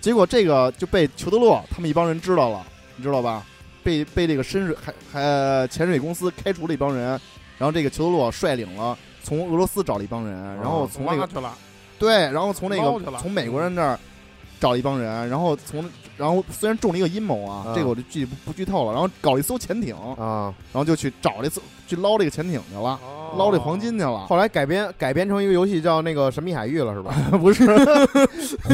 Speaker 2: 结果这个就被裘德洛他们一帮人知道了，你知道吧？被被这个深水海海潜水公司开除了一帮人，然后这个裘德洛率领了从俄罗斯找了一帮人，然后从那个啊
Speaker 5: 挖去了，
Speaker 2: 对，然后从那
Speaker 5: 捞去
Speaker 2: 个
Speaker 5: 了嗯
Speaker 2: 从美国人那儿找了一帮人，然后从然后虽然中了一个阴谋啊，
Speaker 1: 嗯
Speaker 2: 这个我就具体不不剧透了，然后搞了一艘潜艇。
Speaker 5: 嗯
Speaker 1: 啊，
Speaker 2: 然后就去找这次去捞这个潜艇去了，
Speaker 5: 哦
Speaker 2: 捞这黄金去了。
Speaker 1: 后来改编改编成一个游戏叫那个《神秘海域》了
Speaker 2: *laughs*
Speaker 1: 是吧？
Speaker 2: 不是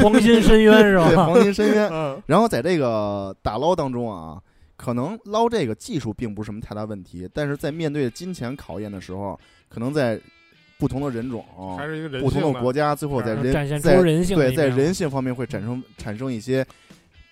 Speaker 4: 黄金深渊是
Speaker 2: 对
Speaker 4: 吧？
Speaker 2: 黄金
Speaker 5: *laughs*
Speaker 2: 深渊。
Speaker 5: 嗯，
Speaker 2: 然后在这个打捞当中啊，可能捞这个技术并不是什么太大问题，但是在面对金钱考验的时候，可能在不同的人种、
Speaker 5: 还是一个人
Speaker 2: 哦不
Speaker 5: 性啊
Speaker 2: 同的国家，最后在
Speaker 4: 展现
Speaker 2: 人
Speaker 4: 出
Speaker 2: 在
Speaker 4: 人性的
Speaker 2: 对
Speaker 4: 一
Speaker 2: 在
Speaker 4: 面
Speaker 2: 人性方面会产生产生一些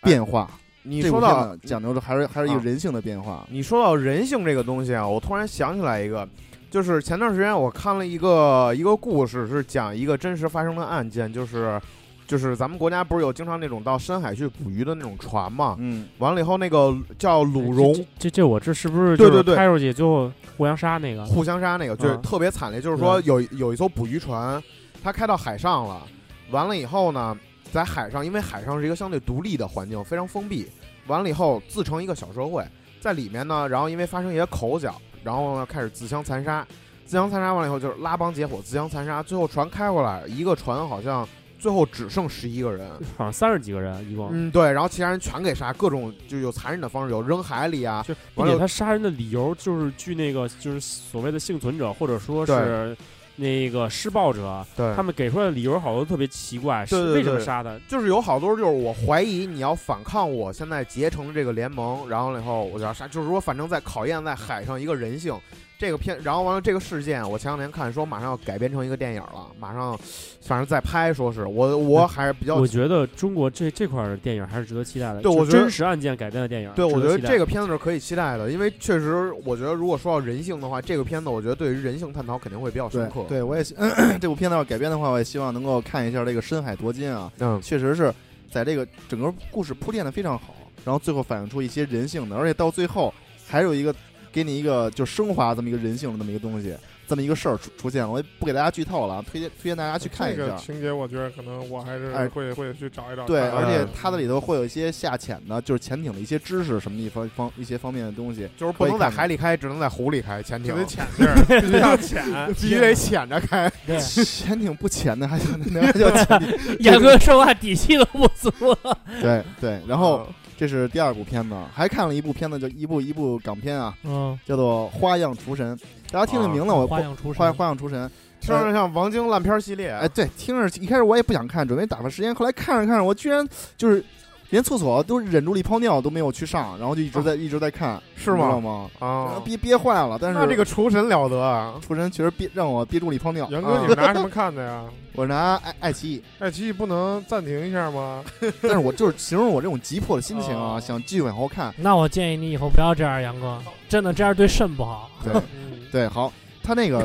Speaker 2: 变化。
Speaker 1: 你
Speaker 2: 这
Speaker 1: 说
Speaker 2: 部片
Speaker 1: 到
Speaker 2: 呢讲究的还是还是一个
Speaker 1: 啊
Speaker 2: 人性的变化。
Speaker 1: 你说到人性这个东西啊，我突然想起来一个，就是前段时间我看了一个一个故事，是讲一个真实发生的案件，就是就是咱们国家不是有经常那种到深海去捕鱼的那种船嘛？
Speaker 2: 嗯，
Speaker 1: 完了以后，那个叫
Speaker 2: 哎
Speaker 1: 鲁
Speaker 7: 这
Speaker 1: 荣
Speaker 7: 这这这我这是不是
Speaker 1: 对
Speaker 7: 就
Speaker 1: 对
Speaker 7: 是
Speaker 1: 对
Speaker 7: 开出去最后互相
Speaker 4: *laughs*
Speaker 7: 杀那个？
Speaker 1: 互相杀那个，就是
Speaker 7: 啊
Speaker 1: 特别惨烈，就是说有有一艘捕鱼船，它开到海上了，完了以后呢，在海上，因为海上是一个相对独立的环境，非常封闭，完了以后自成一个小社会，在里面呢，然后因为发生一些口角，然后呢开始自相残杀，自相残杀完了以后就是拉帮结伙自相残杀，最后船开回来，一个船好像最后只剩十一个人，
Speaker 7: 好像三十几个人一共，
Speaker 1: 嗯，对，然后其他人全给杀，各种就有残忍的方式，有扔海里啊，
Speaker 7: 就
Speaker 1: 完
Speaker 7: 并
Speaker 1: 了
Speaker 7: 且他杀人的理由就是据那个就是所谓的幸存者或者说是那个施暴者，
Speaker 1: 对
Speaker 7: 他们给出来的理由好多特别奇怪，
Speaker 1: 对对
Speaker 7: 是为什么
Speaker 1: 对
Speaker 7: 杀的？
Speaker 1: 就是有好多，就是我怀疑你要反抗我现在结成的这个联盟，然后了以后我就要杀，就是说反正在考验在海上一个人性这个片，然后完了这个事件，我前两天看说马上要改编成一个电影了，马上反正在拍，说是我我还是比较
Speaker 7: 我觉得中国这这块儿的电影还是值得期待的，
Speaker 1: 对
Speaker 7: 就
Speaker 1: 我觉得
Speaker 7: 真实案件改编的电影，
Speaker 1: 对，
Speaker 7: 值
Speaker 1: 我觉得
Speaker 7: 期待
Speaker 1: 这个片子是可以期待的，因为确实我觉得如果说到人性的话，这个片子我觉得对于人性探讨肯定会比较
Speaker 2: 对
Speaker 1: 深刻。，
Speaker 2: 对，我也希 *clears throat* 这部片子要改编的话，我也希望能够看一下这个深海夺金啊。
Speaker 1: 嗯，
Speaker 2: 确实是在这个整个故事铺垫的非常好，然后最后反映出一些人性的，而且到最后还有一个给你一个就升华这么一个人性的这么一个东西，这么一个事儿出出现了，我也不给大家剧透了啊，推荐推荐大家去看一
Speaker 5: 这
Speaker 2: 下
Speaker 5: 个。情节，我觉得可能我还是
Speaker 2: 哎
Speaker 5: 会会去找一找看看。
Speaker 2: 对，而且
Speaker 1: 嗯
Speaker 2: 它的里头会有一些下潜的，就是潜艇的一些知识什么一方方一些方面的东西。
Speaker 1: 就是不
Speaker 2: 可以
Speaker 1: 能在
Speaker 2: 看
Speaker 1: 海里开，只能在湖里开潜
Speaker 5: 就得
Speaker 1: 艇，
Speaker 5: 潜劲儿，必须要潜，
Speaker 1: *laughs* 必须得潜着开。
Speaker 4: 对，
Speaker 2: *laughs* 潜艇不潜的还 *laughs* 叫那还叫潜艇？
Speaker 4: 严哥说话底气都不足。啊
Speaker 2: 对对，然后这是第二部片子，还看了一部片子，就一部一部港片啊，
Speaker 4: 嗯，
Speaker 2: 叫做《花样厨神》。大家听这
Speaker 7: 啊
Speaker 2: 名字，我不
Speaker 4: 花样出
Speaker 2: 花
Speaker 4: 神，
Speaker 2: 花样厨神，
Speaker 1: 听着像王晶烂片系列，
Speaker 2: 哎，对，听着一开始我也不想看，准备打发时间，后来看着看着，我居然就是连厕所都忍住了一泡尿都没有去上，然后就一直在、一直在看，
Speaker 1: 是
Speaker 2: 你知
Speaker 1: 吗
Speaker 2: 道吗？然
Speaker 5: 哦
Speaker 2: 后
Speaker 1: 啊，
Speaker 2: 憋憋坏了，但是
Speaker 1: 那这个厨神了得啊！
Speaker 2: *laughs* 厨神确实憋让我憋住了一泡尿。
Speaker 5: 杨
Speaker 2: 啊
Speaker 5: 哥，你是拿什么看的呀？
Speaker 2: *laughs* 我拿爱爱奇艺，
Speaker 5: 爱奇艺不能暂停一下吗？
Speaker 2: 但是我就是形容我这种急迫的心情啊，
Speaker 5: 哦
Speaker 2: 想继续往后看。
Speaker 4: 那我建议你以后不要这样，杨哥，真的这样对肾不好。
Speaker 2: 对
Speaker 4: 嗯
Speaker 2: 对，好，他那个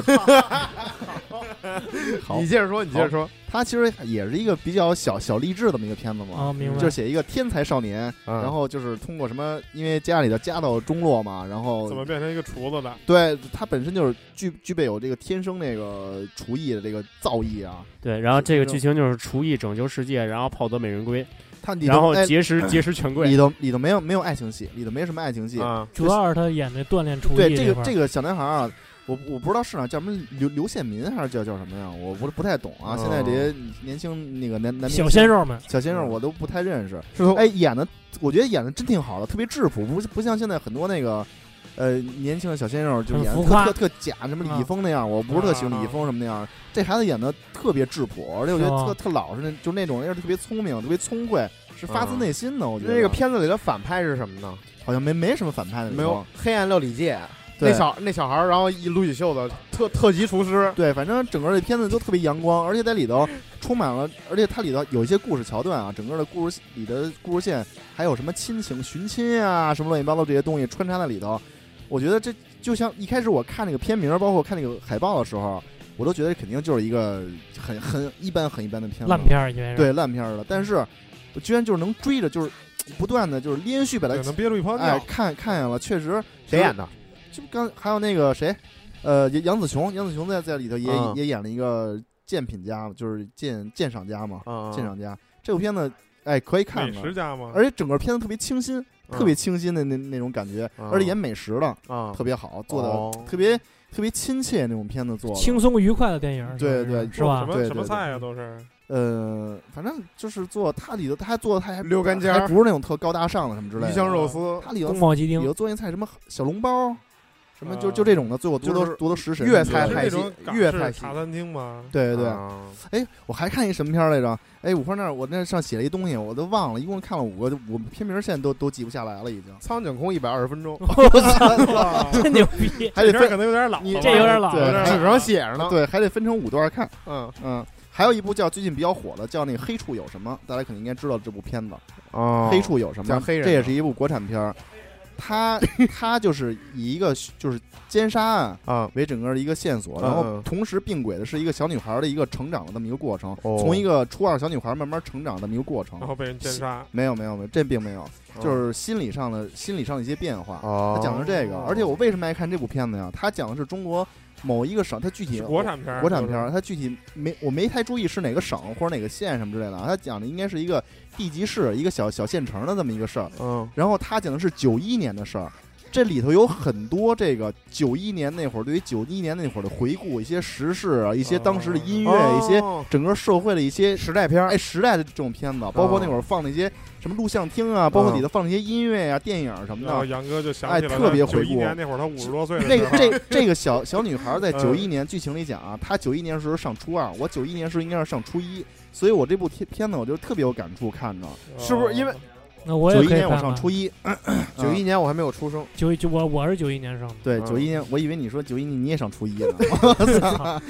Speaker 2: 好
Speaker 1: 你，接着说，你接着说。
Speaker 2: 他其实也是一个比较小小励志这么一个片子嘛，
Speaker 4: 啊，明白。
Speaker 2: 就是写一个天才少年，然
Speaker 7: 嗯
Speaker 1: 然
Speaker 2: 后就是通过什么，因为家里的家道中落嘛，然后
Speaker 5: 怎么变成一个厨子的？
Speaker 2: 对他本身就是具具备有这个天生这个厨艺的这个造诣啊，
Speaker 7: 对，然后这个
Speaker 2: 这
Speaker 7: 剧情就是厨艺拯救世界，然后泡得美人归，
Speaker 2: 他里头
Speaker 7: 然后
Speaker 2: 哎
Speaker 7: 结
Speaker 1: *clears throat*
Speaker 7: 识结识权
Speaker 2: 里
Speaker 7: 贵，
Speaker 2: 头里头没有没有爱情戏，里头没什么爱情戏。
Speaker 1: 啊，
Speaker 4: 主要是他演那锻炼厨艺
Speaker 2: 对这
Speaker 4: 块
Speaker 2: 个
Speaker 4: 儿
Speaker 2: 这个小男孩啊，我我不知道是哪叫什么刘刘宪民还是叫叫什么呀？我不不太懂啊。
Speaker 7: 哦
Speaker 1: 嗯
Speaker 2: 现在这些年轻那个男男明星
Speaker 4: 小
Speaker 2: 啊
Speaker 4: 鲜肉们，
Speaker 2: 小鲜肉我都不太认识。
Speaker 1: 嗯是从
Speaker 2: 哎，演的我觉得演的真挺好的，特别质朴，不不像现在很多那个。呃，年轻的小鲜肉就
Speaker 4: 很
Speaker 2: 演得
Speaker 4: 浮
Speaker 2: 特
Speaker 4: 夸
Speaker 2: 特特假，什么李易
Speaker 1: 嗯
Speaker 2: 峰那样，我不是特喜欢李易峰什么那样。这孩子演的特别质朴，而且我觉得
Speaker 4: 是吗
Speaker 2: 特特老实，那就那种人特别聪明，特别聪慧，是发自
Speaker 1: 嗯
Speaker 2: 内心的。我觉得
Speaker 1: 那个片子里的反派是什么呢？
Speaker 2: 好像没没什么反派的，
Speaker 1: 没有，黑暗料理界
Speaker 2: 对
Speaker 1: 那小那小孩儿，然后一撸起袖子，特特级厨师，
Speaker 2: 对，反正整个这片子都特别阳光，而且在里头充满了，而且它里头有一些故事桥段啊，整个的故事里的故事线，还有什么亲情、寻亲啊，什么乱七八糟这些东西穿插在里头。我觉得这就像一开始我看那个片名，包括我看那个海报的时候，我都觉得肯定就是一个很很一般、很一般的片子，
Speaker 4: 烂片儿应该是。
Speaker 2: 嗯对烂片儿了。但是我居然就是能追着，就是不断的就是连续把它
Speaker 5: 对能憋住一泡
Speaker 2: 哎
Speaker 5: 尿。
Speaker 2: 看看见了，确实
Speaker 1: 谁演的？
Speaker 2: 就刚还有那个谁，呃，杨杨紫琼，杨紫琼在在里头也、
Speaker 1: 嗯
Speaker 2: 也演了一个鉴品家，就是鉴鉴赏家嘛，
Speaker 1: 嗯
Speaker 2: 鉴赏家。这部片子，哎，可以看
Speaker 5: 美食
Speaker 2: 看，
Speaker 5: 家吗？
Speaker 2: 而且整个片子特别清新，
Speaker 1: 嗯
Speaker 2: 特别清新的那那种感觉，
Speaker 1: 嗯
Speaker 2: 而且演美食的
Speaker 1: 啊，
Speaker 2: 特别好，做的、
Speaker 1: 哦
Speaker 2: 特别特别亲切那种片子做的。
Speaker 4: 轻松愉快的电影，
Speaker 2: 对
Speaker 4: 算是
Speaker 2: 对
Speaker 4: 是吧
Speaker 5: 什？么
Speaker 2: 对
Speaker 5: 什么
Speaker 2: 对
Speaker 5: 菜啊，都是
Speaker 2: 呃，反正就是做它里头，它还做的它还
Speaker 1: 溜干尖儿
Speaker 2: 还不是那种特高大上的什么之类的。
Speaker 1: 鱼香肉丝，
Speaker 2: 它里头
Speaker 4: 宫保鸡
Speaker 2: 里
Speaker 4: *laughs* 丁
Speaker 2: 头做那菜什么小笼包，什么就
Speaker 5: 啊
Speaker 2: 就这种的，最后夺
Speaker 1: 嗯就
Speaker 2: 夺
Speaker 1: 是
Speaker 2: 夺得食神
Speaker 1: 粤
Speaker 2: 之
Speaker 1: 菜
Speaker 2: 类
Speaker 5: 是
Speaker 2: 的
Speaker 1: 派
Speaker 5: 那
Speaker 1: 系
Speaker 5: 种港
Speaker 1: 粤
Speaker 5: 式
Speaker 1: 菜系
Speaker 5: 茶餐厅吗？
Speaker 2: 对对对，
Speaker 1: 啊。
Speaker 2: 哎，我还看一什么片儿来着？哎，五花那儿我那上写了一东西，我都忘了，一共看了五个，就我片名儿现在都都记不下来了，已经
Speaker 1: 苍井空一百二十分
Speaker 2: *laughs*
Speaker 1: 钟，
Speaker 5: 哇
Speaker 4: 真牛
Speaker 1: *laughs*
Speaker 4: 逼！
Speaker 2: 还得
Speaker 5: 这片儿可
Speaker 2: 分
Speaker 5: 能有点老了吧，
Speaker 2: 你
Speaker 4: 这有点老
Speaker 2: 对
Speaker 5: 有点
Speaker 1: 纸上写着呢。，
Speaker 2: 对，还得分成五段看。
Speaker 1: 嗯
Speaker 2: 嗯，还有一部叫最近比较火的，叫那个《黑处有什么》，大家肯定应该知道这部片子，
Speaker 1: 哦
Speaker 2: 黑处有什么
Speaker 1: 讲》黑人
Speaker 2: 这
Speaker 1: 的
Speaker 2: 也是一部国产片儿。
Speaker 1: *laughs*
Speaker 2: 它它就是以一个就是奸杀案
Speaker 1: 啊，
Speaker 2: 为整个的一个线索，
Speaker 1: 嗯
Speaker 2: 然后
Speaker 1: 嗯
Speaker 2: 同时并轨的是一个小女孩儿的一个成长的这么一个过程，
Speaker 1: 哦
Speaker 2: 从一个初二小女孩儿慢慢成长的这么一个过程
Speaker 5: 然。后被人奸杀，
Speaker 2: 没有没有没有，这并没有。
Speaker 5: 哦
Speaker 1: 嗯
Speaker 2: 就是心理上的心理上的一些变化。
Speaker 1: 哦
Speaker 2: 他讲的是这个，而且我为什么爱看这部片子呀？他讲的是中国某一个省，他具体
Speaker 5: 是国产片儿，
Speaker 2: 国产片儿，他具体没我没太注意是哪个省或者哪个县什么之类的啊。他讲的应该是一个地级市、一个小小县城的这么一个事儿。
Speaker 1: 嗯
Speaker 2: 然后他讲的是九一年的事儿。这里头有很多这个九一年那会儿，对于九一年那会儿的回顾，一些时事啊，一些当时的音乐，
Speaker 1: 哦
Speaker 2: 一些整个社会的一些
Speaker 1: 时代片儿啊
Speaker 2: 哎，时代的这种片子，包括那会儿放那些什么录像厅啊，包括里头放那些音乐呀、电影什么
Speaker 5: 然后
Speaker 1: 哦
Speaker 2: 的。
Speaker 5: 杨哥就想起了
Speaker 2: 啊哎特别回
Speaker 5: 九
Speaker 2: 顾
Speaker 5: 一年那会儿，他五十多岁的
Speaker 2: 那
Speaker 5: 时
Speaker 2: 个
Speaker 5: 候，
Speaker 2: 这这个小小女孩在
Speaker 5: 嗯
Speaker 2: 九一年剧情里讲啊，她九一年时候上初二，我九一年时候应该是上初一，所以我这部片片子我就特别有感触，看着
Speaker 5: 哦
Speaker 1: 是不是因为
Speaker 5: 嗯
Speaker 4: 那我
Speaker 2: 九
Speaker 4: 也
Speaker 2: 一
Speaker 4: 可以
Speaker 2: 年我
Speaker 4: 看啊
Speaker 2: 上
Speaker 4: 看。
Speaker 2: 初一，嗯
Speaker 1: 九一年我还没有出生，
Speaker 4: 九一九我我是九一年生的，
Speaker 2: 对
Speaker 1: 嗯
Speaker 2: 九一年，我以为你说九一年你也上
Speaker 1: *laughs*
Speaker 2: 初一呢。
Speaker 4: 操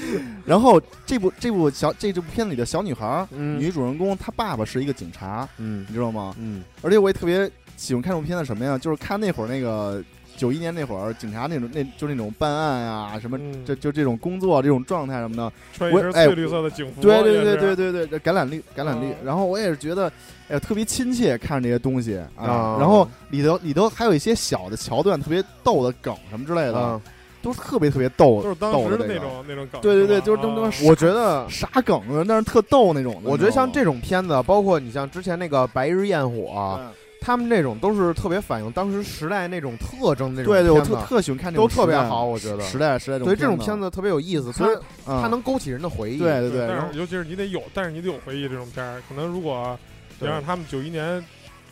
Speaker 2: 然后这部这部小这这部片子里的小女孩，
Speaker 1: 嗯
Speaker 2: 女主人公她爸爸是一个警察，
Speaker 1: 嗯
Speaker 2: 你知道吗？
Speaker 1: 嗯
Speaker 2: 而且我也特别喜欢看这种片子，什么呀？就是看那会儿那个九一年那会儿，警察那种那就那种办案啊，什么
Speaker 5: 嗯
Speaker 2: 这就这种工作啊这种状态什么的。
Speaker 1: 嗯
Speaker 5: 穿一
Speaker 2: 我
Speaker 5: 身
Speaker 2: 哎
Speaker 5: 翠绿色的警服，
Speaker 2: 对对
Speaker 5: 也
Speaker 2: 对
Speaker 5: 是
Speaker 2: 对对对，这橄榄绿橄榄绿
Speaker 1: 嗯
Speaker 5: 啊。
Speaker 2: 然后我也是觉得，哎呀，特别亲切，看这些东西啊
Speaker 1: 啊。
Speaker 2: 然后里头里头还有一些小的桥段，特别逗的梗什么之类的
Speaker 1: 嗯，，
Speaker 2: 都是特别特别逗，
Speaker 5: 都是当
Speaker 2: 逗
Speaker 5: 时
Speaker 2: 的
Speaker 5: 的那
Speaker 2: 这个
Speaker 5: 种那种梗，
Speaker 2: 对对对
Speaker 5: 吧
Speaker 2: 就是那么
Speaker 5: 啊
Speaker 1: 我觉得。
Speaker 2: 傻梗的，但是特逗那种的。
Speaker 1: 我觉得像这
Speaker 2: 种
Speaker 1: 种片子，包括你像之前那个《白日焰火》，
Speaker 2: 嗯
Speaker 1: 他们这啊种都是特别反映当时时代那种特征那种
Speaker 2: 对对，我
Speaker 1: 片
Speaker 2: 特
Speaker 1: 子，
Speaker 2: 特喜欢看这
Speaker 1: 都
Speaker 2: 种
Speaker 1: 特别
Speaker 2: 时代
Speaker 1: 好，，我觉得。
Speaker 2: 时代时代这种
Speaker 1: 所以这种
Speaker 2: 片
Speaker 1: 片子特别有意思，所以
Speaker 2: 它嗯
Speaker 1: 它能勾起人的回忆。
Speaker 2: 对对
Speaker 5: 对，
Speaker 2: 然后
Speaker 5: 但是尤其是你得有，但是你得有回忆这种片儿。可能如果你
Speaker 1: 对
Speaker 5: 让他们九一年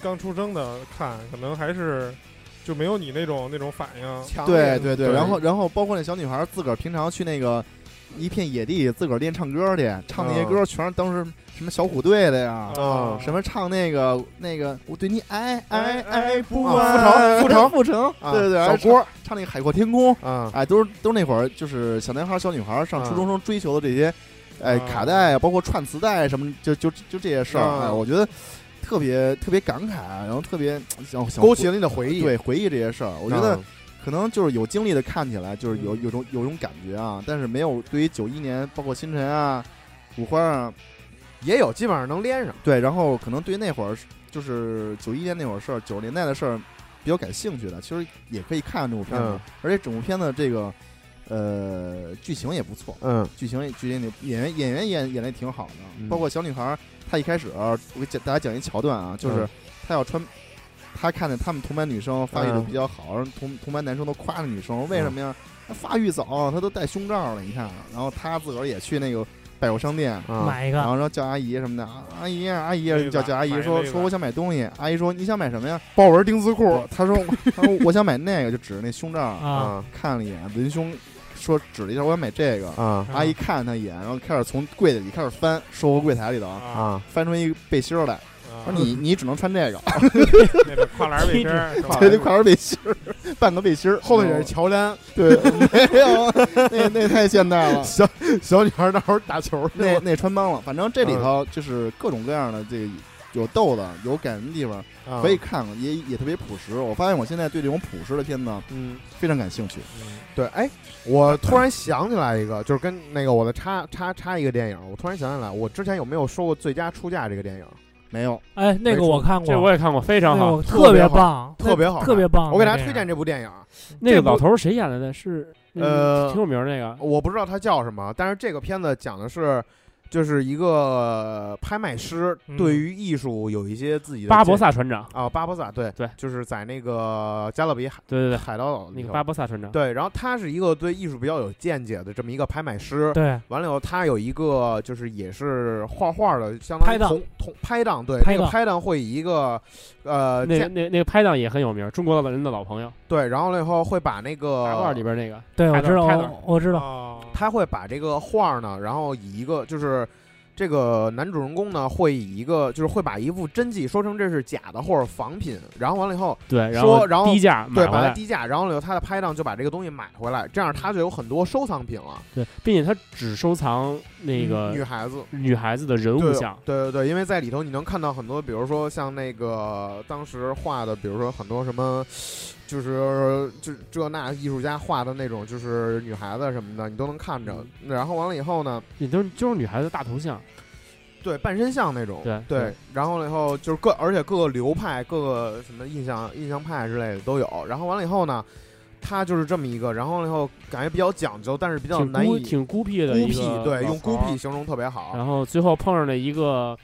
Speaker 5: 刚出生的看，可能还是就没有你那种那种反应。
Speaker 1: 强烈
Speaker 2: 对
Speaker 1: 的
Speaker 2: 对对，
Speaker 1: 对
Speaker 2: 然后然后包括那小女孩自个儿平常去那个一片野地自个儿练唱歌去，唱
Speaker 1: 嗯
Speaker 2: 那些歌全是当时什么小虎队的呀，
Speaker 5: 啊
Speaker 2: 什么唱那个那个我对你爱爱爱不
Speaker 1: 啊
Speaker 2: 完，
Speaker 1: 傅 *laughs* 成
Speaker 2: 傅成
Speaker 1: 啊
Speaker 2: 对对对，
Speaker 1: 小
Speaker 2: 郭唱那个海阔天空，
Speaker 1: 啊，
Speaker 2: 哎，都是都是那会儿就是小男孩小女孩上
Speaker 1: 嗯
Speaker 2: 初中生追求的这些，哎，
Speaker 5: 啊
Speaker 2: 卡带啊包括串磁带什么，就就就这些事儿，
Speaker 1: 啊
Speaker 2: 哎，我觉得特别特别感慨，啊然后特别想想
Speaker 1: 勾起了你的回忆。嗯
Speaker 2: 对嗯回忆这些事儿，我
Speaker 1: 我
Speaker 2: 觉得。可能就是有经历的看起来就是
Speaker 1: 嗯
Speaker 2: 有有种有种感觉啊，但是没有对于九一年，包括星辰啊、五花啊，
Speaker 1: 也有，基本上能连上。
Speaker 2: 对，然后可能对于那会儿就是九一年那会儿事儿、九十年代的事儿比较感兴趣的，其实也可以看看这部片子，
Speaker 1: 嗯
Speaker 2: 而且整部片子这个呃剧情也不错，
Speaker 1: 嗯
Speaker 2: 剧情也剧情也演员演员演演的挺好的，
Speaker 1: 嗯
Speaker 2: 包括小女孩儿，她一开始、啊、我给讲大家讲一桥段啊，就是
Speaker 1: 嗯
Speaker 2: 她要穿他看见他们同班女生发育的比较好，然后同同班男生都夸那女生为什
Speaker 1: 嗯
Speaker 2: 么呀？她发育早，她都戴胸罩了，你看。啊然后她自个儿也去那个百货商店，
Speaker 1: 啊，
Speaker 4: 买一
Speaker 2: 然
Speaker 4: 个，
Speaker 2: 后说叫阿姨什么的，啊阿姨啊阿姨啊
Speaker 5: 那个
Speaker 2: 叫叫阿姨
Speaker 5: 买那
Speaker 2: 说
Speaker 5: 个
Speaker 2: 说我想买东西，阿姨说你想买什么呀？豹纹丁字裤。她说她说我想买那个，就指着那胸罩，
Speaker 4: 啊
Speaker 1: 啊
Speaker 2: 看了一眼文胸，说指了一下我想买这个。
Speaker 1: 啊
Speaker 2: 阿姨看了她一眼，然后开始从柜子里开始翻，收货柜台里头啊，
Speaker 5: 啊
Speaker 1: 啊！
Speaker 2: 翻出一个背心儿来，
Speaker 5: 啊
Speaker 2: 说你你只能穿这个，
Speaker 5: 那个跨栏背心儿，是吧
Speaker 2: *laughs* 对，得快点背心儿，半个背心儿，哦
Speaker 1: 后面也是乔丹，
Speaker 2: *laughs* 对，没有，那那太现代
Speaker 1: *laughs*
Speaker 2: 了。
Speaker 1: 小小女孩那会儿嗯打球去
Speaker 2: 那
Speaker 1: 了，
Speaker 2: 那穿帮了，反正这里头就是各种各样的这个有逗的，有感人的地方，
Speaker 1: 啊
Speaker 2: 可以看看，也也特别朴实。我发现我现在对这种朴实的片子
Speaker 1: 嗯，
Speaker 2: 非常感兴趣。
Speaker 5: 嗯
Speaker 1: 对，哎，我突然想起来一个，就是跟那个我的插插插一个电影，我突然想起来，我之前有没有说过《最佳出价》这个电影？
Speaker 2: 没有，
Speaker 4: 哎，那
Speaker 1: 没
Speaker 4: 个
Speaker 1: 错
Speaker 4: 我看
Speaker 7: 这
Speaker 4: 过，
Speaker 7: 我也看过，非常
Speaker 4: 那
Speaker 7: 好。
Speaker 4: 个
Speaker 1: 特别
Speaker 4: 别
Speaker 1: 好
Speaker 4: 棒，
Speaker 1: 特别好看
Speaker 4: 特别
Speaker 3: 哦
Speaker 4: 棒。
Speaker 1: 我给大
Speaker 4: 那
Speaker 1: 家
Speaker 4: 个
Speaker 1: 推荐这部电影，
Speaker 7: 那个
Speaker 1: 这部
Speaker 7: 老头儿谁演来的？是那个
Speaker 1: 呃
Speaker 7: 挺有名儿那个
Speaker 1: 我不知道它叫什么，但是这个片子讲的是，就是一个拍卖师
Speaker 4: 嗯
Speaker 1: 对于艺术有一些自己的
Speaker 7: 巴
Speaker 1: 见
Speaker 7: 博萨船长。
Speaker 1: 啊，巴博萨对
Speaker 7: 对
Speaker 1: 就是在那个加勒比海
Speaker 7: 对对对，
Speaker 1: 海盗岛
Speaker 7: 那
Speaker 1: 里
Speaker 7: 个
Speaker 1: 头
Speaker 7: 巴博萨船长。
Speaker 1: 对，然后他是一个对艺术比较有见解的这么一个拍卖师，
Speaker 4: 对
Speaker 1: 完了以后，他有一个就是也是画画的，相当
Speaker 4: 拍
Speaker 1: 于
Speaker 4: 档
Speaker 1: 同同拍档，对，
Speaker 4: 拍
Speaker 1: 那个
Speaker 4: 档
Speaker 1: 拍档会以一个呃，
Speaker 7: 那
Speaker 1: 价
Speaker 7: 个那那个拍档也很有名儿，中国人的老朋友，
Speaker 1: 对，然后了以后会把那个
Speaker 7: 大腕里边那个，
Speaker 4: 对，我
Speaker 7: 拍的
Speaker 4: 知道，
Speaker 7: 拍的
Speaker 4: 我我知
Speaker 7: 啊
Speaker 4: 道，
Speaker 5: 哦
Speaker 1: 他会把这个画呢，然后以一个就是这个男主人公呢，会以一个就是会把一幅真迹说成这是假的或者仿品，然后完了以后，
Speaker 7: 对，然
Speaker 1: 说
Speaker 7: 后
Speaker 1: 然后
Speaker 7: 低价买
Speaker 1: 对，
Speaker 7: 回
Speaker 1: 把它
Speaker 7: 来，
Speaker 1: 低价，然后了以后他的拍档就把这个东西买回来，这样他就有很多收藏品了，
Speaker 7: 对，并且他只收藏那个
Speaker 1: 嗯女孩子。
Speaker 7: 女孩子的人物
Speaker 1: 对
Speaker 7: 像，
Speaker 1: 对对对，因为在里头你能看到很多，比如说像那个当时画的，比如说很多什么，就是就这那艺术家画的那种，就是女孩子什么的，你都能看
Speaker 7: 嗯
Speaker 1: 着。然后完了以后呢，
Speaker 7: 也都是就是女孩子的大头像，
Speaker 1: 对半身像那种，
Speaker 7: 对对
Speaker 1: 然后了以后就是各，而且各个流派、各个什么印象印象派之类的都有。然后完了以后呢，他就是这么一个，然后了以后感觉比较讲究，但是比较
Speaker 7: 挺
Speaker 1: 难
Speaker 7: 孤
Speaker 1: 以
Speaker 7: 挺孤僻的
Speaker 1: 孤
Speaker 7: 一
Speaker 1: 僻
Speaker 7: 个，
Speaker 1: 对，用孤僻
Speaker 7: 僻，
Speaker 1: 形容特别好。
Speaker 7: 然后最后碰上了一个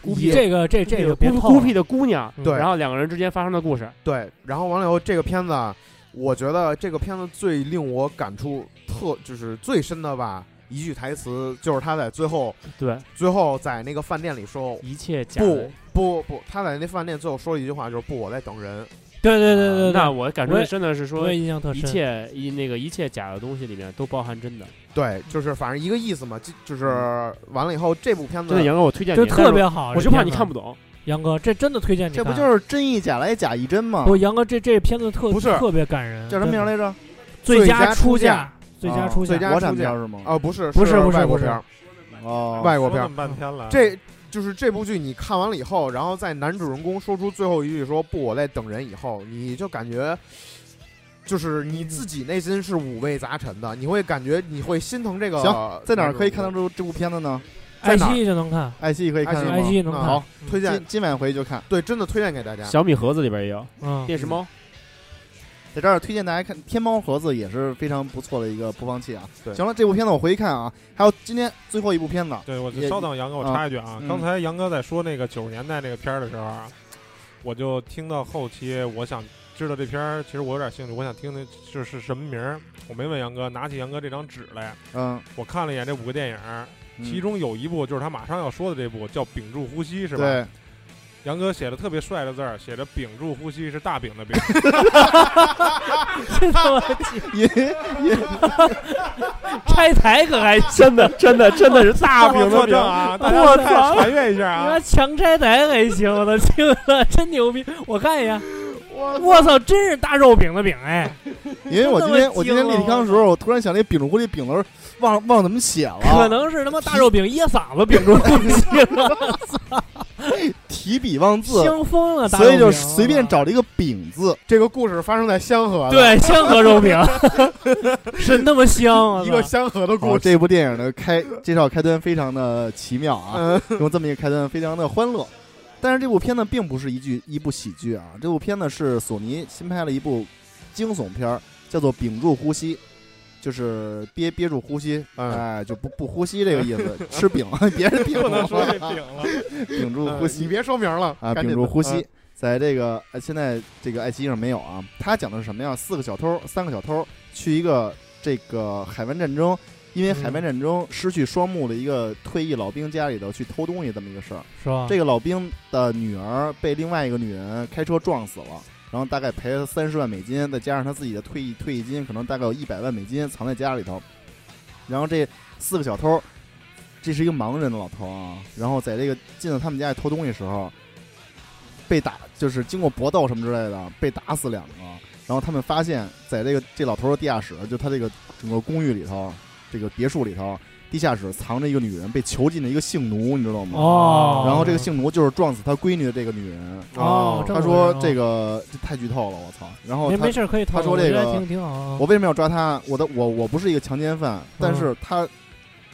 Speaker 7: 孤僻的
Speaker 4: 这个这这个别
Speaker 7: 孤
Speaker 4: 透
Speaker 7: 孤
Speaker 4: 了
Speaker 7: 僻的姑娘，
Speaker 4: 嗯
Speaker 1: 对
Speaker 7: 然后两个人之间发生的故事，
Speaker 1: 对，然后完了以后，这个片子啊，我觉得这个片子最令我感触特就是最深的吧，一句台词就是他在最后
Speaker 4: *laughs*
Speaker 7: 对，
Speaker 1: 最后在那个饭店里说
Speaker 7: 一切假
Speaker 1: 不
Speaker 7: 的。
Speaker 1: 不不，他在那饭店最后说了一句话，就是不，我在等人。
Speaker 4: 对对对对对，
Speaker 7: 啊那我感触
Speaker 4: 我也
Speaker 7: 最深的是说
Speaker 4: 我也，印象特
Speaker 7: 一
Speaker 4: 深。
Speaker 7: 切一那个一切假的东西里面都包含真的，
Speaker 1: 对，就是反正一个意思嘛，就就是
Speaker 4: 嗯
Speaker 1: 完了以后，这部片子
Speaker 7: 真的杨哥，我推荐
Speaker 4: 就
Speaker 7: 你，
Speaker 4: 特别好，
Speaker 7: 我
Speaker 4: 这
Speaker 7: 就怕
Speaker 4: 片
Speaker 7: 你
Speaker 4: 子
Speaker 7: 看不懂，
Speaker 4: 杨哥，这真的推荐你
Speaker 2: 这
Speaker 4: 看。
Speaker 2: 不就是真一假来假一真吗？
Speaker 4: 不杨哥这这片子特
Speaker 1: 不是
Speaker 4: 特别感人，
Speaker 2: 叫什么名
Speaker 4: 真的
Speaker 2: 来着？
Speaker 1: 最
Speaker 4: 最
Speaker 1: 佳
Speaker 4: 佳
Speaker 1: 出
Speaker 4: 出
Speaker 1: 价
Speaker 4: 价，最佳
Speaker 2: 啊
Speaker 4: 出
Speaker 1: 最
Speaker 4: 价
Speaker 1: 佳
Speaker 2: 国产
Speaker 1: 出
Speaker 2: 片
Speaker 1: 价
Speaker 2: 儿是吗？
Speaker 1: 啊，不是
Speaker 4: 不是不是
Speaker 1: 外国
Speaker 4: 不是
Speaker 1: 片儿，
Speaker 2: 哦，
Speaker 1: 外国
Speaker 5: 说
Speaker 1: 片
Speaker 5: 那
Speaker 1: 儿
Speaker 5: 么半天了，
Speaker 1: 这就是这部剧，你看完了以后，然后在男主人公说出最后一句说“不，我在等人”以后，你就感觉，就是你自己内心是五味杂陈的，你会感觉你会心疼这个。
Speaker 2: 行在哪儿可以看
Speaker 1: 嗯
Speaker 2: 到？这这部片子呢？
Speaker 1: 在
Speaker 4: 爱
Speaker 1: 哪儿
Speaker 4: 奇艺就能看，
Speaker 2: 爱奇艺可以看
Speaker 1: 爱奇
Speaker 2: 是
Speaker 1: 艺
Speaker 2: 吗
Speaker 4: 爱？奇艺能
Speaker 1: 嗯
Speaker 4: 看。
Speaker 1: 好推荐
Speaker 2: 今，今晚回去就看。
Speaker 1: 对，真的推荐给大家。
Speaker 7: 小米盒子里边也有
Speaker 4: 嗯，
Speaker 7: 电视猫，
Speaker 2: 在这儿推荐大家看《天猫盒子》也是非常不错的一个播放器啊。
Speaker 1: 对
Speaker 2: 行了，这部片子我回去看啊。还有今天最后一部片子，
Speaker 5: 对，我
Speaker 2: 也
Speaker 5: 就稍等，杨哥，我插一句啊
Speaker 2: 嗯，
Speaker 5: 刚才杨哥在说那个九十年代那个片儿的时候啊，我就听到后期，我想知道这片儿，其实我有点兴趣，我想听听是是什么名儿。我没问杨哥，拿起杨哥这张纸来，
Speaker 2: 嗯，
Speaker 5: 我看了一眼这五个电影儿，
Speaker 2: 嗯
Speaker 5: 其中有一部就是他马上要说的这部，叫《屏住呼吸》，是吧？
Speaker 2: 对，
Speaker 5: 杨哥写的特别帅的字儿，写着“屏住呼吸”是大饼的饼，
Speaker 4: 这他妈
Speaker 2: 因因
Speaker 4: *laughs* 拆台可还行，
Speaker 7: 真的真的真的是大饼的
Speaker 5: 作
Speaker 7: 饼
Speaker 5: 证，啊！大
Speaker 4: 我
Speaker 5: 家
Speaker 4: 操
Speaker 5: 再查阅一下
Speaker 4: 你
Speaker 5: 啊
Speaker 4: 妈！强拆台还行，我都听了真牛逼，我看一眼，
Speaker 1: 我
Speaker 4: 我操，真是大肉饼的饼哎，
Speaker 2: 因为我今
Speaker 4: 真他
Speaker 2: 天
Speaker 4: 妈
Speaker 2: 我今天
Speaker 4: 惊啊
Speaker 2: 立
Speaker 4: 了
Speaker 2: 体康的时候，我突然想那饼住呼吸饼的时候，忘忘怎么写了，
Speaker 4: 可能是他妈大肉饼噎嗓子饼住呼吸了，
Speaker 2: 提笔忘字，
Speaker 4: 兴疯啊了，大
Speaker 2: 所以
Speaker 4: 肉
Speaker 2: 就
Speaker 4: 饼
Speaker 2: 随便找了一个饼字。
Speaker 1: 这个故事发生在香河，，
Speaker 4: 对，香河肉饼，真他妈香
Speaker 2: *laughs*
Speaker 4: 啊！
Speaker 1: 一个香河的故
Speaker 2: 哦，
Speaker 1: 事。
Speaker 2: 这部电影的开介绍开端非常的奇妙啊，
Speaker 1: 嗯，
Speaker 2: *laughs* 用这么一个开端非常的欢乐。但是这部片呢，并不是一剧一部喜剧啊，这部片呢是索尼新拍了一部惊悚片儿，叫做《屏住呼吸》，就是憋憋住呼吸，
Speaker 1: 嗯
Speaker 2: 哎，就不不呼吸这个意思，吃饼，别是饼， *laughs*
Speaker 5: 不能说这饼了，
Speaker 2: 屏住呼吸
Speaker 1: 呃嗯你别说名了
Speaker 2: 啊，
Speaker 1: 赶紧嗯呃
Speaker 2: 屏住呼吸。在这个呃现在这个爱奇艺上没有啊。他讲的是什么呀？四个小偷，三个小偷去一个这个海湾战争，因为
Speaker 1: 嗯
Speaker 2: 海湾战争失去双目的一个退役老兵家里头去偷东西这么一个事儿。
Speaker 4: 是吧？
Speaker 2: 啊这个老兵的女儿被另外一个女人开车撞死了，然后大概赔了他三十万美金，再加上他自己的退役退役金，可能大概有一百万美金藏在家里头。然后这四个小偷，这是一个盲人的老头啊，然后在这个进到他们家里偷东西的时候，被打，就是经过搏斗什么之类的，被打死两个。然后他们发现，在这个这老头的地下室，就他这个整个公寓里头，这个别墅里头，地下室藏着一个女人，被囚禁的一个性奴，你知道吗？
Speaker 4: 哦，
Speaker 2: 然后这个性奴就是撞死他闺女的这个女人。
Speaker 4: 哦，
Speaker 2: 他说这
Speaker 4: 个
Speaker 2: 个这太剧透了，我操！然后
Speaker 4: 没
Speaker 2: 他
Speaker 4: 没事儿可以讨
Speaker 2: 他说
Speaker 4: 论我
Speaker 2: 这
Speaker 4: 觉得
Speaker 2: 个
Speaker 4: 挺挺好啊。
Speaker 2: 我为什么要抓他？我的我我不是一个强奸犯，但是他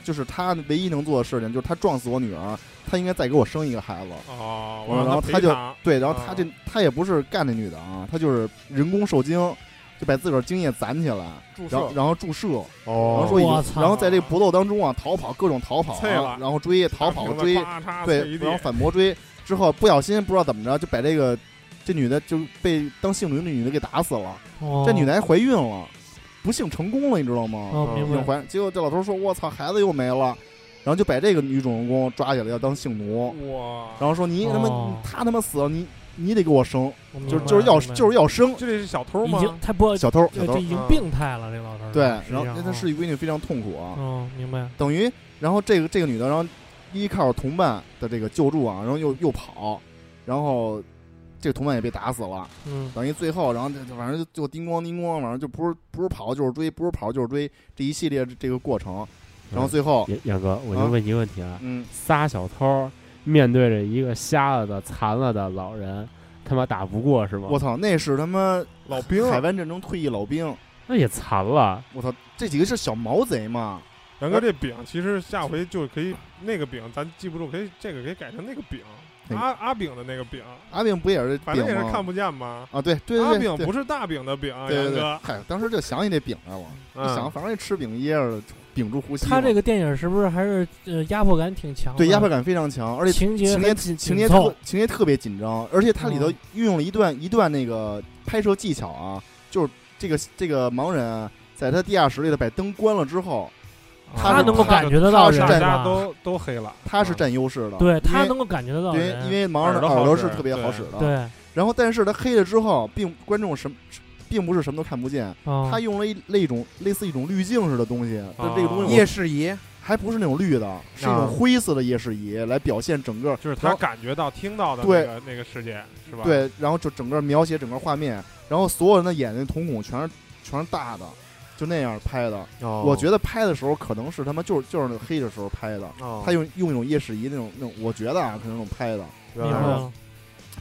Speaker 2: 就是他唯一能做的事情就是他撞死我女儿，他应该再给我生一个孩子。
Speaker 5: 哦，
Speaker 2: 然后
Speaker 5: 让
Speaker 2: 他
Speaker 5: 他
Speaker 2: 就
Speaker 5: 赔偿
Speaker 2: 对，然后他
Speaker 5: 啊
Speaker 2: 这他也不是干那女的啊，他就是人工受精，就把自个儿精液攒起来，
Speaker 5: 注
Speaker 2: 然后
Speaker 5: 射
Speaker 2: 然后注射，然后
Speaker 5: 哦
Speaker 2: 说已经
Speaker 4: 我操
Speaker 2: 然后在这个搏斗当中啊逃跑，各种逃跑
Speaker 5: 脆
Speaker 2: 啊
Speaker 5: 了，
Speaker 2: 然后追逃跑追，对，然后
Speaker 5: 反
Speaker 2: 反驳追之后，不小心不知道怎么着就把这个这女的就被当性奴的女的给打死了，
Speaker 4: 哦
Speaker 2: 这女的还嗯怀孕了，不幸成功了，你知道吗？
Speaker 4: 哦，明白
Speaker 2: 又怀，结果这老头说：“我操，孩子又没了。”然后就把这个女主人公抓起来要当
Speaker 5: 嗯
Speaker 2: 性奴，
Speaker 5: 哇，
Speaker 2: 然后说：“你他
Speaker 4: 哦
Speaker 2: 妈，他他妈死了，你你得给我生，
Speaker 4: 我明白
Speaker 2: 就
Speaker 4: 了
Speaker 2: 就是要
Speaker 4: 明白了
Speaker 2: 就是要生。
Speaker 5: 这里是小偷
Speaker 4: 已
Speaker 5: 吗？
Speaker 4: 经他不
Speaker 2: 小偷，
Speaker 4: 这
Speaker 2: 小
Speaker 4: 这
Speaker 2: 偷，
Speaker 4: 已经
Speaker 5: 嗯
Speaker 4: 病态了，这老头儿
Speaker 2: 对，
Speaker 4: 实际
Speaker 2: 然后
Speaker 4: 上
Speaker 2: 那他
Speaker 4: 啊
Speaker 2: 是闺女非常痛苦啊，
Speaker 4: 嗯，明白
Speaker 2: 等于，然后这个这个女的，然后依靠同伴的这个救助啊，然后又又跑，然后这个同伴也被打死了，
Speaker 4: 嗯
Speaker 2: 等于最后，然后就就反正就就叮咣叮咣，反正就不是不是跑就是追，不是跑就是追这一系列这个过程，然后最后，
Speaker 7: 杨杨哥，我就
Speaker 2: 啊
Speaker 7: 问你一个问题啊，
Speaker 2: 嗯，
Speaker 7: 仨小偷面对着一个瞎了的、残了的老人，他妈打不过是吗？
Speaker 2: 我操，那是他妈
Speaker 5: 老兵，
Speaker 2: 海湾战争退役老兵，
Speaker 7: 那也残了，
Speaker 2: 我操，这几个是小毛贼嘛？
Speaker 5: 杨哥这饼其实下回就可以那个饼，咱记不住，可以这个可以改成那个饼，
Speaker 2: 哪个
Speaker 5: 阿阿饼的那个饼，
Speaker 2: 阿炳不也是
Speaker 5: 反
Speaker 2: 饼
Speaker 5: 正也是看
Speaker 2: 吗？
Speaker 5: 不见嘛。
Speaker 2: 啊，对对
Speaker 5: 阿
Speaker 2: 对
Speaker 5: 饼
Speaker 2: 对，对
Speaker 5: 不是大饼的饼，啊
Speaker 2: 对
Speaker 5: 杨
Speaker 2: 对对
Speaker 5: 哥，，
Speaker 2: 嗨，当时就想起那饼来了，就想
Speaker 5: 嗯，
Speaker 2: 反正也吃饼噎着，屏住呼吸嘛。
Speaker 4: 他这个电影是不是还是呃压迫感挺强的？
Speaker 2: 对压迫感非常强，而且
Speaker 4: 情节
Speaker 2: 情节
Speaker 4: 很紧
Speaker 2: 情情节
Speaker 4: 紧凑
Speaker 2: 特情节特别紧张，而且它里头
Speaker 4: 嗯
Speaker 2: 运用了一段一段那个拍摄技巧啊，就是这个这个盲人啊，在他地下室里头把灯关了之后，
Speaker 4: 他
Speaker 2: 是
Speaker 4: 能够
Speaker 2: 看
Speaker 4: 感觉得到
Speaker 2: 他
Speaker 4: 人
Speaker 2: 是
Speaker 4: 吧，
Speaker 5: 大家都都黑了，
Speaker 2: 他是占优势的，
Speaker 4: 嗯对他
Speaker 2: 因为
Speaker 4: 能够感觉得到
Speaker 2: 因为
Speaker 4: 人，
Speaker 2: 因为盲人的
Speaker 5: 耳朵
Speaker 2: 耳
Speaker 5: 好
Speaker 2: 朵
Speaker 5: 使
Speaker 2: 是特别好使的，
Speaker 4: 对，
Speaker 2: 然后但是他黑了之后，并观众什么并不是什么都看不见，他
Speaker 4: 他
Speaker 2: 用了一类一种类似一种滤镜似的东西，
Speaker 4: 嗯
Speaker 5: 啊
Speaker 2: 但这个东西
Speaker 1: 啊夜
Speaker 2: 我
Speaker 1: 视仪，
Speaker 2: 还不是那种绿的，是一
Speaker 4: 啊
Speaker 2: 种灰色的夜视仪来表现整个
Speaker 5: 就是
Speaker 2: 然
Speaker 5: 他
Speaker 2: 后
Speaker 5: 感觉到听到的那
Speaker 2: 对
Speaker 5: 个那个世界是吧？，
Speaker 2: 对，然后就整个描写整个画面，然后所有人的眼睛瞳孔全是全是大的，就那样拍的。
Speaker 5: 哦
Speaker 2: 我觉得拍的时候可能是他妈就是就是那黑的时候拍的，
Speaker 1: 哦
Speaker 2: 他用用一种夜视仪那种那种，我觉得啊，可能那种拍的
Speaker 1: 原
Speaker 4: 明
Speaker 1: 来
Speaker 4: 白
Speaker 1: 是
Speaker 2: 然
Speaker 4: 了，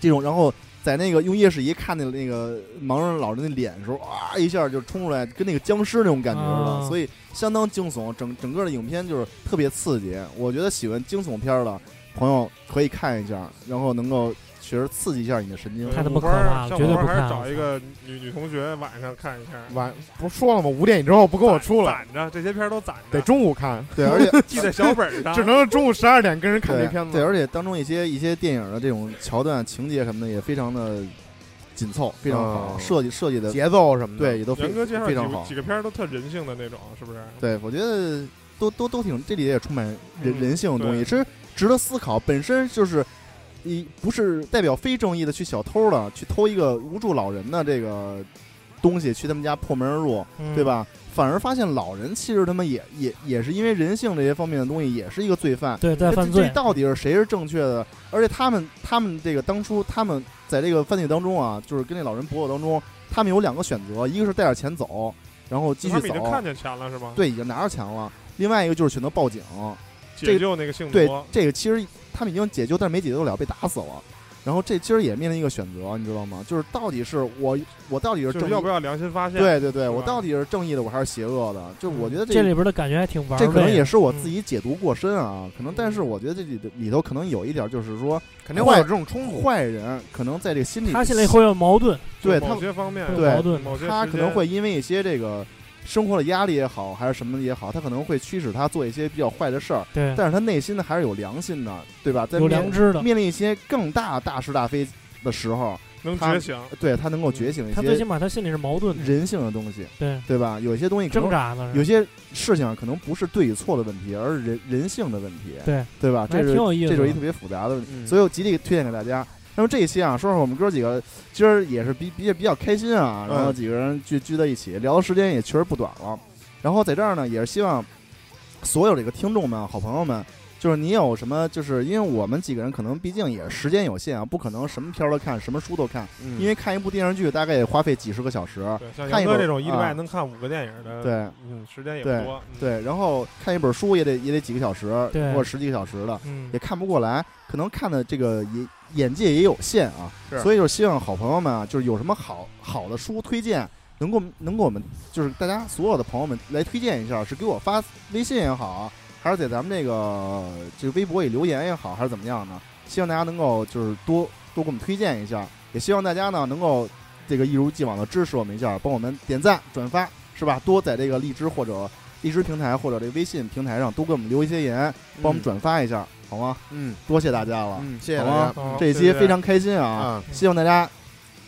Speaker 2: 这种，然后。在那个用夜视仪看见那个盲人老人的脸的时候，啊一下就冲出来，跟那个僵尸那种感觉似的，
Speaker 4: 啊
Speaker 2: 所以相当惊悚。整整个的影片就是特别刺激，我觉得喜欢惊悚片儿的朋友可以看一下，然后能够确实刺激一下你的神经。
Speaker 4: 太他妈
Speaker 5: 五
Speaker 4: 可
Speaker 5: 花儿
Speaker 4: 怕了
Speaker 5: 像
Speaker 4: 绝对
Speaker 5: 五花儿
Speaker 4: 不
Speaker 5: 还是
Speaker 4: 看
Speaker 5: 找
Speaker 4: 了
Speaker 5: 一个女女同学晚上看一下，
Speaker 1: 晚不是说了吗？五点之后不给我出来，
Speaker 5: 攒着这些片儿都攒
Speaker 1: 得
Speaker 5: 着，
Speaker 1: 中午看，
Speaker 2: 对，而且
Speaker 5: 记在小本上，
Speaker 1: 只能是中午十二点跟人看
Speaker 2: 对
Speaker 1: 这片子。
Speaker 2: 对，而且当中一些一些电影的这种桥段、情节什么的也非常的紧凑，非常好，
Speaker 5: 哦
Speaker 1: 嗯
Speaker 2: 设计设计的
Speaker 1: 节奏什么的，
Speaker 2: 对，也都非
Speaker 5: 杨哥介绍
Speaker 2: 非
Speaker 5: 几
Speaker 2: 常
Speaker 5: 个
Speaker 2: 好
Speaker 5: 几。个片儿都特人性的那种，是不是？
Speaker 2: 对，我觉得都都都挺，这里也充满人、
Speaker 5: 嗯
Speaker 2: 人性的东西，
Speaker 5: 对
Speaker 2: 其实值得思考。本身就是你不是代表非正义的去小偷的，去偷一个无助老人的这个东西，去他们家破门而入，
Speaker 4: 嗯
Speaker 2: 对？吧？反而发现老人其实他们也也也是因为人性这些方面的东西，也是一个罪犯。
Speaker 4: 对，在
Speaker 2: 这
Speaker 4: 犯
Speaker 2: 这
Speaker 4: 罪，
Speaker 2: 到底是谁是正确的？而且他们他们这个当初他们在这个犯罪当中啊，就是跟那老人搏斗当中，他们有两个选择，一个是带点钱走，然后继
Speaker 5: 他
Speaker 2: 续
Speaker 5: 们已经
Speaker 2: 走，
Speaker 5: 看见钱了是吗？，
Speaker 2: 对，已经拿着钱了；另外一个就是选择报警，这
Speaker 5: 解
Speaker 2: 个
Speaker 5: 救那个性奴，
Speaker 2: 对，这个其实他们已经解救，但是没解救了，被打死了。然后这其实也面临一个选择，你知道吗？就是到底是我我到底是
Speaker 5: 就
Speaker 2: 正
Speaker 5: 是
Speaker 2: 义，
Speaker 5: 要不要良心发现？，
Speaker 2: 对对对，
Speaker 5: 吧嗯
Speaker 2: 我到底是正义的，我还是邪恶的？就我觉得
Speaker 4: 这
Speaker 2: 这
Speaker 4: 里边的感觉还挺玩味的，
Speaker 2: 这可能也
Speaker 4: 是
Speaker 2: 是我自己解读过深啊，可能
Speaker 5: 嗯
Speaker 2: 但是我觉得这里里头可能有一点就是说。
Speaker 1: 肯定会有这种冲突。
Speaker 2: 坏人可能在这个心理，
Speaker 4: 他心里会有矛盾，
Speaker 2: 对
Speaker 5: 某
Speaker 2: 他
Speaker 5: 些方面，
Speaker 2: 对
Speaker 4: 矛盾
Speaker 5: 某些
Speaker 2: 他
Speaker 5: 时
Speaker 2: 可
Speaker 5: 间
Speaker 2: 能会因为一些这个生活的压力也好，还是什么也好，他可能会驱使他做一些比较坏的事儿，
Speaker 4: 对，
Speaker 2: 但是他内心呢还是有良心的，对吧？在
Speaker 4: 嗯有
Speaker 2: 面
Speaker 4: 良知的，
Speaker 2: 面临一些更大大是大非的时候，
Speaker 5: 能
Speaker 2: 他
Speaker 5: 觉醒，
Speaker 2: 对他能够觉醒一
Speaker 4: 嗯他最起
Speaker 2: 些
Speaker 4: 码他心里是矛盾的，
Speaker 2: 人性的东西，
Speaker 4: 对，
Speaker 2: 对吧？有些东西可
Speaker 4: 挣
Speaker 2: 能
Speaker 4: 扎呢，
Speaker 2: 有些事情啊可能不是对与错的问题，而是人人性的问题，
Speaker 4: 对
Speaker 2: 对吧？
Speaker 4: 还
Speaker 2: 这
Speaker 4: 挺
Speaker 2: 是
Speaker 4: 有意思
Speaker 2: 这
Speaker 4: 的，
Speaker 2: 就是一特别复杂的问题，
Speaker 1: 嗯
Speaker 2: 所以我极力推荐给大家。那么这一期啊，说说我们哥几个今儿也是比比比较开心啊，然后几个人聚聚在一起聊的时间也确实不短了。然后在这儿呢，也是希望所有这个听众们、好朋友们，就是你有什么，就是因为我们几个人可能毕竟也时间有限啊，不可能什么片儿都看，什么书都看，
Speaker 4: 嗯
Speaker 2: 因为看一部电视剧大概也花费几十个小时，
Speaker 5: 对，像
Speaker 2: 看
Speaker 5: 杨
Speaker 2: 一
Speaker 5: 哥
Speaker 2: 本
Speaker 5: 这种一礼
Speaker 2: 啊
Speaker 5: 拜能看五个电影的，，
Speaker 2: 对
Speaker 5: 嗯，时间也不
Speaker 2: 对
Speaker 5: 多，嗯，
Speaker 2: 对，然后看一本书也得也得几个小时，
Speaker 4: 对
Speaker 2: 或者十几个小时的，
Speaker 4: 嗯
Speaker 2: 也，看不过来，可能看的这个也眼界也有限啊，
Speaker 5: 是
Speaker 2: 所以就是希望好朋友们啊，就是有什么好好的书推荐，能够能给我们就是大家所有的朋友们来推荐一下，是给我发微信也好，还是在咱们这个这个微博里留言也好，还是怎么样呢？希望大家能够就是多多给我们推荐一下，也希望大家呢能够这个一如既往的支持我们一下，帮我们点赞转发是吧？多在这个荔枝或者荔枝平台或者这个微信平台上多给我们留一些言，帮我们转发一下，好吗？
Speaker 1: 嗯
Speaker 2: 多谢大家了。
Speaker 1: 嗯，谢谢
Speaker 2: 好
Speaker 1: 大
Speaker 2: 啊
Speaker 1: 家
Speaker 5: 好
Speaker 2: 这一
Speaker 5: 谢
Speaker 2: 期
Speaker 5: 谢嗯
Speaker 2: 非常开心啊！
Speaker 1: 啊！
Speaker 2: 希望大家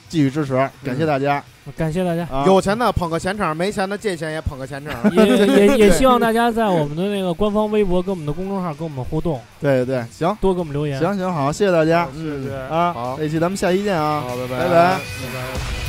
Speaker 2: 继续支持，感谢大家
Speaker 4: 感谢
Speaker 2: *laughs*
Speaker 4: 大家。
Speaker 2: 啊！
Speaker 1: 有钱的捧个钱场，没钱的借钱也捧个钱场。
Speaker 4: 也也也
Speaker 1: *laughs* 对
Speaker 4: 希望大家在我们的那个官方微博跟我们的公众号跟我们互动，
Speaker 2: 对对对，行
Speaker 4: 多给我们留言。
Speaker 2: 行行，好，谢谢大家
Speaker 5: 好谢谢
Speaker 2: 啊！
Speaker 1: 好
Speaker 2: 这期咱们下期见啊！
Speaker 1: 好，拜
Speaker 2: 拜拜
Speaker 1: 拜。
Speaker 5: 拜拜。